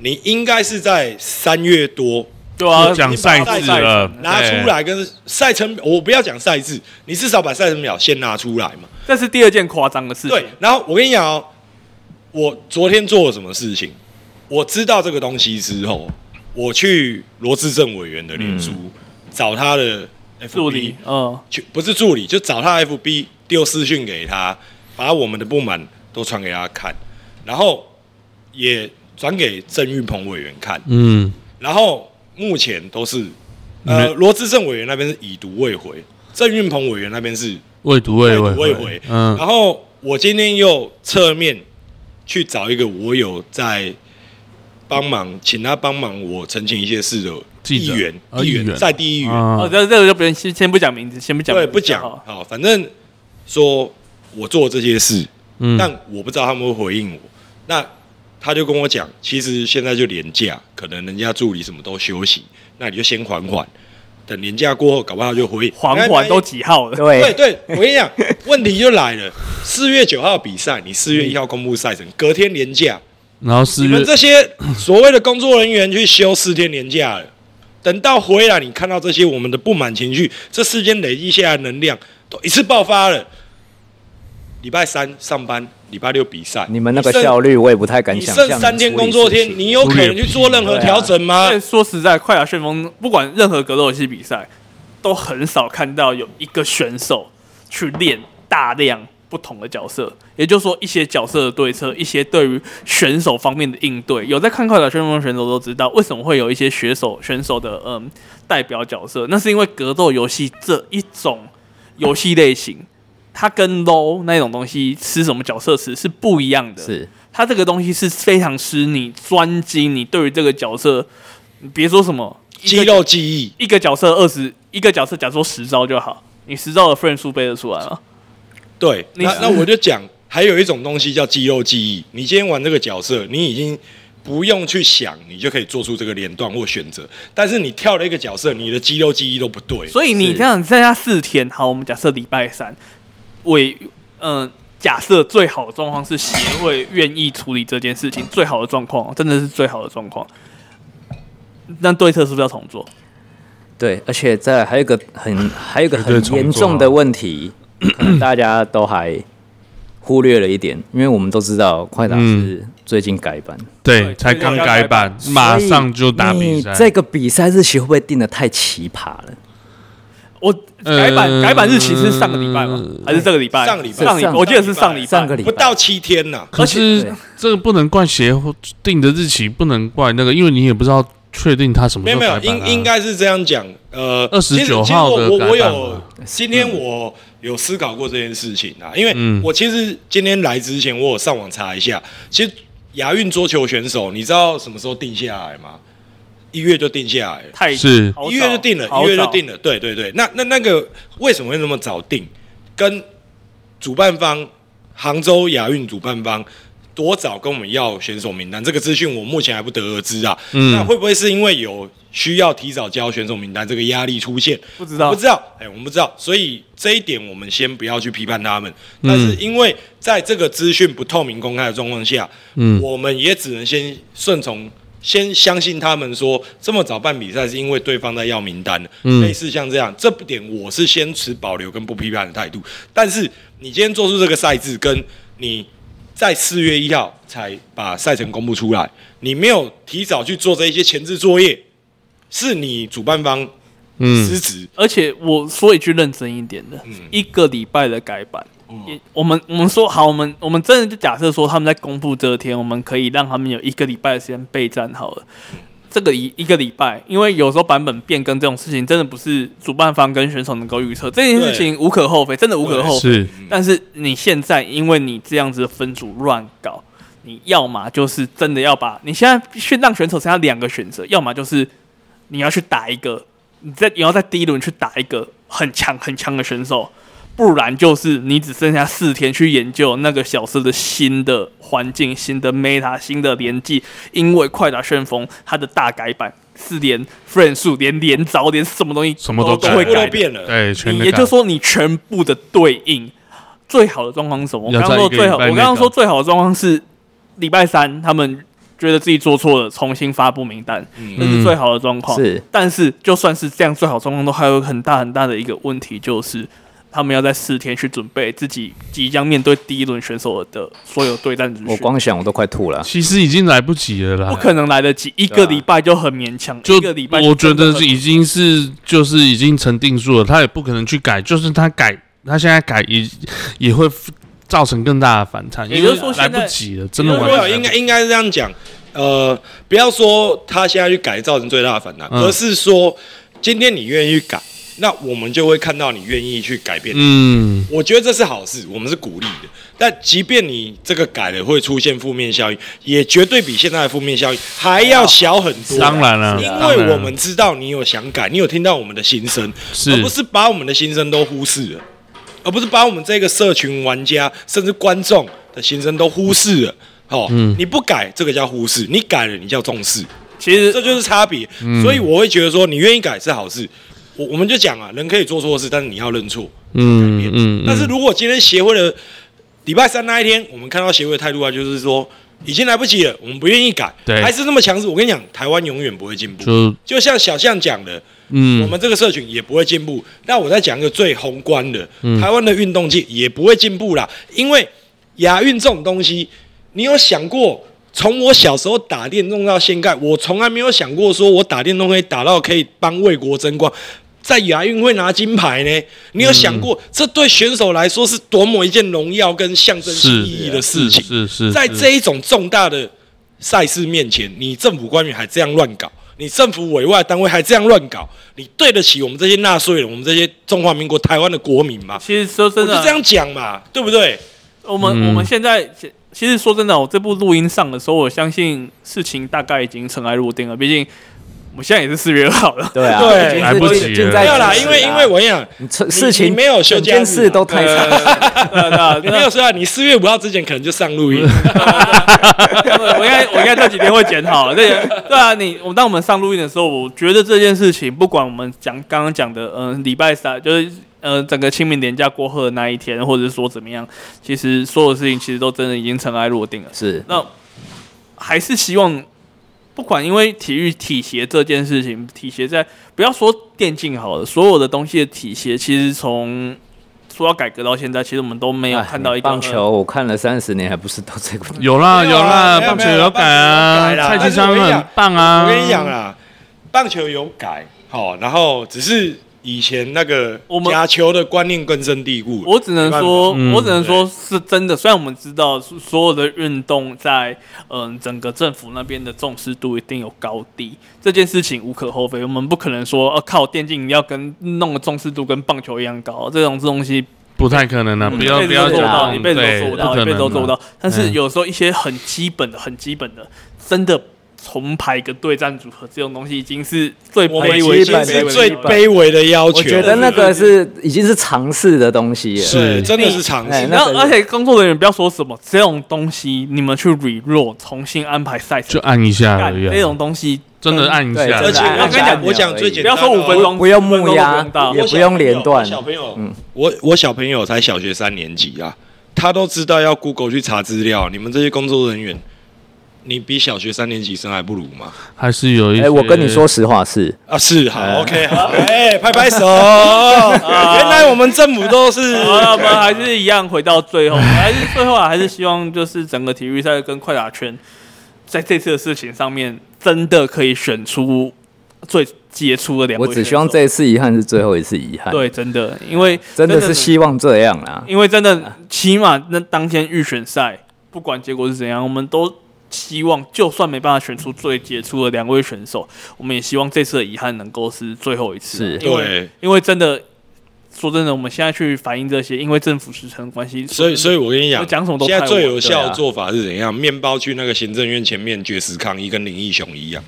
[SPEAKER 3] 你应该是在三月多
[SPEAKER 1] 对啊，
[SPEAKER 2] 就讲
[SPEAKER 1] 你
[SPEAKER 2] 赛
[SPEAKER 1] 把
[SPEAKER 2] 制了
[SPEAKER 3] 拿出来跟赛程，我不要讲赛制，你至少把赛程表先拿出来嘛。
[SPEAKER 1] 这是第二件夸张的事情。
[SPEAKER 3] 对，，然后我跟你讲哦，我昨天做了什么事情？我知道这个东西之后，我去罗志政委员的脸书、找他的 FB,
[SPEAKER 1] 嗯助理，嗯，
[SPEAKER 3] 去不是助理，就找他 FB 丢私讯给他，把我们的不满都传给他看，然后也转给郑运鹏委员看，
[SPEAKER 2] 嗯，
[SPEAKER 3] 然后目前都是
[SPEAKER 2] 没
[SPEAKER 3] 呃罗志正委员那边是已读未回，郑运鹏委员那边是
[SPEAKER 2] 未读未未
[SPEAKER 3] 未读未回，
[SPEAKER 2] 嗯，
[SPEAKER 3] 然后我今天又侧面去找一个我有在帮忙，请他帮忙我澄清一些事的
[SPEAKER 2] 记
[SPEAKER 3] 议
[SPEAKER 2] 者
[SPEAKER 3] 员，
[SPEAKER 2] 啊
[SPEAKER 3] 议
[SPEAKER 2] 议
[SPEAKER 3] 员
[SPEAKER 2] 员
[SPEAKER 3] 在第一员，
[SPEAKER 1] 哦，
[SPEAKER 2] 啊，
[SPEAKER 1] 这这个就不用先先不讲名字，先不讲名
[SPEAKER 3] 对，
[SPEAKER 1] 字，
[SPEAKER 3] 不讲
[SPEAKER 1] 好
[SPEAKER 3] 好，反正说我做这些事，
[SPEAKER 2] 嗯，
[SPEAKER 3] 但我不知道他们会回应我。那他就跟我讲，其实现在就廉价，可能人家助理什么都休息，那你就先缓缓，等廉价过后，搞不好他就回应。哎
[SPEAKER 1] 缓
[SPEAKER 3] 那
[SPEAKER 1] 缓都几号了？
[SPEAKER 3] 对
[SPEAKER 4] 对，
[SPEAKER 3] 对，我跟你讲，问题就来了。四月九号比赛，你四月一号公布赛程，隔天廉价，
[SPEAKER 2] 然后四
[SPEAKER 3] 你
[SPEAKER 2] 月
[SPEAKER 3] 们这些所谓的工作人员去休四天年假了，等到回来，你看到这些我们的不满情绪，这四天累积下来的能量都一次爆发了。礼拜三上班，礼拜六比赛，
[SPEAKER 4] 你们那个
[SPEAKER 3] 剩
[SPEAKER 4] 效率我也不太敢
[SPEAKER 3] 你
[SPEAKER 4] 想
[SPEAKER 3] 剩
[SPEAKER 4] 象。
[SPEAKER 3] 三天工作天，你有可能去做任何调整吗
[SPEAKER 1] 因？为说实在，快打旋风不管任何格斗游戏比赛，都很少看到有一个选手去练大量。不同的角色，也就是说一些角色的对策，一些对于选手方面的应对。有在看快打旋风的选手都知道，为什么会有一些选手选手的嗯代表角色，那是因为格斗游戏这一种游戏类型，它跟 low 那种东西吃什么角色吃是不一样的。
[SPEAKER 4] 是
[SPEAKER 1] 它这个东西是非常吃你专精，你对于这个角色，你别说什么
[SPEAKER 3] 肌肉记忆，
[SPEAKER 1] 一个角色二十，一个角色假如说十招就好，你十招的分数背得出来吗？
[SPEAKER 3] 对，
[SPEAKER 1] 你
[SPEAKER 3] 那
[SPEAKER 1] 是
[SPEAKER 3] 那我就讲，还有一种东西叫肌肉记忆。你今天玩这个角色，你已经不用去想，你就可以做出这个连段或选择。但是你跳了一个角色，你的肌肉记忆都不对，
[SPEAKER 1] 所以你
[SPEAKER 4] 是
[SPEAKER 1] 这样在家四天，好，我们假设礼拜三，委嗯、假设最好的状况是协会愿意处理这件事情，最好的状况真的是最好的状况。那对策是不是要重做？
[SPEAKER 4] 对，而且再来还有一个很还有一个
[SPEAKER 2] 绝对
[SPEAKER 4] 很
[SPEAKER 2] 重
[SPEAKER 4] 严
[SPEAKER 2] 做
[SPEAKER 4] 重
[SPEAKER 2] 啊
[SPEAKER 4] 的问 题，可能大家都还忽略了一点，因为我们都知道快打
[SPEAKER 2] 嗯
[SPEAKER 4] 是最近改版，
[SPEAKER 2] 对，才刚改版，马上就打比赛
[SPEAKER 4] 所以你。这个比赛日期会不会定的太奇葩了？
[SPEAKER 1] 我
[SPEAKER 2] 呃
[SPEAKER 1] 改版、改版日期是上个礼拜吗？还是这个礼拜？
[SPEAKER 3] 上个礼拜
[SPEAKER 1] 上礼
[SPEAKER 4] 上个
[SPEAKER 1] 我记得是上礼拜。
[SPEAKER 4] 上个礼拜
[SPEAKER 3] 不到七天呐、
[SPEAKER 2] 可
[SPEAKER 4] 而且
[SPEAKER 2] 是
[SPEAKER 4] 对
[SPEAKER 2] 这个不能怪协会定的日期，不能怪那个，因为你也不知道确定他什么
[SPEAKER 3] 没
[SPEAKER 2] 时
[SPEAKER 3] 有
[SPEAKER 2] 候
[SPEAKER 3] 没
[SPEAKER 2] 改版、
[SPEAKER 3] 有
[SPEAKER 2] 啊。，
[SPEAKER 3] 应应该是这样讲。呃，
[SPEAKER 2] 29
[SPEAKER 3] 其实其实
[SPEAKER 2] 号
[SPEAKER 3] 我
[SPEAKER 2] 的
[SPEAKER 3] 我
[SPEAKER 2] 改
[SPEAKER 3] 我
[SPEAKER 2] 版
[SPEAKER 3] 有
[SPEAKER 2] 嘛
[SPEAKER 3] 今天我有思考过这件事情啊，因为
[SPEAKER 2] 嗯
[SPEAKER 3] 我其实今天来之前，我有上网查一下，其实亚运桌球选手，你知道什么时候定下来吗？一月就定下来了。
[SPEAKER 1] 太
[SPEAKER 2] 是
[SPEAKER 1] 好早
[SPEAKER 3] 一月就定了，
[SPEAKER 1] 好
[SPEAKER 3] 一月就
[SPEAKER 1] 早
[SPEAKER 3] 定了。对对对，那那那个为什么会那么早定？跟主办方杭州亚运主办方多早跟我们要选手名单，这个资讯我目前还不得而知啊。
[SPEAKER 2] 嗯
[SPEAKER 3] 那会不会是因为有需要提早交选手名单这个压力出现？
[SPEAKER 1] 不知道
[SPEAKER 3] 不知道，哎、我们不知道，所以这一点我们先不要去批判他们。但是因为在这个资讯不透明公开的状况下，
[SPEAKER 2] 嗯
[SPEAKER 3] 我们也只能先顺从，先相信他们说这么早办比赛是因为对方在要名单，
[SPEAKER 2] 嗯
[SPEAKER 3] 类似像这样，这点我是先持保留跟不批判的态度。但是你今天做出这个赛制，跟你在四月一号才把赛程公布出来，你没有提早去做这一些前置作业，是你主办方失
[SPEAKER 2] 嗯，
[SPEAKER 3] 职。
[SPEAKER 1] 而且我说一句认真一点的，
[SPEAKER 3] 嗯
[SPEAKER 1] 一个礼拜的改版，也我们我们说好，我们我们真的就假设说他们在公布这天，我们可以让他们有一个礼拜的时间备战好了。
[SPEAKER 3] 嗯
[SPEAKER 1] 这个一一个礼拜，因为有时候版本变更这种事情，真的不是主办方跟选手能够预测，这件事情无可厚非，真的无可厚非。
[SPEAKER 2] 是
[SPEAKER 1] 但是你现在因为你这样子的分组乱搞，你要么就是真的要把你现在必须让选手剩下两个选择，要么就是你要去打一个，你在你要在第一轮去打一个很强很强的选手，不然就是你只剩下四天去研究那个角色的新的环境、新的 meta、新的联技，因为快打旋风它的大改版。是连 frame 数、连连招、连什么东西
[SPEAKER 2] 什么
[SPEAKER 1] 都
[SPEAKER 2] 都
[SPEAKER 1] 会
[SPEAKER 2] 改
[SPEAKER 1] 改
[SPEAKER 3] 都变了
[SPEAKER 2] 对，全
[SPEAKER 1] 你
[SPEAKER 2] 力
[SPEAKER 1] 也
[SPEAKER 2] 打
[SPEAKER 1] 就是说，你全部的对应最好的状况是什么？我
[SPEAKER 2] 要
[SPEAKER 1] 刚刚
[SPEAKER 2] 在
[SPEAKER 1] 说
[SPEAKER 2] 一个
[SPEAKER 1] 最好，
[SPEAKER 2] 礼拜
[SPEAKER 1] 我
[SPEAKER 2] 内
[SPEAKER 1] 刚刚
[SPEAKER 2] 搞
[SPEAKER 1] 说最好的状况是礼拜三，他们觉得自己做错了，重新发布名单，
[SPEAKER 2] 嗯
[SPEAKER 1] 这是最好的状况。
[SPEAKER 4] 是，
[SPEAKER 1] 但是就算是这样，最好的状况都还有很大很大的一个问题，就是他们要在四天去准备自己即将面对第一轮选手的所有对战资
[SPEAKER 4] 我
[SPEAKER 1] 讯。
[SPEAKER 4] 光想我都快吐了。
[SPEAKER 2] 其实已经来不及了啦。
[SPEAKER 1] 不可能来得及，一个礼拜就很勉强，
[SPEAKER 2] 啊就
[SPEAKER 1] 一个礼拜
[SPEAKER 2] 我觉
[SPEAKER 1] 真的
[SPEAKER 2] 得
[SPEAKER 1] 很
[SPEAKER 2] 已经是就是已经成定数了，他也不可能去改，就是他改，他现在改也也会造成更大的反弹，
[SPEAKER 1] 也
[SPEAKER 2] 因
[SPEAKER 1] 就是
[SPEAKER 2] 为
[SPEAKER 1] 说
[SPEAKER 2] 来
[SPEAKER 1] 现在
[SPEAKER 2] 不及了，真的
[SPEAKER 1] 也就是
[SPEAKER 2] 完
[SPEAKER 1] 说
[SPEAKER 2] 全来不
[SPEAKER 3] 没有，应
[SPEAKER 2] 及
[SPEAKER 3] 该应该是这样讲，呃，不要说他现在去改造成最大的反弹，
[SPEAKER 2] 嗯
[SPEAKER 3] 而是说今天你愿意改，那我们就会看到你愿意去改变。
[SPEAKER 2] 嗯，
[SPEAKER 3] 我觉得这是好事，我们是鼓励的。但即便你这个改了会出现负面效应，也绝对比现在的负面效应还要小很多。
[SPEAKER 2] 当然啊了，
[SPEAKER 3] 因
[SPEAKER 2] 当然
[SPEAKER 3] 为
[SPEAKER 2] 了
[SPEAKER 3] 我们知道你有想改，你有听到我们的心声，
[SPEAKER 2] 是
[SPEAKER 3] 而不是把我们的心声都忽视了，而不是把我们这个社群玩家甚至观众的心声都忽视了。哦，
[SPEAKER 2] 嗯
[SPEAKER 3] 你不改这个叫忽视，你改了你叫重视，
[SPEAKER 1] 其实
[SPEAKER 3] 这就是差别。
[SPEAKER 2] 嗯
[SPEAKER 3] 所以我会觉得说，你愿意改是好事。我我们就讲啊，人可以做错事，但是你要认错。
[SPEAKER 2] 嗯嗯，
[SPEAKER 3] 但是
[SPEAKER 2] 嗯
[SPEAKER 3] 如果今天协会的礼拜三那一天，我们看到协会的态度啊，就是说已经来不及了，我们不愿意改，
[SPEAKER 2] 对
[SPEAKER 3] 还是那么强势。我跟你讲，台湾永远不会进步。
[SPEAKER 2] 就
[SPEAKER 3] 就像小象讲的，我
[SPEAKER 2] 嗯
[SPEAKER 3] 们这个社群也不会进步。那我再讲一个最宏观的，台湾的运动界也不会进步啦，因为亚运这种东西，你有想过？从我小时候打电动到现在，我从来没有想过说我打电动可以打到可以帮为国争光。在亚运会拿金牌呢？你有想过，这对选手来说是多么一件荣耀跟象征性
[SPEAKER 2] 是
[SPEAKER 3] 意义的事情？
[SPEAKER 2] 是是，
[SPEAKER 3] 在
[SPEAKER 2] 是
[SPEAKER 3] 这一种重大的赛事面前，你政府官员还这样乱搞，你政府委外单位还这样乱搞，你对得起我们这些纳税人，我们这些中华民国台湾的国民吗？
[SPEAKER 1] 其实说
[SPEAKER 3] 我
[SPEAKER 1] 真
[SPEAKER 3] 就
[SPEAKER 1] 的，啊
[SPEAKER 3] 这样讲嘛，对不对？
[SPEAKER 1] 我们、
[SPEAKER 2] 嗯
[SPEAKER 1] 我们现在其其实说真的，我哦这部录音上的时候，我相信事情大概已经尘埃落定了。毕竟我们现在也是四月二号了，
[SPEAKER 4] 对啊，
[SPEAKER 3] 对
[SPEAKER 4] 已经是
[SPEAKER 2] 来不及
[SPEAKER 4] 近近
[SPEAKER 2] 了
[SPEAKER 4] 在
[SPEAKER 3] 没有啦，
[SPEAKER 4] 咫尺
[SPEAKER 3] 因为
[SPEAKER 4] 啊
[SPEAKER 3] 因为我跟你讲，
[SPEAKER 4] 你这
[SPEAKER 3] 你
[SPEAKER 4] 事情
[SPEAKER 3] 没有休
[SPEAKER 4] 整
[SPEAKER 3] 假日啊
[SPEAKER 4] 件事都
[SPEAKER 1] 对
[SPEAKER 4] 太长，
[SPEAKER 1] 对啊
[SPEAKER 3] 你
[SPEAKER 1] 对
[SPEAKER 3] 没
[SPEAKER 1] 啊
[SPEAKER 3] 有说啊，你四月五号之前可能就上录音，
[SPEAKER 1] 对啊， 我应该我应该这几天会剪好了。对对啊，你我当我们上录音的时候，我觉得这件事情，不管我们讲刚刚讲的，嗯、礼拜三就是呃整个清明年假过后的那一天，或者是说怎么样，其实所有事情其实都真的已经尘埃落定了。
[SPEAKER 4] 是
[SPEAKER 1] 那还是希望，不管因为体育体协这件事情，体协在不要说电竞好了，所有的东西的体协，其实从说要改革到现在，其实我们都没有
[SPEAKER 4] 哎
[SPEAKER 1] 看到一个呃嗯
[SPEAKER 4] 棒球，我看了三十年还不是都这个。
[SPEAKER 2] 有啦
[SPEAKER 3] 没
[SPEAKER 1] 啊
[SPEAKER 2] 有
[SPEAKER 3] 有
[SPEAKER 2] 啦，
[SPEAKER 3] 啦没有
[SPEAKER 2] 棒球
[SPEAKER 3] 没有
[SPEAKER 2] 有改
[SPEAKER 3] 棒
[SPEAKER 2] 啊
[SPEAKER 3] 球有改，啦
[SPEAKER 2] 蔡
[SPEAKER 3] 但
[SPEAKER 2] 其
[SPEAKER 3] 是我
[SPEAKER 2] 昌
[SPEAKER 3] 跟你
[SPEAKER 2] 很
[SPEAKER 3] 讲
[SPEAKER 2] 棒啊。
[SPEAKER 3] 我跟你讲啦，棒球有改好，然后只是以前那个
[SPEAKER 1] 我们
[SPEAKER 3] 假球的观念根深蒂固。
[SPEAKER 1] 我只能说，
[SPEAKER 2] 没办法
[SPEAKER 1] 我只能说是真的。虽然我们知道所所有的运动在嗯整个政府那边的重视度一定有高低，这件事情无可厚非。我们不可能说，呃、靠电竞要跟弄的重视度跟棒球一样高，这种东西
[SPEAKER 2] 不太可能的，啊不
[SPEAKER 1] 嗯
[SPEAKER 2] 要
[SPEAKER 1] 一
[SPEAKER 2] 不
[SPEAKER 1] 辈
[SPEAKER 2] 要
[SPEAKER 1] 子都做不
[SPEAKER 2] 讲
[SPEAKER 1] 到，
[SPEAKER 2] 这
[SPEAKER 1] 一
[SPEAKER 2] 种，
[SPEAKER 1] 辈子都
[SPEAKER 2] 对，
[SPEAKER 1] 做不啊
[SPEAKER 2] 不
[SPEAKER 1] 到，
[SPEAKER 2] 可
[SPEAKER 1] 一辈子
[SPEAKER 2] 能啊
[SPEAKER 1] 都做不
[SPEAKER 2] 的
[SPEAKER 1] 到。但是
[SPEAKER 2] 嗯
[SPEAKER 1] 有时候一些很基本的、很基本的，真的重排跟对战组合这种东西，已经是最
[SPEAKER 3] 我
[SPEAKER 1] 卑
[SPEAKER 3] 们
[SPEAKER 1] 微的、
[SPEAKER 3] 已经
[SPEAKER 1] 微
[SPEAKER 4] 基本
[SPEAKER 1] 的了
[SPEAKER 3] 是最卑微的要求，
[SPEAKER 4] 我觉得那个是已经是尝试的东西了。
[SPEAKER 3] 对
[SPEAKER 2] 是
[SPEAKER 3] 真的是常识
[SPEAKER 4] 哎。
[SPEAKER 1] 然
[SPEAKER 4] 那
[SPEAKER 1] 后，
[SPEAKER 4] 个
[SPEAKER 1] 而且工作人员不要说什么这种东西，你们去 re-roll 重新安排赛
[SPEAKER 2] 就
[SPEAKER 1] 程，
[SPEAKER 2] 按一下而
[SPEAKER 1] 干
[SPEAKER 2] 已啊，
[SPEAKER 1] 这种东西
[SPEAKER 2] 真的按一
[SPEAKER 4] 对
[SPEAKER 2] 下，
[SPEAKER 4] 真
[SPEAKER 3] 而
[SPEAKER 4] 的
[SPEAKER 3] 且
[SPEAKER 4] 按
[SPEAKER 3] 我跟你
[SPEAKER 4] 按
[SPEAKER 3] 讲，
[SPEAKER 4] 钮
[SPEAKER 3] 我讲最
[SPEAKER 4] 而已
[SPEAKER 3] 简
[SPEAKER 1] 不要
[SPEAKER 3] 单的
[SPEAKER 1] 说
[SPEAKER 3] 哦，
[SPEAKER 1] 五分钟，
[SPEAKER 4] 不用
[SPEAKER 1] 10分钟
[SPEAKER 4] 木鸭
[SPEAKER 1] 都用到
[SPEAKER 4] 也
[SPEAKER 3] 我
[SPEAKER 4] 不
[SPEAKER 3] 小
[SPEAKER 4] 用
[SPEAKER 3] 朋友
[SPEAKER 4] 连段
[SPEAKER 3] 我小朋友，
[SPEAKER 4] 嗯
[SPEAKER 3] 我我小朋友才小学三年级啊，他都知道要 Google 去查资料。你们这些工作人员，你比小学三年级生还不如吗？
[SPEAKER 2] 还是有一些。
[SPEAKER 4] 哎，我跟你说实话是，
[SPEAKER 3] 啊，是好、
[SPEAKER 4] 哎
[SPEAKER 3] o k 好，哎、拍拍 手。原来我们政府都是
[SPEAKER 1] 好
[SPEAKER 4] 啊
[SPEAKER 1] 了，我们还是一样回到最后， 还是最后啊，还是希望就是整个体育赛跟快打圈在这次的事情上面，真的可以选出最杰出的两位
[SPEAKER 4] 我
[SPEAKER 1] 选手。
[SPEAKER 4] 只希望这一次遗憾是最后一次遗憾。，
[SPEAKER 1] 对，真的，因为
[SPEAKER 4] 啊真的是，啊希望这样啦。
[SPEAKER 1] 因为真的起码那当天预选赛，不管结果是怎样，我们都希望，就算没办法选出最杰出的两位选手，我们也希望这次的遗憾能够是最后一次。啊
[SPEAKER 4] 是
[SPEAKER 1] 因为
[SPEAKER 3] 对，
[SPEAKER 1] 因为真的。说真的，我们现在去反映这些，因为政府时程关系，
[SPEAKER 3] 所以所以我跟你
[SPEAKER 1] 我
[SPEAKER 3] 讲，
[SPEAKER 1] 讲什么都
[SPEAKER 3] 现在
[SPEAKER 1] 太
[SPEAKER 3] 最
[SPEAKER 1] 晚
[SPEAKER 3] 有效
[SPEAKER 4] 对
[SPEAKER 3] 的
[SPEAKER 4] 啊
[SPEAKER 3] 做法是怎样？面包去那个行政院前面绝食抗议，跟林义雄一样，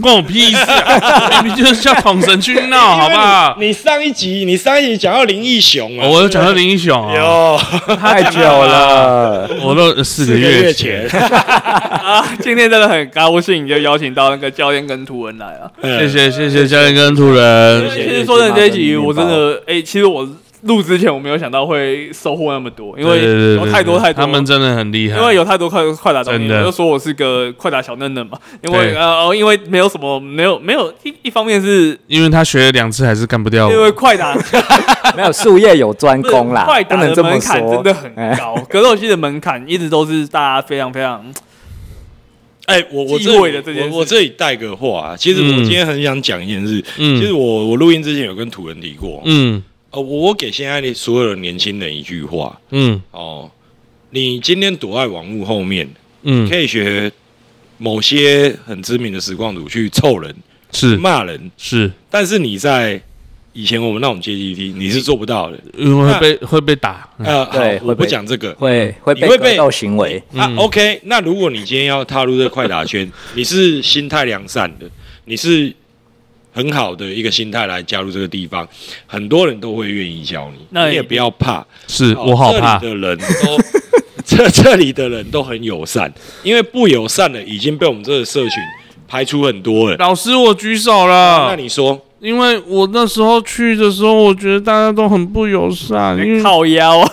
[SPEAKER 2] 关我屁事 啊！你就是叫统神去闹，好不好
[SPEAKER 3] 因？为你你上一集你上一集讲到林义雄
[SPEAKER 2] 哦
[SPEAKER 3] 啊，
[SPEAKER 4] 哦
[SPEAKER 2] 我有讲到林英雄啊，
[SPEAKER 3] 有
[SPEAKER 4] 太久了，
[SPEAKER 2] 我都四个
[SPEAKER 3] 四个月
[SPEAKER 2] 月
[SPEAKER 3] 前，
[SPEAKER 1] 啊，今天真的很高兴，就邀请到那个教练跟图文来了。
[SPEAKER 2] 谢谢谢谢教练跟图人，
[SPEAKER 1] 其实说真的，这一集我真的，哎、其实我录之前我没有想到会收获那么多，因为
[SPEAKER 2] 对对对
[SPEAKER 1] 有
[SPEAKER 2] 对
[SPEAKER 1] 太多太多。
[SPEAKER 2] 他们真的很厉害，
[SPEAKER 1] 因为有太多快快打东西，
[SPEAKER 2] 嗯真的
[SPEAKER 1] 我就说我是个快打小嫩嫩嘛，因
[SPEAKER 2] 对
[SPEAKER 1] 为呃，哦因为没有什么，没有没有一一方面是
[SPEAKER 2] 因为他学了两次还是干不掉
[SPEAKER 1] 因为
[SPEAKER 2] 我，
[SPEAKER 1] 快 打
[SPEAKER 4] 没有术业有专攻啦
[SPEAKER 1] 不是快，
[SPEAKER 4] 不
[SPEAKER 1] 打
[SPEAKER 4] 能
[SPEAKER 1] 的
[SPEAKER 4] 这么
[SPEAKER 1] 门槛
[SPEAKER 4] 说。
[SPEAKER 1] 真的很
[SPEAKER 4] 哎
[SPEAKER 1] 高，格斗系的门槛一直都是大家非常非常
[SPEAKER 3] 哎，我我
[SPEAKER 1] 忌
[SPEAKER 3] 这
[SPEAKER 1] 讳
[SPEAKER 3] 里
[SPEAKER 1] 的这件事
[SPEAKER 3] 我我这里带个话啊，其实我
[SPEAKER 2] 嗯
[SPEAKER 3] 今天很想讲一件事，
[SPEAKER 2] 嗯
[SPEAKER 3] 其实我我录音之前有跟土人提过，
[SPEAKER 2] 嗯
[SPEAKER 3] 呃，我我给现在的所有的年轻人一句话
[SPEAKER 2] 嗯
[SPEAKER 3] 哦，你今天躲在网络后面，
[SPEAKER 2] 嗯，
[SPEAKER 3] 可以学某些很知名的实况主去凑人、
[SPEAKER 2] 是
[SPEAKER 3] 骂人，
[SPEAKER 2] 是，
[SPEAKER 3] 但是你在以前我们那种阶级梯，你是做不到的。
[SPEAKER 2] 因为会被嗯会被打，
[SPEAKER 3] 呃，好
[SPEAKER 4] 对，
[SPEAKER 3] 我
[SPEAKER 4] 会
[SPEAKER 3] 不
[SPEAKER 4] 被
[SPEAKER 3] 讲这个。
[SPEAKER 4] 会会
[SPEAKER 3] 你会
[SPEAKER 4] 被
[SPEAKER 3] 被
[SPEAKER 4] 格斗行为，
[SPEAKER 3] 啊，OK，那如果你今天要踏入这个快打圈，你是心态良善的，你是很好的一个心态来加入这个地方，很多人都会愿意教你，
[SPEAKER 1] 那
[SPEAKER 3] 你也
[SPEAKER 1] 也
[SPEAKER 3] 不要怕。
[SPEAKER 2] 是
[SPEAKER 3] 哦
[SPEAKER 2] 我好怕
[SPEAKER 3] 这，里的人都 这这里的人都很友善，因为不友善的已经被我们这个社群排除很多了。
[SPEAKER 2] 老师我举手
[SPEAKER 3] 哦
[SPEAKER 2] 了，
[SPEAKER 3] 那你说，
[SPEAKER 2] 因为我那时候去的时候，我觉得大家都很不友善，
[SPEAKER 4] 嗯
[SPEAKER 2] 因为
[SPEAKER 1] 靠腰。啊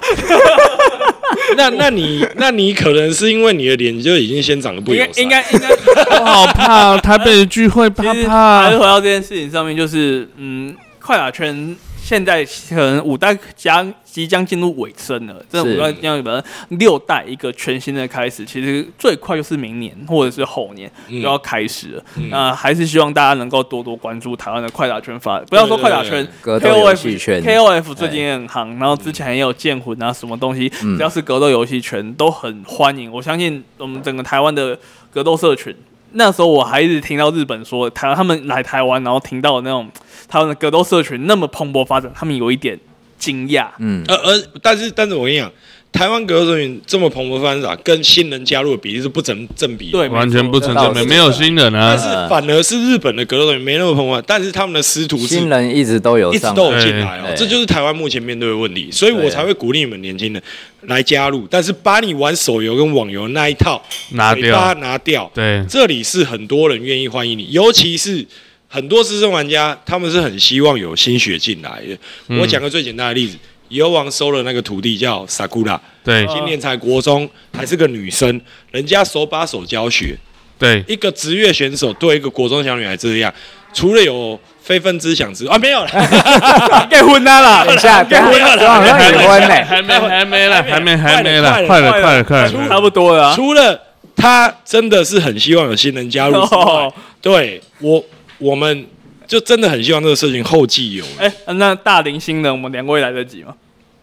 [SPEAKER 3] 那那你那你可能是因为你的脸就已经先长得不
[SPEAKER 1] 应
[SPEAKER 3] 友
[SPEAKER 1] 该
[SPEAKER 3] 善，
[SPEAKER 1] 应该应该
[SPEAKER 2] 我好怕台北的聚会，怕
[SPEAKER 1] 其实还
[SPEAKER 2] 怕
[SPEAKER 1] 是回到这件事情上面，就是嗯，快打圈现在可能五代将即将进入尾声了，这
[SPEAKER 4] 是
[SPEAKER 1] 五代将本六代一个全新的开始，其实最快就是明年或者是后年
[SPEAKER 4] 嗯
[SPEAKER 1] 就要开始了。那还是希望大家能够多多关注台湾的快打圈发，不要说快打圈
[SPEAKER 4] 对对对格斗游戏
[SPEAKER 1] ，KOF
[SPEAKER 4] 圈
[SPEAKER 1] KOF
[SPEAKER 2] 哎
[SPEAKER 1] 最近也很夯，然后之前也有剑魂啊什么东西，
[SPEAKER 2] 嗯
[SPEAKER 1] 只要是格斗游戏圈都很欢迎。我相信我们整个台湾的格斗社群。那时候我还一直听到日本说台他们来台湾，然后听到那种台湾的格斗社群那么蓬勃发展，他们有一点惊讶。
[SPEAKER 4] 嗯，
[SPEAKER 3] 呃呃，但是但是我跟你讲，台湾格斗社群这么蓬勃发展，跟新人加入的比例是不成正比的。
[SPEAKER 1] 对，
[SPEAKER 2] 完全不
[SPEAKER 1] 成
[SPEAKER 2] 成
[SPEAKER 4] 道
[SPEAKER 2] 正
[SPEAKER 4] 理
[SPEAKER 2] 比，没有新人
[SPEAKER 3] 但
[SPEAKER 2] 啊
[SPEAKER 3] 是。反而是日本的格斗人没那么蓬勃，但是他们的师徒制
[SPEAKER 4] 新人一直都有
[SPEAKER 3] 一直
[SPEAKER 4] 上
[SPEAKER 3] 都
[SPEAKER 4] 来，
[SPEAKER 3] 有进来哦
[SPEAKER 4] 对，
[SPEAKER 3] 这就是台湾目前面对的问题，所以我才会鼓励你们年轻人来加入，但是把你玩手游跟网游那一套
[SPEAKER 2] 拿掉
[SPEAKER 3] 尾巴拿掉，
[SPEAKER 2] 对，
[SPEAKER 3] 这里是很多人愿意欢迎你，尤其是很多资深玩家，他们是很希望有新血进来的。
[SPEAKER 2] 嗯
[SPEAKER 3] 我讲个最简单的例子，游王收了那个徒弟叫 Sakura，
[SPEAKER 2] 对
[SPEAKER 3] 今年才国中，还是个女生，人家手把手教学，
[SPEAKER 2] 对，
[SPEAKER 3] 一个职业选手对一个国中小女孩这样，除了有非分之想之外，啊，没有了，
[SPEAKER 1] 啊该混他
[SPEAKER 4] 等一
[SPEAKER 1] 啦，
[SPEAKER 4] 下，等一下，我好像已婚嘞，
[SPEAKER 2] 还没还没了，还没还没了，
[SPEAKER 3] 快
[SPEAKER 2] 快
[SPEAKER 3] 了
[SPEAKER 2] 了快了快
[SPEAKER 3] 出
[SPEAKER 2] 了，
[SPEAKER 1] 差不多了、 啊。
[SPEAKER 3] 除了他真的是很希望有新人加入之外，
[SPEAKER 1] 哦
[SPEAKER 3] 对我我们就真的很希望这个事情后继有人。
[SPEAKER 1] 哎、那大龄新人，我们两位来得及吗？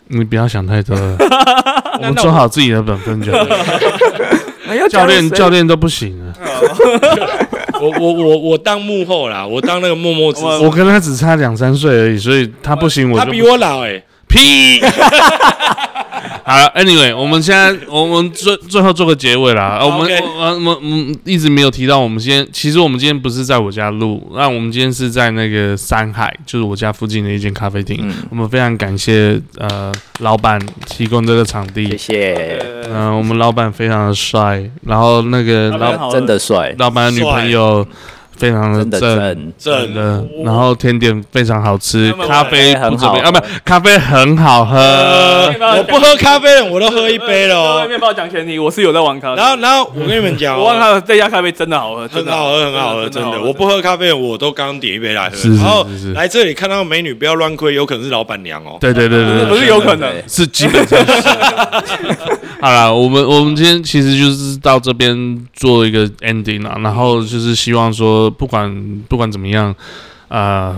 [SPEAKER 2] 你不要想太多了，我
[SPEAKER 1] 那
[SPEAKER 2] 们做好自己的本分就好。
[SPEAKER 4] 没有
[SPEAKER 2] 教练
[SPEAKER 4] 谁
[SPEAKER 2] 教练都不行啊，
[SPEAKER 3] 我我我我当幕后啦，我当那个默默支持。
[SPEAKER 2] 我跟他只差两三岁而已，所以他不行我
[SPEAKER 3] 他
[SPEAKER 2] 就
[SPEAKER 3] 比
[SPEAKER 2] 不
[SPEAKER 3] 我老哎、
[SPEAKER 2] 屁。 好了，Anyway，我们现在我我们最最后做个结尾啦。啊我们
[SPEAKER 3] OK
[SPEAKER 2] 我我我我一直没有提到，我们今天其实我们今天不是在我家录，那我们今天是在那个山海，就是我家附近的一间咖啡厅。
[SPEAKER 4] 嗯
[SPEAKER 2] 我们非常感谢呃老板提供这个场
[SPEAKER 4] 谢
[SPEAKER 2] 地，
[SPEAKER 4] 谢，
[SPEAKER 1] 呃，
[SPEAKER 2] 嗯、我们老板非常的帅，然后那个
[SPEAKER 1] 老板
[SPEAKER 2] 老
[SPEAKER 1] 好
[SPEAKER 4] 真的帅，
[SPEAKER 2] 老板的女朋友非常的
[SPEAKER 4] 真的
[SPEAKER 2] 正。
[SPEAKER 4] 正，
[SPEAKER 3] 真的
[SPEAKER 2] 的，然后甜点非常好吃，
[SPEAKER 1] 那么
[SPEAKER 2] 咖啡不怎么样啊，
[SPEAKER 4] 咖啡很好喝呃
[SPEAKER 2] 不，咖啡很好喝。
[SPEAKER 1] 呃
[SPEAKER 3] 我不喝咖啡了，我都喝一杯了
[SPEAKER 1] 外
[SPEAKER 3] 哦。
[SPEAKER 1] 呃面帮我讲前提，我是有在玩咖啡。
[SPEAKER 3] 然后然后我跟你们讲、
[SPEAKER 1] 我忘
[SPEAKER 3] 哦，
[SPEAKER 1] 了这家咖啡真的好喝，
[SPEAKER 3] 很
[SPEAKER 1] 真的
[SPEAKER 3] 好喝，很好喝，真的。我不喝咖啡，我都刚点一杯来喝。
[SPEAKER 2] 是是
[SPEAKER 3] 然后
[SPEAKER 2] 是是
[SPEAKER 3] 来这里看到美女，不要乱亏，有可能是老板娘哦。
[SPEAKER 2] 对对对对
[SPEAKER 1] 不
[SPEAKER 2] 对，
[SPEAKER 1] 是有可能
[SPEAKER 4] 对，
[SPEAKER 2] 是基本上 是。好了，我们我们今天其实就是到这边做一个 ending 了，然后就是希望说，不管不管怎么样，啊、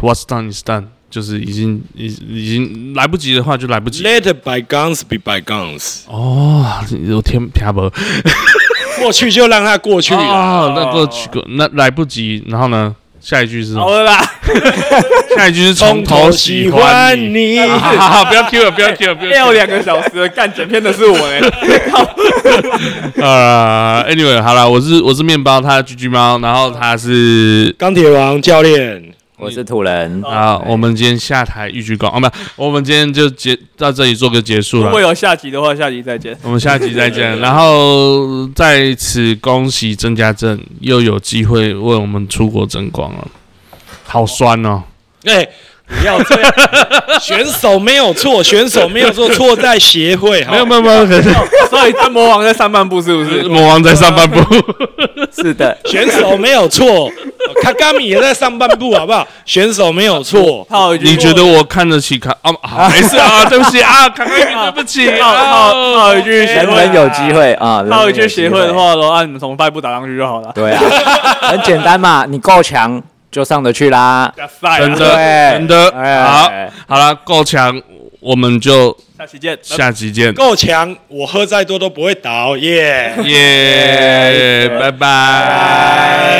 [SPEAKER 2] w h a t s done is done，就是已经已已经来不及的话就来不及。
[SPEAKER 3] Let by guns be by guns，
[SPEAKER 2] 哦，我天，听不。
[SPEAKER 3] 过去就让它过
[SPEAKER 4] 啊
[SPEAKER 3] 去了。
[SPEAKER 2] 哦，那个去过，那来不及。然后呢，下一句是什
[SPEAKER 1] 好
[SPEAKER 2] 么？
[SPEAKER 1] 了啦。
[SPEAKER 2] 下一句是从头喜欢你。哎
[SPEAKER 3] 你
[SPEAKER 2] 啊好好好， 不要 Q 了，不要 Q 了，不要 Q
[SPEAKER 1] 要
[SPEAKER 2] 了。
[SPEAKER 1] 两个小时了，干剪片的是我哎、
[SPEAKER 2] 啊，Anyway，好了，我是我是面包，他是居居猫，然后他是
[SPEAKER 3] 钢铁王教练，
[SPEAKER 4] 我是土人，
[SPEAKER 2] 啊，我们今天下台一鞠躬啊，不，我们今天就结到这里做个结束
[SPEAKER 1] 如果
[SPEAKER 2] 了。
[SPEAKER 1] 有下集的话，下集再见。
[SPEAKER 2] 我们下集再见，然后在此恭喜曾家正又有机会为我们出国争光了，好酸哦。
[SPEAKER 3] 哎、不要这样，选手没有错，选手没有错，错在协会。好
[SPEAKER 2] 没有没有没有，可是
[SPEAKER 1] 所以真魔王在上半部是不是？
[SPEAKER 2] 魔王在上半部。
[SPEAKER 4] 是的，
[SPEAKER 3] 选手没有错，卡卡米也在上半部，好不好？选手没有错，
[SPEAKER 1] 套一句，
[SPEAKER 2] 你觉得我看得起卡啊？啊没事啊，对不起啊，卡卡米，对不起。啊
[SPEAKER 1] 套套套一句协
[SPEAKER 4] 人
[SPEAKER 1] 会
[SPEAKER 4] 人有机，会啊，人人
[SPEAKER 1] 套
[SPEAKER 4] 有
[SPEAKER 1] 一
[SPEAKER 4] 机会
[SPEAKER 1] 句协会的，话，然后按你们从外部打上去就好了。
[SPEAKER 4] 对啊，很简单嘛，你够强就上得去啦，
[SPEAKER 1] 加塞啊
[SPEAKER 2] 真的，
[SPEAKER 4] 对
[SPEAKER 2] 真的，好
[SPEAKER 4] 哎，
[SPEAKER 2] 好了，够强，我们就
[SPEAKER 1] 下期见，拜拜
[SPEAKER 2] 下集见，
[SPEAKER 3] 够强，我喝再多都不会倒，耶、
[SPEAKER 2] 耶，拜拜。